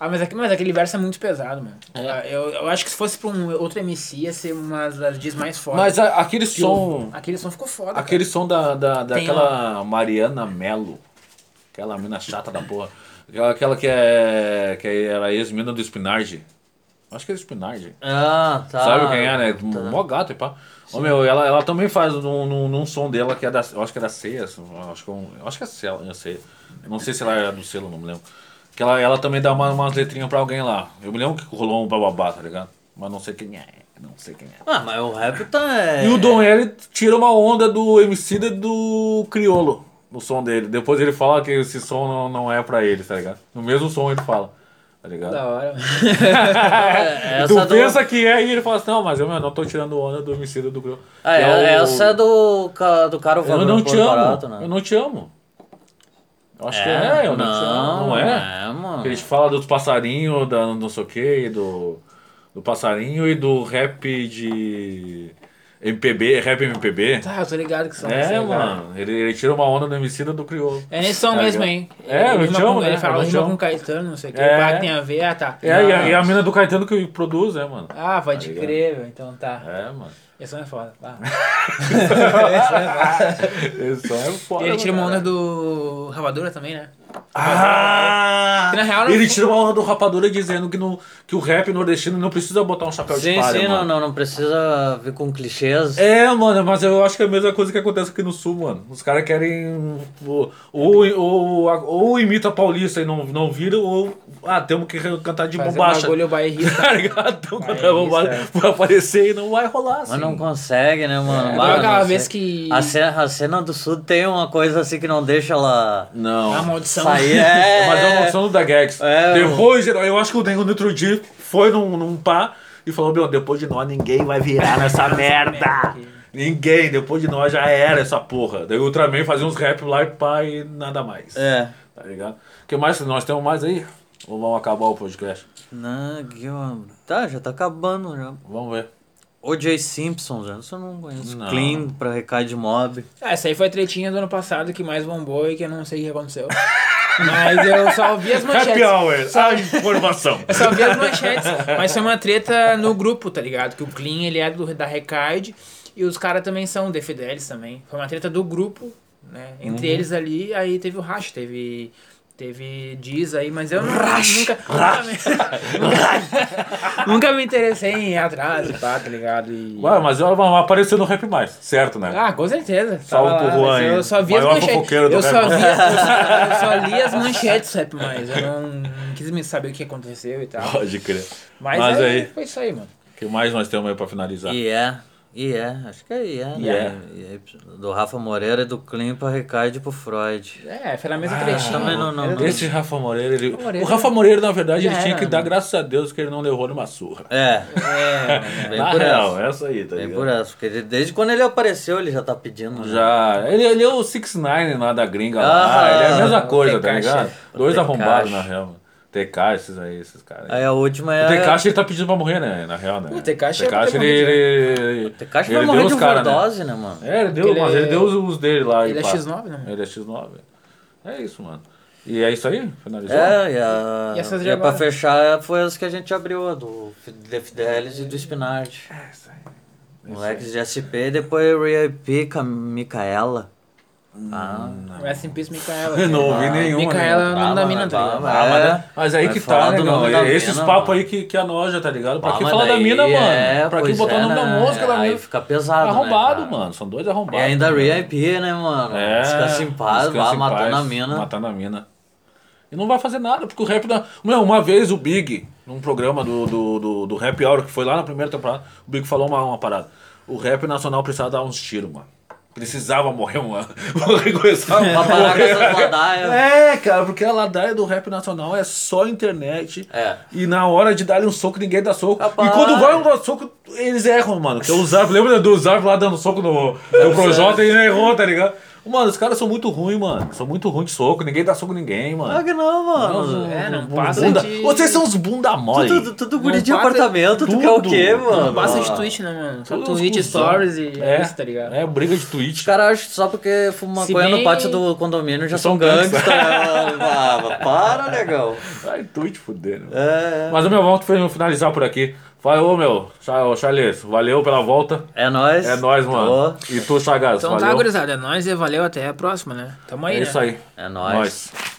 [SPEAKER 3] Ah, mas, aque- mas aquele verso é muito pesado, mano. Ah, Eu, eu acho que se fosse pra um outro MC, ia ser uma das dias mais fortes.
[SPEAKER 1] Mas a- aquele
[SPEAKER 3] Que eu-
[SPEAKER 1] som.
[SPEAKER 3] Aquele som ficou foda.
[SPEAKER 1] Aquele som da, da,
[SPEAKER 3] Tem
[SPEAKER 1] daquela Mariana Mello. Aquela mina chata da porra. Aquela, aquela que é. que era ex-mina do Spinardi. Acho que era Spinardi.
[SPEAKER 2] Ah, tá.
[SPEAKER 1] Sabe quem é, né? Mó gato, e pá. Ô, meu, ela, ela também faz num, num, num som dela que é da. Eu acho que é da Ceia. assim, eu Acho que, é um- eu acho que é Ceia, eu sei. Eu não sei se ela era do selo, não me lembro. Que ela, ela também dá uma- umas letrinhas pra alguém lá. Eu me lembro que rolou um bababá, tá ligado? Mas não sei quem é. Não sei quem é.
[SPEAKER 2] Ah, mas o rap tá... É...
[SPEAKER 1] E o Dom L tira uma onda do MC da do Criolo no som dele. Depois ele fala que esse som não, não é pra ele, tá ligado? No mesmo som ele fala. tá Tá ligado?
[SPEAKER 3] Da hora.
[SPEAKER 1] E
[SPEAKER 2] é Essa
[SPEAKER 1] tu
[SPEAKER 2] do-
[SPEAKER 1] pensa que é e ele fala assim, não, mas eu meu, não tô tirando onda do homicida do grupo.
[SPEAKER 2] Ah,
[SPEAKER 1] Que
[SPEAKER 2] é-
[SPEAKER 1] o-
[SPEAKER 2] Essa é do, ca- do cara
[SPEAKER 1] Eu
[SPEAKER 2] valor
[SPEAKER 1] não te amo.
[SPEAKER 2] barato, né?
[SPEAKER 1] Eu não te amo. Eu acho que é, eu não, te amo. Não é?
[SPEAKER 2] mano.
[SPEAKER 1] Eles falam dos passarinhos, da não sei o que, do, do passarinho e do rap de MPB, rap MPB.
[SPEAKER 3] Tá, eu tô ligado que são
[SPEAKER 1] é,
[SPEAKER 3] tá ligado?
[SPEAKER 1] mano, ele, ele tira uma onda do homicida do crioulo.
[SPEAKER 3] É nesse som
[SPEAKER 1] Tá
[SPEAKER 3] mesmo,
[SPEAKER 1] ligado?
[SPEAKER 3] hein?
[SPEAKER 1] É, eu
[SPEAKER 3] Ele
[SPEAKER 1] te
[SPEAKER 3] rima
[SPEAKER 1] amo,
[SPEAKER 3] com-
[SPEAKER 1] né?
[SPEAKER 3] Ele fala
[SPEAKER 1] Eu te
[SPEAKER 3] rima
[SPEAKER 1] amo.
[SPEAKER 3] com Caetano, não sei o que.
[SPEAKER 1] É.
[SPEAKER 3] pá, que tem a ver, ah, tá.
[SPEAKER 1] É, e a, e a mina do Caetano que produz, é, mano.
[SPEAKER 3] Ah, pode
[SPEAKER 1] Tá ligado?
[SPEAKER 3] crer, velho. Então tá.
[SPEAKER 1] É, mano.
[SPEAKER 3] Esse som é foda. tá.
[SPEAKER 1] Esse som é foda.
[SPEAKER 3] Ele tira uma
[SPEAKER 1] mano,
[SPEAKER 3] onda do Rabadura também, né?
[SPEAKER 1] Ah!
[SPEAKER 3] Que na real não-
[SPEAKER 1] ele tirou uma onda do Rapadura dizendo que, no, que o rap nordestino não precisa botar um chapéu de
[SPEAKER 2] Sim,
[SPEAKER 1] palha,
[SPEAKER 2] sim,
[SPEAKER 1] mano.
[SPEAKER 2] não, não, não precisa vir com clichês.
[SPEAKER 1] É, mano, mas eu acho que é a mesma coisa que acontece aqui no sul, mano. Os caras querem. Ou, ou, ou, ou imita paulista e não, não vira, ou. Ah, temos que cantar de
[SPEAKER 3] Fazer um
[SPEAKER 1] bombacha.
[SPEAKER 3] bagulho bairrista.
[SPEAKER 1] Tá ligado? Temos que cantar
[SPEAKER 3] isso,
[SPEAKER 1] bombacha
[SPEAKER 3] é.
[SPEAKER 1] pra aparecer e não vai rolar, assim.
[SPEAKER 2] Mas não consegue, né, mano?
[SPEAKER 3] É,
[SPEAKER 2] Bah,
[SPEAKER 3] igual aquela
[SPEAKER 2] não
[SPEAKER 3] vez
[SPEAKER 2] sei.
[SPEAKER 3] que-
[SPEAKER 2] A cena, a cena do sul tem uma coisa assim que não deixa ela
[SPEAKER 3] A
[SPEAKER 1] Não.
[SPEAKER 3] maldição.
[SPEAKER 2] sair. É,
[SPEAKER 1] Mas é uma noção do da Gex.
[SPEAKER 2] É,
[SPEAKER 1] depois, eu acho que o Dengo no outro dia foi num, num pá e falou: Meu, depois de nós ninguém vai virar nessa merda.
[SPEAKER 3] aqui.
[SPEAKER 1] Ninguém, depois de nós já era essa porra. Daí o Ultraman fazia uns rap lá e pá e nada mais.
[SPEAKER 2] É.
[SPEAKER 1] Tá ligado? O que mais que nós temos mais aí? Ou vamos acabar o podcast?
[SPEAKER 2] Não, que uma- Tá, já tá acabando já.
[SPEAKER 1] Vamos ver.
[SPEAKER 2] O.J. Simpsons, eu só não conheço.
[SPEAKER 1] Não.
[SPEAKER 2] Clean pra recado de mob.
[SPEAKER 3] Ah, essa aí foi a tretinha do ano passado que mais bombou e que eu não sei o que aconteceu. Mas eu só ouvi as manchetes.
[SPEAKER 1] Happy Hour, a informação.
[SPEAKER 3] Eu só vi as manchetes, mas foi uma treta no grupo, tá ligado? Que o Clean, ele é do, da Recard e os caras também são DFDLs também. Foi uma treta do grupo, né?
[SPEAKER 1] Uhum.
[SPEAKER 3] Entre eles ali, aí teve o Rash, teve... Teve diz aí, mas eu não, nunca, nunca, me, nunca me interessei em ir atrás, e pá, tá ligado? E-
[SPEAKER 1] Ué, mas ela vai aparecer no Rap Mais, certo, né?
[SPEAKER 3] Ah, com certeza.
[SPEAKER 1] Salve
[SPEAKER 3] Tava
[SPEAKER 1] pro
[SPEAKER 3] lá,
[SPEAKER 1] Juan
[SPEAKER 3] mas
[SPEAKER 1] aí,
[SPEAKER 3] Eu só vi as
[SPEAKER 1] maior
[SPEAKER 3] manchetes.
[SPEAKER 1] fofoqueiro do
[SPEAKER 3] Eu só,
[SPEAKER 1] Rap
[SPEAKER 3] vi,
[SPEAKER 1] Mais.
[SPEAKER 3] eu, só, eu só li as manchetes, sabe? Mas eu não quis me saber o que aconteceu e tal.
[SPEAKER 1] Pode crer.
[SPEAKER 3] Mas,
[SPEAKER 1] Mas,
[SPEAKER 3] aí,
[SPEAKER 1] aí,
[SPEAKER 3] foi isso aí, mano.
[SPEAKER 1] o que mais nós temos aí pra finalizar?
[SPEAKER 2] E é. E é, acho que é e é,
[SPEAKER 1] Yeah.
[SPEAKER 2] né? E é, Do Rafa Moreira e do Clean pra recado pro Freud.
[SPEAKER 3] É, foi na
[SPEAKER 1] Ah,
[SPEAKER 3] mesma tretinha.
[SPEAKER 2] também não, não, não.
[SPEAKER 1] Esse Rafa Moreira, ele...
[SPEAKER 3] Moreira.
[SPEAKER 1] o Rafa Moreira, na verdade, ele
[SPEAKER 3] Já
[SPEAKER 1] tinha
[SPEAKER 3] era,
[SPEAKER 1] que dar
[SPEAKER 3] né?
[SPEAKER 1] graças a Deus que ele não levou numa surra.
[SPEAKER 2] É,
[SPEAKER 3] É,
[SPEAKER 2] vem
[SPEAKER 1] na
[SPEAKER 2] por
[SPEAKER 1] real,
[SPEAKER 2] essa.
[SPEAKER 1] essa aí, tá
[SPEAKER 2] Vem
[SPEAKER 1] ligado?
[SPEAKER 2] por essa, porque ele- desde quando ele apareceu ele já tá pedindo. né?
[SPEAKER 1] Já. Ele, ele é o 6ix9ine lá da gringa
[SPEAKER 2] Ah,
[SPEAKER 1] lá. Ele é a mesma
[SPEAKER 2] o
[SPEAKER 1] coisa, tá
[SPEAKER 3] Tekashi.
[SPEAKER 1] ligado? Dois
[SPEAKER 2] Tekashi.
[SPEAKER 1] arrombados, na real. mano. TK, esses aí, esses caras.
[SPEAKER 2] Aí a última é.
[SPEAKER 1] O Tekashi ele tá pedindo pra morrer, né? Na real, né?
[SPEAKER 3] O Tekashi é pra ter
[SPEAKER 1] ele, ele,
[SPEAKER 2] Tekashi
[SPEAKER 1] ele
[SPEAKER 2] vai tá morrer
[SPEAKER 1] deu
[SPEAKER 2] de
[SPEAKER 1] os caras, né?
[SPEAKER 2] overdose, né, mano?
[SPEAKER 1] É, ele deu,
[SPEAKER 3] Porque ele
[SPEAKER 1] mas ele
[SPEAKER 3] é-
[SPEAKER 1] deu os, os dele lá. e
[SPEAKER 3] Ele é
[SPEAKER 1] pá.
[SPEAKER 3] X9, né, mano?
[SPEAKER 1] Ele é X9. É isso, mano. E é isso aí? Finalizou?
[SPEAKER 2] É, e, a,
[SPEAKER 3] E essas de
[SPEAKER 2] e a pra
[SPEAKER 3] agora?
[SPEAKER 2] fechar foi as que a gente abriu, a do F- The Fidelis e do Spinard. Moleques de SP, depois R.I.P. com a Micaela. Ah,
[SPEAKER 3] Rest in peace, Micaela.
[SPEAKER 1] Eu não ouvi nenhuma.
[SPEAKER 3] Micaela é
[SPEAKER 1] né?
[SPEAKER 3] o nome da
[SPEAKER 2] Bah,
[SPEAKER 3] mina,
[SPEAKER 2] bah,
[SPEAKER 3] tá ligado?
[SPEAKER 2] bah.
[SPEAKER 1] Ah, mas,
[SPEAKER 2] É.
[SPEAKER 1] mas aí
[SPEAKER 2] Vai
[SPEAKER 1] que tá,
[SPEAKER 2] falar
[SPEAKER 1] né,
[SPEAKER 2] do nome
[SPEAKER 1] cara?
[SPEAKER 2] da
[SPEAKER 1] Esses
[SPEAKER 2] mina,
[SPEAKER 1] papos
[SPEAKER 2] mano.
[SPEAKER 1] aí que, que anoja, tá ligado? Pra
[SPEAKER 2] Ah,
[SPEAKER 1] que
[SPEAKER 2] mas
[SPEAKER 1] falar da
[SPEAKER 2] daí
[SPEAKER 1] mina,
[SPEAKER 2] é,
[SPEAKER 1] mano? Pra que
[SPEAKER 2] pois
[SPEAKER 1] botar
[SPEAKER 2] é,
[SPEAKER 1] o nome da
[SPEAKER 2] né?
[SPEAKER 1] música da
[SPEAKER 2] Aí
[SPEAKER 1] mina?
[SPEAKER 2] fica pesado,
[SPEAKER 1] Arrombado,
[SPEAKER 2] né, cara?
[SPEAKER 1] mano. São dois arrombados.
[SPEAKER 2] E ainda assim,
[SPEAKER 1] né?
[SPEAKER 2] R.I.P., né, mano?
[SPEAKER 1] É.
[SPEAKER 2] Descansa em paz,
[SPEAKER 1] descansa
[SPEAKER 2] lá,
[SPEAKER 1] em
[SPEAKER 2] matou
[SPEAKER 1] paz,
[SPEAKER 2] na mina.
[SPEAKER 1] Matando a mina. E não vai fazer nada, porque o rap da. Meu, uma vez o Big, num programa do, do, do, do Rap Hour, que foi lá na primeira temporada, o Big falou uma, uma parada. O rap nacional precisava dar uns tiros, mano. Precisava morrer um ano. Começava a
[SPEAKER 2] Pra parar com
[SPEAKER 1] morrer.
[SPEAKER 2] essas ladaias.
[SPEAKER 1] É, cara, porque a ladaia do rap nacional é só internet.
[SPEAKER 2] É.
[SPEAKER 1] E na hora de dar um soco, ninguém dá soco.
[SPEAKER 2] Capaz.
[SPEAKER 1] E quando vai um dar soco, eles erram, mano. Que o Zap, lembra do Zap lá dando soco no, no Projota e ele errou, tá ligado? Mano, os caras são muito ruins, mano. São muito ruins de soco. Ninguém dá soco em ninguém,
[SPEAKER 2] Claro
[SPEAKER 1] mano.
[SPEAKER 2] que não, mano.
[SPEAKER 3] É, não
[SPEAKER 1] Bunda-
[SPEAKER 3] passa de...
[SPEAKER 1] né? Vocês são uns bunda mole.
[SPEAKER 2] Tudo, tudo guri de
[SPEAKER 3] Não passa-
[SPEAKER 2] apartamento, tu quer o
[SPEAKER 1] tudo.
[SPEAKER 2] quê,
[SPEAKER 1] Não
[SPEAKER 2] mano?
[SPEAKER 3] Não passa de tweet, né, mano? Só
[SPEAKER 1] Todos uns
[SPEAKER 3] tweet,
[SPEAKER 1] cuzão.
[SPEAKER 3] stories e é isso, tá ligado?
[SPEAKER 1] É, briga de
[SPEAKER 2] Os
[SPEAKER 1] tweet.
[SPEAKER 2] caras acham que só porque fuma
[SPEAKER 3] Se
[SPEAKER 2] maconha
[SPEAKER 3] bem-
[SPEAKER 2] no pátio do condomínio já
[SPEAKER 1] São
[SPEAKER 2] são gangsta. Ah, para, legal.
[SPEAKER 1] Ai, tweet fuder, né?
[SPEAKER 2] É,
[SPEAKER 1] Mas, meu, vamos finalizar por aqui. Falou, meu. Cha- ô, Charles, valeu pela volta.
[SPEAKER 2] é nóis.
[SPEAKER 1] É nóis, mano.
[SPEAKER 2] Tô.
[SPEAKER 1] E tu, Chagas,
[SPEAKER 3] Então
[SPEAKER 1] valeu.
[SPEAKER 3] tá, gurizada, é nóis e valeu, até a próxima, né? Tamo aí,
[SPEAKER 1] é
[SPEAKER 3] né?
[SPEAKER 1] isso aí.
[SPEAKER 2] É nóis.
[SPEAKER 1] Nós.